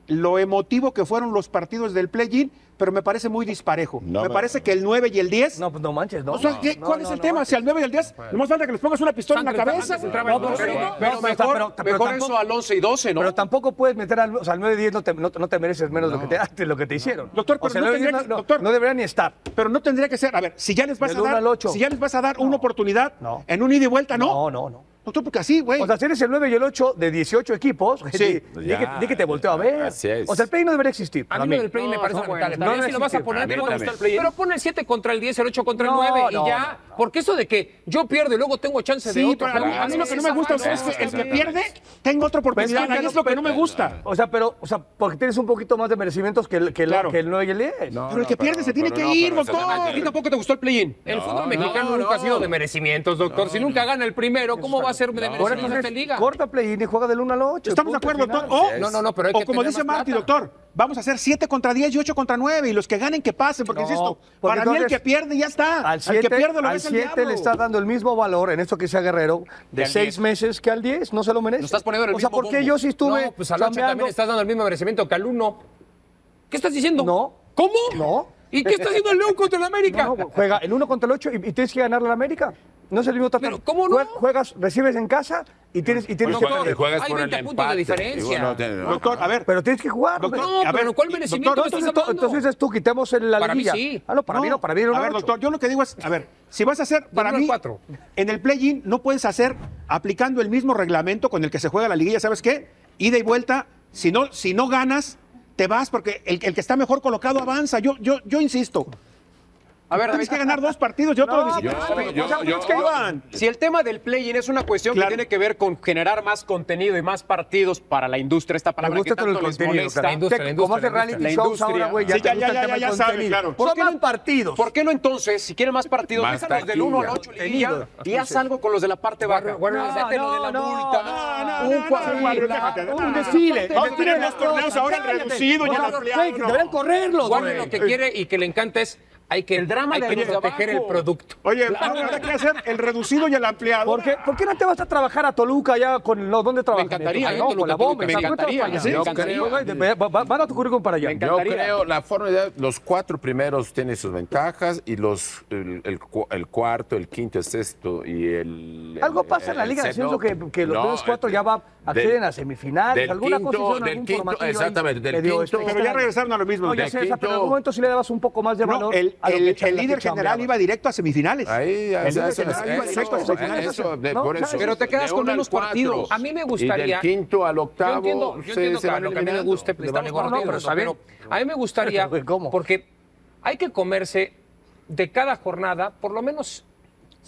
Speaker 3: lo emotivo que fueron los partidos del play-in, pero me parece muy disparejo.
Speaker 6: No,
Speaker 3: me
Speaker 6: no.
Speaker 3: parece que el 9 y el 10.
Speaker 2: No, pues no manches, no.
Speaker 3: O sea, ¿qué-
Speaker 2: No,
Speaker 3: ¿Cuál
Speaker 2: no,
Speaker 3: es el
Speaker 2: no,
Speaker 3: tema?
Speaker 2: manches.
Speaker 3: Si al 9 y al 10, nomás falta que les pongas una pistola en la
Speaker 4: Antes-
Speaker 3: cabeza.
Speaker 4: antes entraba el
Speaker 3: No,
Speaker 4: Monterrey.
Speaker 3: pero-
Speaker 2: pero-
Speaker 5: Pero
Speaker 2: pero está- pero-
Speaker 5: mejor,
Speaker 2: pero
Speaker 5: mejor
Speaker 2: tampoco-
Speaker 5: eso al 11 y 12, ¿no?
Speaker 2: Pero tampoco puedes meter al, o sea, al 9-10 no te, no, no te mereces menos lo que te, de lo que te hicieron.
Speaker 3: Doctor, pero
Speaker 2: o sea,
Speaker 3: no
Speaker 2: el 9-10
Speaker 3: tendría que-
Speaker 2: no,
Speaker 3: doctor.
Speaker 2: no debería ni estar.
Speaker 3: Pero no tendría que ser. A ver, si ya les vas
Speaker 2: Del
Speaker 3: a
Speaker 2: uno
Speaker 3: dar,
Speaker 2: al ocho.
Speaker 3: si ya les vas a dar una oportunidad
Speaker 2: No.
Speaker 3: en un ida y vuelta, no.
Speaker 2: No, no, no.
Speaker 3: Doctor, porque así, güey.
Speaker 2: O sea, si eres el 9 y el 8 de 18 equipos, di, di
Speaker 6: Ya,
Speaker 2: que, di que te volteo a ver.
Speaker 6: así es.
Speaker 2: O sea, el play no debería existir.
Speaker 4: A
Speaker 2: para
Speaker 4: mí
Speaker 2: mí.
Speaker 4: lo del play me
Speaker 5: No,
Speaker 4: parece
Speaker 5: está bueno,
Speaker 4: lamentable.
Speaker 5: está
Speaker 4: También
Speaker 5: bien.
Speaker 4: si lo vas a poner,
Speaker 6: A
Speaker 4: no
Speaker 6: mí
Speaker 4: me
Speaker 6: también.
Speaker 4: gusta el play. Pero pon el 7 contra el 10, el 8 contra el
Speaker 2: No,
Speaker 4: 9 y
Speaker 2: no,
Speaker 4: ya.
Speaker 2: no, no.
Speaker 4: Porque eso de que yo pierdo y luego tengo chance de
Speaker 3: sí,
Speaker 4: otro.
Speaker 3: pero a mí, a mí lo que no me gusta
Speaker 6: Claro,
Speaker 3: es que el que
Speaker 6: exactamente.
Speaker 3: pierde tenga otra oportunidad.
Speaker 2: Pero Pues es que
Speaker 3: Ahí es lo que no me
Speaker 6: pero-
Speaker 3: gusta.
Speaker 2: O sea, pero, o sea, porque tienes un poquito más de merecimientos que el, que el,
Speaker 3: Claro.
Speaker 2: que el 9 y el 10.
Speaker 3: Pero el que pierde se tiene que ir, doctor.
Speaker 5: ¿A ti tampoco te gustó el play-in?
Speaker 4: El
Speaker 6: No,
Speaker 4: fútbol mexicano
Speaker 6: no,
Speaker 4: nunca
Speaker 6: no.
Speaker 4: ha sido de merecimientos, doctor. si nunca gana el primero, ¿cómo va a ser de
Speaker 2: Ahora
Speaker 4: merecimientos esta
Speaker 2: entonces,
Speaker 4: liga?
Speaker 2: corta play y juega del 1 al 8.
Speaker 3: Estamos de
Speaker 2: punto
Speaker 3: acuerdo,
Speaker 2: final.
Speaker 3: doctor. O,
Speaker 4: No, no, no, pero hay
Speaker 3: o
Speaker 4: que
Speaker 3: como
Speaker 4: tener
Speaker 3: dice
Speaker 4: más
Speaker 3: Marty,
Speaker 4: plata.
Speaker 3: doctor, vamos a hacer 7 contra 10 y 8 contra 9. Y los que ganen, que pasen. Porque
Speaker 2: No,
Speaker 3: insisto,
Speaker 2: porque
Speaker 3: para mí el
Speaker 2: entonces,
Speaker 3: que pierde ya está.
Speaker 2: Al 7,
Speaker 3: el que pierde lo
Speaker 2: al
Speaker 3: ves el
Speaker 2: 7
Speaker 3: diablo.
Speaker 2: le estás dando el mismo valor en esto que sea Guerrero de
Speaker 5: al
Speaker 2: 6
Speaker 5: 10.
Speaker 2: meses que al 10. No se lo merece.
Speaker 5: Lo estás poniendo en el
Speaker 2: O sea,
Speaker 5: mismo
Speaker 2: ¿por qué
Speaker 5: bombo.
Speaker 2: yo sí estuve.
Speaker 4: No, pues al 8
Speaker 2: chambeando?
Speaker 4: también estás dando el mismo merecimiento que al 1. ¿Qué estás diciendo?
Speaker 2: No.
Speaker 4: ¿Cómo?
Speaker 2: No.
Speaker 4: ¿Y qué está haciendo el León [laughs] contra el América?
Speaker 2: No, no, juega el 1 contra el 8 y, y tienes que ganarle a la América. No es el mismo tratado.
Speaker 4: Pero, ¿cómo no?
Speaker 2: Jue- Juegas, recibes en casa y tienes, y tienes
Speaker 6: Pues
Speaker 2: que
Speaker 6: juegas-
Speaker 2: perder.
Speaker 6: juegas
Speaker 4: Hay
Speaker 6: por el
Speaker 4: 20 puntos de
Speaker 6: empate.
Speaker 4: diferencia.
Speaker 6: Digo, no, tiene- no,
Speaker 3: Doctor,
Speaker 6: no.
Speaker 3: a ver.
Speaker 2: Pero tienes que jugar.
Speaker 3: Doctor,
Speaker 2: hombre.
Speaker 4: No,
Speaker 3: a
Speaker 4: pero
Speaker 3: ver,
Speaker 4: ¿cuál
Speaker 3: y-
Speaker 4: merecimiento
Speaker 3: doctor,
Speaker 4: me estás
Speaker 2: entonces, to-
Speaker 4: hablando?
Speaker 2: entonces dices tú, quitemos el, la
Speaker 4: Para mí
Speaker 2: liguilla.
Speaker 4: sí.
Speaker 2: Ah, no, para mí no, para mí era un
Speaker 3: A ver,
Speaker 2: ocho.
Speaker 3: doctor, yo lo que digo es, a ver, si vas a hacer, para
Speaker 4: uno al
Speaker 3: mí,
Speaker 4: cuatro.
Speaker 3: en el play-in no puedes hacer, aplicando el mismo reglamento con el que se juega la liguilla, ¿sabes qué? Ida y vuelta, si no, si no ganas, te vas, porque el, el que está mejor colocado avanza. Yo, yo, yo insisto.
Speaker 5: A ver,
Speaker 3: Tienes que
Speaker 5: David,
Speaker 3: ganar dos partidos, yo otro
Speaker 6: yo-
Speaker 3: visitante.
Speaker 6: yo-
Speaker 3: O sea,
Speaker 6: yo-
Speaker 3: es que
Speaker 6: yo-
Speaker 3: iban.
Speaker 5: [laughs] si el tema del play-in es una cuestión
Speaker 3: Claro.
Speaker 5: que tiene que ver con generar más contenido y más partidos para la industria, esta
Speaker 2: Me
Speaker 5: palabra
Speaker 2: gusta
Speaker 5: que
Speaker 2: todo el
Speaker 5: tanto les
Speaker 2: contenido.
Speaker 5: molesta.
Speaker 2: claro.
Speaker 4: La industria,
Speaker 2: Te-
Speaker 4: la
Speaker 2: Como
Speaker 4: industria,
Speaker 2: hace
Speaker 4: la
Speaker 2: reality
Speaker 5: industria.
Speaker 2: shows ahora, güey, ya
Speaker 3: Sí, ya,
Speaker 2: te gusta
Speaker 3: ya,
Speaker 2: el tema
Speaker 3: ya,
Speaker 2: del
Speaker 3: ya sabe,
Speaker 2: contenido.
Speaker 3: claro.
Speaker 2: ¿Por
Speaker 5: ¿Por
Speaker 2: qué
Speaker 5: qué no-
Speaker 2: no partidos?
Speaker 5: Pues, ¿Por qué no entonces, si quieren más partidos,
Speaker 6: Más
Speaker 5: déjalos del 1 al
Speaker 6: taquilla.
Speaker 5: 8 liguilla
Speaker 2: Contenido.
Speaker 5: y haz algo con los de la parte baja.
Speaker 4: Warner,
Speaker 5: Haz de lo de la
Speaker 2: no,
Speaker 5: multa.
Speaker 3: no,
Speaker 5: un
Speaker 3: no,
Speaker 5: cuadro-
Speaker 3: no,
Speaker 5: Warner,
Speaker 3: Warner,
Speaker 5: déjate,
Speaker 3: déjate,
Speaker 2: Un
Speaker 3: no,
Speaker 2: desfile.
Speaker 3: no, no,
Speaker 2: el desfile
Speaker 3: no,
Speaker 2: de las
Speaker 3: los torneos
Speaker 2: cosas,
Speaker 3: ahora
Speaker 2: cállate.
Speaker 3: reducidos, ya
Speaker 2: Oigan,
Speaker 3: lo ampliaron,
Speaker 2: güey,
Speaker 3: no.
Speaker 2: Deberían correrlos,
Speaker 4: Warner
Speaker 2: güey.
Speaker 4: lo que quiere y que le encanta es hay que,
Speaker 5: El drama
Speaker 4: hay
Speaker 5: de
Speaker 4: que
Speaker 5: los de
Speaker 4: proteger
Speaker 5: abajo.
Speaker 4: el producto.
Speaker 3: Oye, ahora habrá que hacer el reducido y el ampliado.
Speaker 2: ¿Por qué, por qué no te vas a trabajar a Toluca ya con los dónde trabajas?
Speaker 5: encantaría,
Speaker 2: No,
Speaker 5: ¿eh?
Speaker 2: con la
Speaker 5: Toluca,
Speaker 2: bomba.
Speaker 5: me
Speaker 2: ¿sabes? Vete
Speaker 5: encantaría,
Speaker 2: para allá.
Speaker 5: sí, me
Speaker 2: Yo
Speaker 5: encantaría.
Speaker 2: creo, güey, de- ve- va- va- Van a tu currículum para allá.
Speaker 5: Me
Speaker 6: Yo
Speaker 5: encantaría.
Speaker 6: creo la forma de los cuatro primeros tienen sus ventajas y los el, el cu- el cuarto, el quinto, el sexto y el
Speaker 2: Algo
Speaker 6: el-
Speaker 2: pasa en la
Speaker 6: el
Speaker 2: Liga de
Speaker 6: sexto.
Speaker 2: Ascenso que, que los
Speaker 6: No, eh,
Speaker 2: primeros cuatro ya va,
Speaker 6: del-
Speaker 2: acceden a semifinales,
Speaker 6: del
Speaker 2: alguna
Speaker 6: quinto-
Speaker 2: cosa hicieron
Speaker 6: del
Speaker 2: algún
Speaker 6: quinto-
Speaker 2: formatillo ahí
Speaker 6: exactamente, del
Speaker 2: medio
Speaker 6: quinto-
Speaker 3: Pero ya regresaron a lo mismo.
Speaker 2: No, ya
Speaker 6: del
Speaker 2: sé, esa, pero en
Speaker 6: quinto-
Speaker 2: algún momento sí le dabas un poco más de
Speaker 3: No,
Speaker 2: valor.
Speaker 3: el,
Speaker 2: a lo
Speaker 3: el,
Speaker 2: que
Speaker 3: el
Speaker 2: chambeaba.
Speaker 3: líder general iba directo a semifinales.
Speaker 6: Ahí,
Speaker 3: El
Speaker 6: eso,
Speaker 3: líder
Speaker 6: eso,
Speaker 3: general iba
Speaker 6: eso,
Speaker 3: directo a semifinales.
Speaker 6: eso, de-
Speaker 2: No,
Speaker 6: por
Speaker 2: claro.
Speaker 6: eso.
Speaker 4: Pero te quedas
Speaker 6: De
Speaker 4: con
Speaker 6: uno al
Speaker 4: unos
Speaker 6: cuatro.
Speaker 4: partidos. A mí me
Speaker 6: Y
Speaker 4: gustaría-
Speaker 6: del quinto al
Speaker 4: Yo
Speaker 6: octavo.
Speaker 4: entiendo, yo
Speaker 6: se-
Speaker 4: entiendo
Speaker 6: se
Speaker 4: que a
Speaker 6: van
Speaker 4: lo que a mí me
Speaker 6: eliminando.
Speaker 4: guste, pues
Speaker 2: Le van
Speaker 4: estamos con
Speaker 2: igualando,
Speaker 4: los pero
Speaker 2: pero
Speaker 4: a mí me gustaría,
Speaker 2: Pero, ¿cómo?
Speaker 4: porque hay que comerse de cada jornada por lo menos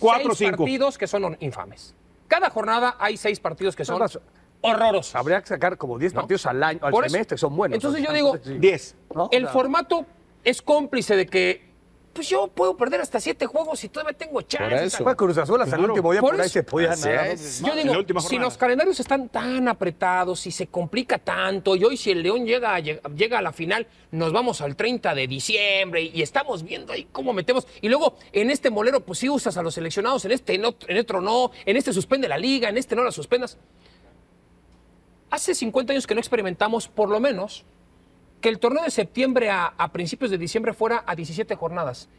Speaker 3: Cuatro,
Speaker 4: seis
Speaker 3: cinco.
Speaker 4: partidos que son infames. Cada jornada hay seis partidos que son
Speaker 2: Además,
Speaker 4: horrorosos.
Speaker 2: Habría que sacar como 10
Speaker 4: ¿no?
Speaker 2: partidos al año, al
Speaker 4: Por eso.
Speaker 2: semestre, son buenos.
Speaker 4: Entonces yo digo,
Speaker 2: Sí.
Speaker 3: 10.
Speaker 2: ¿no?
Speaker 4: El
Speaker 2: Claro.
Speaker 4: formato es cómplice de que pues yo puedo perder hasta siete juegos y todavía tengo chance.
Speaker 6: eso.
Speaker 2: Fue Cruz Azul hasta el último día,
Speaker 4: Por
Speaker 2: por ahí
Speaker 4: eso.
Speaker 2: se podía
Speaker 6: Así
Speaker 2: nadar, ¿no?
Speaker 6: es.
Speaker 4: Yo
Speaker 3: en la
Speaker 4: digo,
Speaker 3: última
Speaker 4: si
Speaker 3: jornada.
Speaker 4: los calendarios están tan apretados, si se complica tanto, y hoy si el León llega a, lleg- llega a la final, nos vamos al 30 de diciembre y, y estamos viendo ahí cómo metemos. Y luego, en este molero, pues sí usas a los seleccionados, en este no, en otro no, en este suspende la liga, en este no la suspendas. Hace 50 años que no experimentamos, por lo menos, que el torneo de septiembre a, a principios de diciembre fuera a 17 jornadas.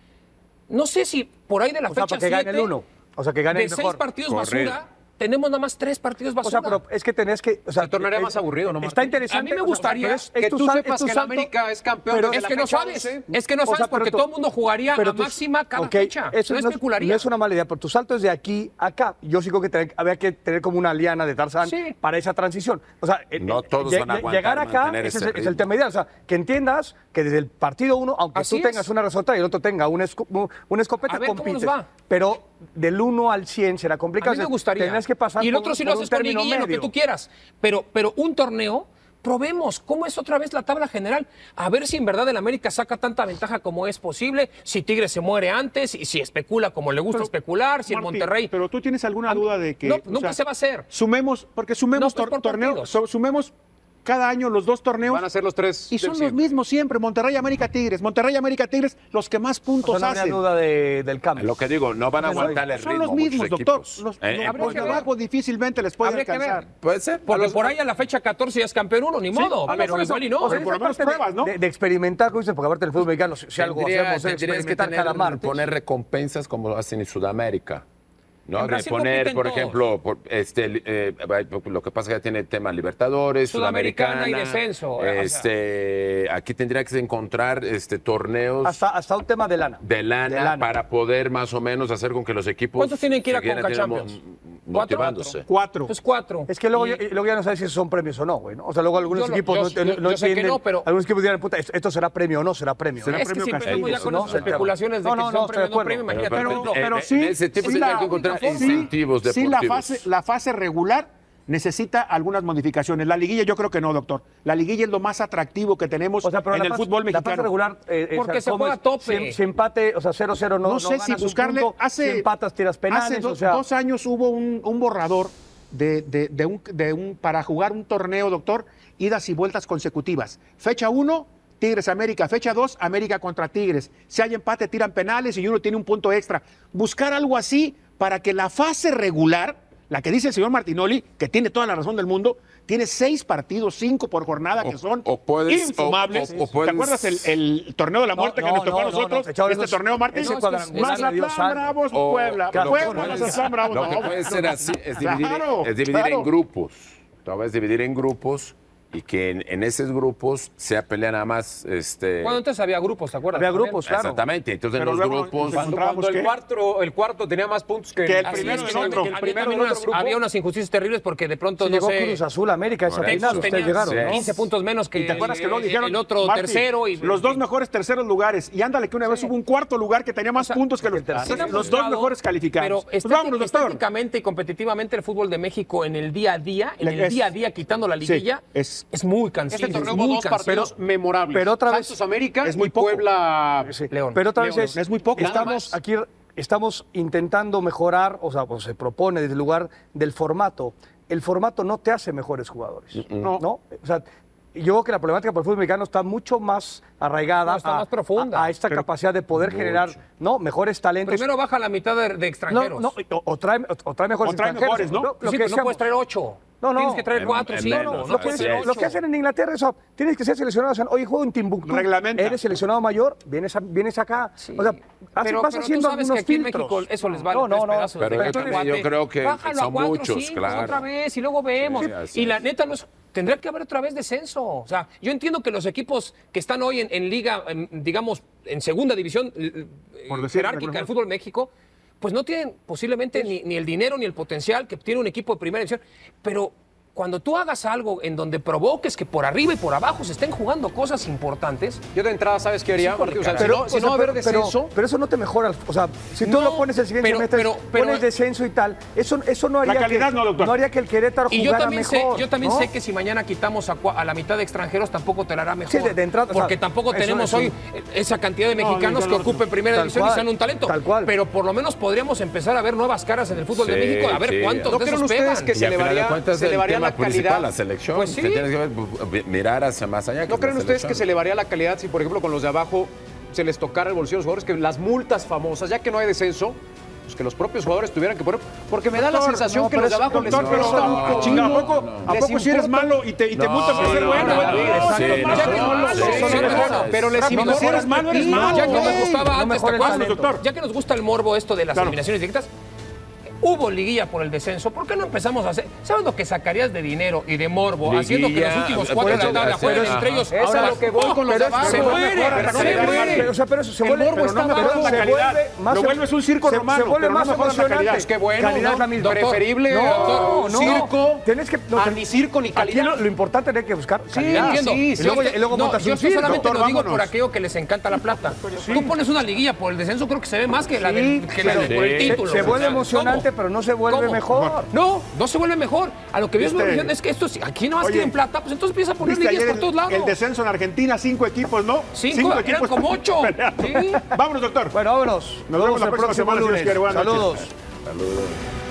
Speaker 4: No sé si por ahí de la
Speaker 2: O sea,
Speaker 4: fecha
Speaker 2: para que gane el
Speaker 4: siete,
Speaker 2: uno. O sea, que gane
Speaker 4: de
Speaker 2: el
Speaker 4: seis
Speaker 2: mejor.
Speaker 4: partidos
Speaker 6: Correcto.
Speaker 4: basura, tenemos nada más tres partidos
Speaker 2: O
Speaker 4: basura.
Speaker 2: sea, pero es que tenés que. O sea,
Speaker 5: Se tornaría más
Speaker 2: es-
Speaker 5: aburrido, ¿no,
Speaker 2: Está
Speaker 5: Martín?
Speaker 2: interesante.
Speaker 4: A mí me
Speaker 2: o sea,
Speaker 4: gustaría
Speaker 2: pero es- es
Speaker 5: que
Speaker 2: tu
Speaker 5: tú
Speaker 2: san-
Speaker 5: sepas
Speaker 2: es tu
Speaker 5: que el
Speaker 2: santo-
Speaker 5: América es campeón
Speaker 2: pero-
Speaker 5: de
Speaker 4: es
Speaker 5: la
Speaker 4: que no
Speaker 5: fecha
Speaker 4: sabes,
Speaker 5: 11.
Speaker 4: es que no
Speaker 2: O sea,
Speaker 4: sabes porque
Speaker 2: pero tú-
Speaker 4: todo el mundo jugaría
Speaker 2: pero
Speaker 4: a
Speaker 2: tú-
Speaker 4: máxima cada
Speaker 2: ok,
Speaker 4: fecha.
Speaker 2: Eso
Speaker 4: no,
Speaker 2: no, es,
Speaker 4: especularía.
Speaker 2: no es una mala idea, pero tu salto es de aquí a acá. Yo sigo que tener- había que tener como una liana de Tarzán
Speaker 4: Sí.
Speaker 2: para esa transición. O sea, eh,
Speaker 6: No
Speaker 2: eh,
Speaker 6: todos
Speaker 2: lle-
Speaker 6: van a
Speaker 2: lle-
Speaker 6: aguantar
Speaker 2: llegar acá
Speaker 6: mantener
Speaker 2: ese es,
Speaker 6: ese
Speaker 2: el- es el
Speaker 6: ritmo.
Speaker 2: tema ideal. O sea, que entiendas que desde el partido uno, aunque
Speaker 4: Así
Speaker 2: tú
Speaker 4: es.
Speaker 2: tengas una resorta y el otro tenga una, esco- un- una escopeta,
Speaker 4: A ver cómo nos
Speaker 2: compites.
Speaker 4: va.
Speaker 2: Pero del 1 al 100 será complicado.
Speaker 4: A mí me
Speaker 2: O sea,
Speaker 4: gustaría.
Speaker 2: Tendrás que pasar
Speaker 4: y el
Speaker 2: por
Speaker 4: otro
Speaker 2: un-
Speaker 4: si lo
Speaker 2: por un
Speaker 4: haces con
Speaker 2: término
Speaker 4: liguilla, lo que
Speaker 2: medio.
Speaker 4: tú quieras. Pero, pero un torneo, probemos cómo es otra vez la tabla general. A ver si en verdad el América saca tanta ventaja como es posible, si Tigre se muere antes, y si especula como le gusta
Speaker 3: Pero,
Speaker 4: especular, si
Speaker 3: Martín,
Speaker 4: el Monterrey...
Speaker 3: Pero tú tienes alguna
Speaker 4: A mí-
Speaker 3: duda de que.
Speaker 4: No,
Speaker 3: o
Speaker 4: nunca se va a hacer.
Speaker 3: Sumemos, porque
Speaker 4: No,
Speaker 3: sumemos
Speaker 4: es por
Speaker 3: tor- torneo,
Speaker 4: partidos.
Speaker 3: so- sumemos cada año los dos torneos.
Speaker 5: Van a ser los tres.
Speaker 3: y son
Speaker 5: del
Speaker 3: los
Speaker 5: siglo.
Speaker 3: mismos siempre, Monterrey, América, Tigres. Monterrey, América, Tigres, los que más
Speaker 2: O sea,
Speaker 3: puntos
Speaker 2: Pues no habría
Speaker 3: hacen.
Speaker 2: duda de- del cambio.
Speaker 6: Lo que digo, no van a
Speaker 2: Bueno,
Speaker 6: aguantar el
Speaker 3: Son
Speaker 6: ritmo.
Speaker 3: los
Speaker 6: muchos
Speaker 3: mismos, doctor.
Speaker 6: equipos.
Speaker 3: Los,
Speaker 6: Eh,
Speaker 3: los
Speaker 6: eh,
Speaker 4: habría
Speaker 3: por
Speaker 4: que ver.
Speaker 3: debajo difícilmente les puede
Speaker 4: Habría que
Speaker 3: alcanzar.
Speaker 4: ver.
Speaker 5: Pues,
Speaker 6: Puede ser.
Speaker 4: Porque por ahí a la fecha 14 ya es campeón uno, ni modo.
Speaker 3: a lo
Speaker 4: Pero
Speaker 3: mejor
Speaker 4: igual
Speaker 3: eso-
Speaker 4: y no. ¿eh?
Speaker 3: o sea, Pero por lo menos
Speaker 2: parte de-
Speaker 3: pruebas, ¿no?
Speaker 2: De, de experimentar, como dicen, porque aparte el fútbol mexicano, si si algo
Speaker 6: Tendría-
Speaker 2: hacemos es
Speaker 6: tendrías que
Speaker 2: experimentar
Speaker 6: tener,
Speaker 2: cada martes.
Speaker 6: poner recompensas como lo hacen en Sudamérica.
Speaker 4: En
Speaker 6: ¿no? De
Speaker 4: Brasil
Speaker 6: poner,
Speaker 4: compiten
Speaker 6: por
Speaker 4: todos.
Speaker 6: ejemplo, por- este, eh, lo que pasa es que tiene temas Libertadores,
Speaker 4: Sudamericana
Speaker 6: Sudamericana,
Speaker 4: y descenso, eh, o
Speaker 6: Este, aquí tendría que encontrar este, torneos
Speaker 2: Hasta, hasta un tema de lana.
Speaker 6: de lana,
Speaker 2: de lana.
Speaker 6: para poder más o menos hacer con que los equipos.
Speaker 4: ¿Cuántos tienen que ir a
Speaker 6: siguieran,
Speaker 4: Conca
Speaker 6: digamos,
Speaker 4: Champions? ¿Cuatro?
Speaker 6: Motivándose.
Speaker 3: Cuatro.
Speaker 4: Pues cuatro.
Speaker 2: Es que luego,
Speaker 4: Y-
Speaker 2: y luego ya no sabes si son premios o no, güey. ¿no? O sea, luego algunos
Speaker 4: Yo lo-
Speaker 2: equipos
Speaker 4: yo-
Speaker 2: no,
Speaker 4: yo-
Speaker 2: no- no
Speaker 4: yo sé que
Speaker 2: entienden.
Speaker 4: no, pero-
Speaker 2: Algunos equipos dirán, puta, ¿esto esto será premio o no será premio?
Speaker 3: Será
Speaker 2: ¿no?
Speaker 4: Es que
Speaker 3: premio
Speaker 4: siempre
Speaker 3: castigo,
Speaker 4: estamos ya con
Speaker 2: ¿no?
Speaker 4: esas
Speaker 2: Se acabó.
Speaker 4: especulaciones de
Speaker 2: No,
Speaker 4: que
Speaker 2: no,
Speaker 4: son
Speaker 2: no,
Speaker 4: premio,
Speaker 2: estoy de
Speaker 4: no premio,
Speaker 2: acuerdo.
Speaker 4: imagínate.
Speaker 3: Pero-
Speaker 4: ahorita.
Speaker 3: pero
Speaker 6: eh,
Speaker 3: sí,
Speaker 6: en ese tipo
Speaker 3: sí
Speaker 6: tiene
Speaker 3: la-
Speaker 6: que encontrar
Speaker 3: sí,
Speaker 6: incentivos
Speaker 3: sí, la
Speaker 6: deportivos.
Speaker 3: fase, la fase regular necesita algunas modificaciones. La liguilla yo creo que no, doctor. La liguilla es lo más atractivo que tenemos
Speaker 2: O sea, pero
Speaker 3: en
Speaker 2: la
Speaker 3: el
Speaker 2: fase-
Speaker 3: fútbol
Speaker 2: la fase
Speaker 3: mexicano.
Speaker 2: regular. eh, eh,
Speaker 4: Porque
Speaker 2: o sea,
Speaker 4: se
Speaker 2: ¿cómo
Speaker 4: juega
Speaker 2: es?
Speaker 4: a tope.
Speaker 2: Si, si empate, o sea, 0-0 no.
Speaker 3: no, sé si
Speaker 2: ganas un
Speaker 3: buscarle
Speaker 2: punto,
Speaker 3: hace
Speaker 2: Si empatas, tiras penales.
Speaker 3: hace do-
Speaker 2: o sea,
Speaker 3: dos años hubo un, un borrador de, de- de un, de un- para jugar un torneo doctor idas y vueltas consecutivas fecha 1 Tigres América fecha 2 América contra Tigres si hay empate tiran penales y uno tiene un punto extra buscar algo así para que la fase regular la que dice el señor Martinoli que tiene toda la razón del mundo tiene seis partidos cinco por jornada que
Speaker 6: O-
Speaker 3: son
Speaker 6: o puedes-
Speaker 3: infumables
Speaker 6: o- o- o
Speaker 3: ¿te
Speaker 6: puedes-
Speaker 3: acuerdas el, el torneo de la
Speaker 2: No,
Speaker 3: muerte que
Speaker 2: no,
Speaker 3: nos tocó
Speaker 2: no, no,
Speaker 3: a
Speaker 2: no,
Speaker 3: nosotros
Speaker 2: Chavo,
Speaker 3: este
Speaker 2: esos-
Speaker 3: torneo Martín
Speaker 2: esos
Speaker 4: No,
Speaker 2: cuadrangulares
Speaker 4: Mazatlán,
Speaker 2: Dios santo.
Speaker 3: Bravos,
Speaker 6: O-
Speaker 3: Puebla.
Speaker 6: lo que
Speaker 3: Puebla,
Speaker 6: puede-
Speaker 3: Mazatlán, Bravos.
Speaker 6: Lo que
Speaker 3: No,
Speaker 6: puede ser así es dividir,
Speaker 3: Claro,
Speaker 6: es dividir
Speaker 3: claro.
Speaker 6: en grupos. Tal vez dividir en grupos y que en, en esos grupos sea pelea nada más. Este,
Speaker 4: Cuando antes había grupos, ¿te acuerdas?
Speaker 2: Había grupos, claro.
Speaker 6: Exactamente. Entonces
Speaker 3: Pero
Speaker 6: en los
Speaker 3: luego
Speaker 6: grupos.
Speaker 3: nos
Speaker 5: Cuando,
Speaker 3: encontramos
Speaker 5: cuando el,
Speaker 3: que-
Speaker 5: cuarto, el cuarto tenía más puntos que,
Speaker 3: Que el
Speaker 4: Así
Speaker 3: primero
Speaker 4: es,
Speaker 3: del
Speaker 4: que
Speaker 3: otro,
Speaker 4: había
Speaker 3: el
Speaker 4: también
Speaker 3: primero del
Speaker 4: unas-
Speaker 3: otro grupo.
Speaker 4: Había unas injusticias terribles porque de pronto,
Speaker 2: Se
Speaker 4: no
Speaker 2: llegó
Speaker 4: sé,
Speaker 2: Cruz Azul, América, esa
Speaker 6: Por
Speaker 4: Texas
Speaker 6: eso.
Speaker 2: final. Ustedes
Speaker 4: tenía
Speaker 2: llegaron, ¿no?
Speaker 4: 15 puntos menos que,
Speaker 3: ¿Y te acuerdas que luego
Speaker 4: el-
Speaker 3: dijeron
Speaker 4: el otro
Speaker 3: Martín,
Speaker 4: tercero? Y,
Speaker 3: los dos mejores terceros lugares y ándale que una vez hubo un cuarto lugar que tenía más
Speaker 4: O sea,
Speaker 3: puntos que los,
Speaker 2: el tercero.
Speaker 3: los dos
Speaker 4: demostrado,
Speaker 3: mejores calificados.
Speaker 4: Pero
Speaker 3: Pues
Speaker 4: estéti-
Speaker 3: vámonos, doctor.
Speaker 4: estéticamente y competitivamente el fútbol de México en el día a día, en el
Speaker 3: Es-
Speaker 4: día a día quitando la
Speaker 3: sí,
Speaker 4: liguilla,
Speaker 3: es-
Speaker 4: es, muy cansado.
Speaker 5: Este torneo hubo dos partidos memorables.
Speaker 2: pero otra vez-
Speaker 5: Santos América
Speaker 3: es muy
Speaker 5: y
Speaker 3: poco.
Speaker 5: Puebla.
Speaker 2: Sí.
Speaker 4: León.
Speaker 2: Pero otra vez
Speaker 3: León,
Speaker 2: es,
Speaker 3: es muy poco.
Speaker 5: Nada
Speaker 2: Estamos
Speaker 5: más.
Speaker 2: aquí, estamos intentando mejorar, o sea, pues, se propone desde el lugar del formato. El formato no te hace mejores jugadores. No. O sea, yo creo que la problemática por el fútbol mexicano está mucho más arraigada
Speaker 4: No, está
Speaker 2: a,
Speaker 4: más profunda.
Speaker 2: a- a esta capacidad de poder generar no mejores talentos.
Speaker 4: Primero baja la mitad de, de
Speaker 2: no,
Speaker 4: extranjeros.
Speaker 2: no, o, o trae, o trae mejores
Speaker 3: O trae
Speaker 2: extranjeros.
Speaker 3: mejores, ¿no?
Speaker 2: Lo-
Speaker 4: Sí,
Speaker 2: lo que
Speaker 4: pero no puedes
Speaker 2: decíamos.
Speaker 4: traer ocho.
Speaker 2: No, no.
Speaker 4: Tienes que traer
Speaker 6: En-
Speaker 4: cuatro,
Speaker 6: en
Speaker 4: sí.
Speaker 6: menos,
Speaker 4: no, no
Speaker 6: ¿no?
Speaker 2: Lo que,
Speaker 4: puedes
Speaker 6: Así
Speaker 2: hacen-
Speaker 4: traer
Speaker 6: es.
Speaker 2: lo
Speaker 4: ocho.
Speaker 2: que hacen en Inglaterra, eso, tienes que ser seleccionado, o sea, hoy juego en Timbuktu,
Speaker 3: Reglamenta.
Speaker 2: eres seleccionado mayor, vienes, a- vienes acá,
Speaker 4: Ah, Sí.
Speaker 2: o sea, hace,
Speaker 4: pero,
Speaker 2: vas
Speaker 4: pero tú
Speaker 2: haciendo
Speaker 4: sabes que
Speaker 2: algunos
Speaker 4: aquí
Speaker 2: filtros.
Speaker 4: en México eso les vale
Speaker 2: No, no,
Speaker 4: tres
Speaker 2: no.
Speaker 4: pedazos de
Speaker 6: Pero
Speaker 4: cacahuate.
Speaker 6: yo creo que
Speaker 4: Bájalo a
Speaker 6: son
Speaker 4: cuatro,
Speaker 6: muchos,
Speaker 4: cinco,
Speaker 6: claro.
Speaker 4: otra vez y luego vemos.
Speaker 6: Sí, así
Speaker 4: y la
Speaker 6: es.
Speaker 4: neta no es tendría que haber otra vez descenso. O sea, yo entiendo que los equipos que están hoy en, en liga, en, digamos, en segunda división eh,
Speaker 3: Por decir,
Speaker 4: jerárquica del
Speaker 3: algunos.
Speaker 4: fútbol México, pues no tienen posiblemente ni, ni el dinero ni el potencial que tiene un equipo de primera división. Pero cuando tú hagas algo en donde provoques que por arriba y por abajo se estén jugando cosas importantes,
Speaker 5: Yo de entrada, ¿sabes qué haría?
Speaker 4: Híjole,
Speaker 5: Martín? O sea,
Speaker 4: caray.
Speaker 5: si no, si
Speaker 2: o sea,
Speaker 5: no va a haber
Speaker 2: pero- pero-
Speaker 5: descenso,
Speaker 2: Pero, eso no te mejora. O sea, si tú
Speaker 4: No,
Speaker 2: lo pones el siguiente
Speaker 4: pero-
Speaker 2: semestre,
Speaker 4: pero- pero-
Speaker 2: pones descenso y tal, eso, eso no haría
Speaker 3: calidad
Speaker 2: que,
Speaker 3: no, doctor.
Speaker 2: haría que el Querétaro
Speaker 4: Y yo
Speaker 2: jugara
Speaker 4: también,
Speaker 2: mejor,
Speaker 4: sé, yo también
Speaker 2: ¿no?
Speaker 4: sé que si mañana quitamos a, cua- a la mitad de extranjeros tampoco te la hará mejor.
Speaker 2: Sí, de- de entrada, o sea,
Speaker 4: porque tampoco
Speaker 2: eso-
Speaker 4: tenemos
Speaker 2: eso-
Speaker 4: hoy eh, esa cantidad de
Speaker 3: No,
Speaker 4: mexicanos
Speaker 3: no,
Speaker 4: que
Speaker 3: no, no.
Speaker 4: ocupen primera
Speaker 2: Tal
Speaker 4: división
Speaker 2: cual,
Speaker 4: y sean un talento.
Speaker 2: tal cual.
Speaker 4: Pero por lo menos podríamos empezar a ver nuevas caras en el fútbol de
Speaker 6: Sí,
Speaker 4: México, a ver
Speaker 6: sí.
Speaker 4: cuántos
Speaker 5: ¿no
Speaker 4: de
Speaker 5: creen
Speaker 4: esos
Speaker 5: ustedes
Speaker 4: pegan.
Speaker 5: que
Speaker 6: Y
Speaker 5: se
Speaker 6: al
Speaker 5: le
Speaker 6: final de
Speaker 5: varía,
Speaker 6: cuentas
Speaker 5: se
Speaker 6: el
Speaker 5: le varía
Speaker 6: tema
Speaker 5: la
Speaker 6: principal,
Speaker 5: calidad?
Speaker 6: la selección.
Speaker 4: Pues sí.
Speaker 6: Te tienes que ver, bu- bu- mirar hacia más allá. que
Speaker 5: ¿No
Speaker 6: es la
Speaker 5: creen ustedes que
Speaker 6: selección.
Speaker 5: se elevaría la calidad si, por ejemplo, con los de abajo se les tocara el bolsillo a los jugadores? Que las multas famosas, ya que no hay descenso, pues que los propios jugadores tuvieran que poner. Porque me da la
Speaker 3: Doctor,
Speaker 5: sensación
Speaker 3: no,
Speaker 5: que
Speaker 3: pero
Speaker 5: los de
Speaker 3: eso-
Speaker 5: abajo les
Speaker 3: doctor, pero
Speaker 5: importa
Speaker 3: no,
Speaker 5: un
Speaker 3: no,
Speaker 5: chingo.
Speaker 3: chinga, ¿a poco,
Speaker 6: no,
Speaker 3: ¿a
Speaker 5: Les
Speaker 3: poco si eres
Speaker 5: importa.
Speaker 3: malo y te, y te multan por ser
Speaker 6: no,
Speaker 3: bueno?
Speaker 6: no,
Speaker 3: güey?
Speaker 6: no,
Speaker 3: No,
Speaker 6: sí,
Speaker 3: son los
Speaker 6: no,
Speaker 3: malos,
Speaker 4: Ya que no,
Speaker 3: son los
Speaker 6: sí,
Speaker 3: malos,
Speaker 6: sí,
Speaker 3: son
Speaker 6: sí,
Speaker 3: los
Speaker 6: sí,
Speaker 3: malos.
Speaker 6: sí.
Speaker 5: Pero les
Speaker 3: Rápido,
Speaker 5: importa.
Speaker 3: si eres malo, eres
Speaker 5: No,
Speaker 3: malo.
Speaker 4: Ya que nos
Speaker 3: güey.
Speaker 4: gustaba
Speaker 2: No
Speaker 4: antes,
Speaker 2: mejora
Speaker 4: ¿te
Speaker 2: el
Speaker 4: acuerdas,
Speaker 2: talento.
Speaker 4: doctor? Ya que nos gusta el morbo esto de las
Speaker 3: Claro.
Speaker 4: eliminaciones directas, hubo liguilla por el descenso. ¿Por qué no empezamos a hacer? ¿Sabes lo que sacarías de dinero y de morbo
Speaker 6: Liguilla,
Speaker 4: haciendo que los últimos cuatro de la
Speaker 6: por eso,
Speaker 4: tabla jueguen
Speaker 6: pero-
Speaker 4: entre ellos?
Speaker 5: Eso es a
Speaker 4: Ahora-
Speaker 5: lo que voy con los de
Speaker 4: Pero
Speaker 5: abajo.
Speaker 4: Se muere,
Speaker 3: mejora la
Speaker 4: pero se
Speaker 3: calidad.
Speaker 4: muere.
Speaker 2: Pero, o sea, pero eso se
Speaker 4: El
Speaker 2: vuelve,
Speaker 4: morbo
Speaker 2: pero
Speaker 4: está
Speaker 2: mejora
Speaker 4: bajo.
Speaker 2: la
Speaker 4: Se
Speaker 3: calidad.
Speaker 2: más
Speaker 3: Lo
Speaker 2: em-
Speaker 3: vuelves un circo
Speaker 2: se-
Speaker 3: romano,
Speaker 2: Se vuelve
Speaker 3: pero no
Speaker 2: más
Speaker 3: mejora la
Speaker 2: emocionante.
Speaker 3: calidad.
Speaker 5: Pues qué bueno,
Speaker 2: Calidad
Speaker 5: ¿no?
Speaker 2: es la misma.
Speaker 4: Doctor,
Speaker 5: preferible
Speaker 2: No,
Speaker 5: doctor, un
Speaker 2: no.
Speaker 5: circo
Speaker 2: Tienes que- no,
Speaker 5: a
Speaker 2: ten-
Speaker 5: ni circo ni
Speaker 2: Aquí
Speaker 5: calidad.
Speaker 2: lo, lo importante es que buscar calidad.
Speaker 4: Entiendo.
Speaker 2: Y luego, y luego
Speaker 4: No,
Speaker 2: montas
Speaker 4: yo
Speaker 2: un
Speaker 4: esto
Speaker 2: circo.
Speaker 4: solamente
Speaker 3: Doctor,
Speaker 4: lo digo por
Speaker 3: vámonos.
Speaker 4: aquello que les encanta la plata. Tú pones una liguilla por el descenso, creo que se ve más que la del, que la
Speaker 2: pero-
Speaker 4: del- por el
Speaker 2: Se-
Speaker 4: título.
Speaker 2: Se
Speaker 4: O
Speaker 2: vuelve
Speaker 4: sea,
Speaker 2: emocionante,
Speaker 4: ¿cómo?
Speaker 2: pero no se vuelve
Speaker 4: ¿Cómo?
Speaker 2: mejor.
Speaker 4: No, no se vuelve mejor. A lo que veo es,
Speaker 3: ¿Viste?
Speaker 4: Mauricio, es que esto, si aquí no más
Speaker 3: Oye,
Speaker 4: quieren plata, pues entonces empieza a poner
Speaker 3: ¿Viste
Speaker 4: liguillas
Speaker 3: ayer
Speaker 4: por
Speaker 3: el-
Speaker 4: todos lados.
Speaker 3: El descenso en Argentina, cinco equipos, ¿no?
Speaker 4: Cinco, eran como ocho.
Speaker 3: [laughs] peleando.
Speaker 4: Sí.
Speaker 3: Vámonos, doctor.
Speaker 2: Bueno, vámonos.
Speaker 3: Nos vemos la próxima semana, si Dios quiere. Buenas noches.
Speaker 2: Saludos.
Speaker 6: Saludos.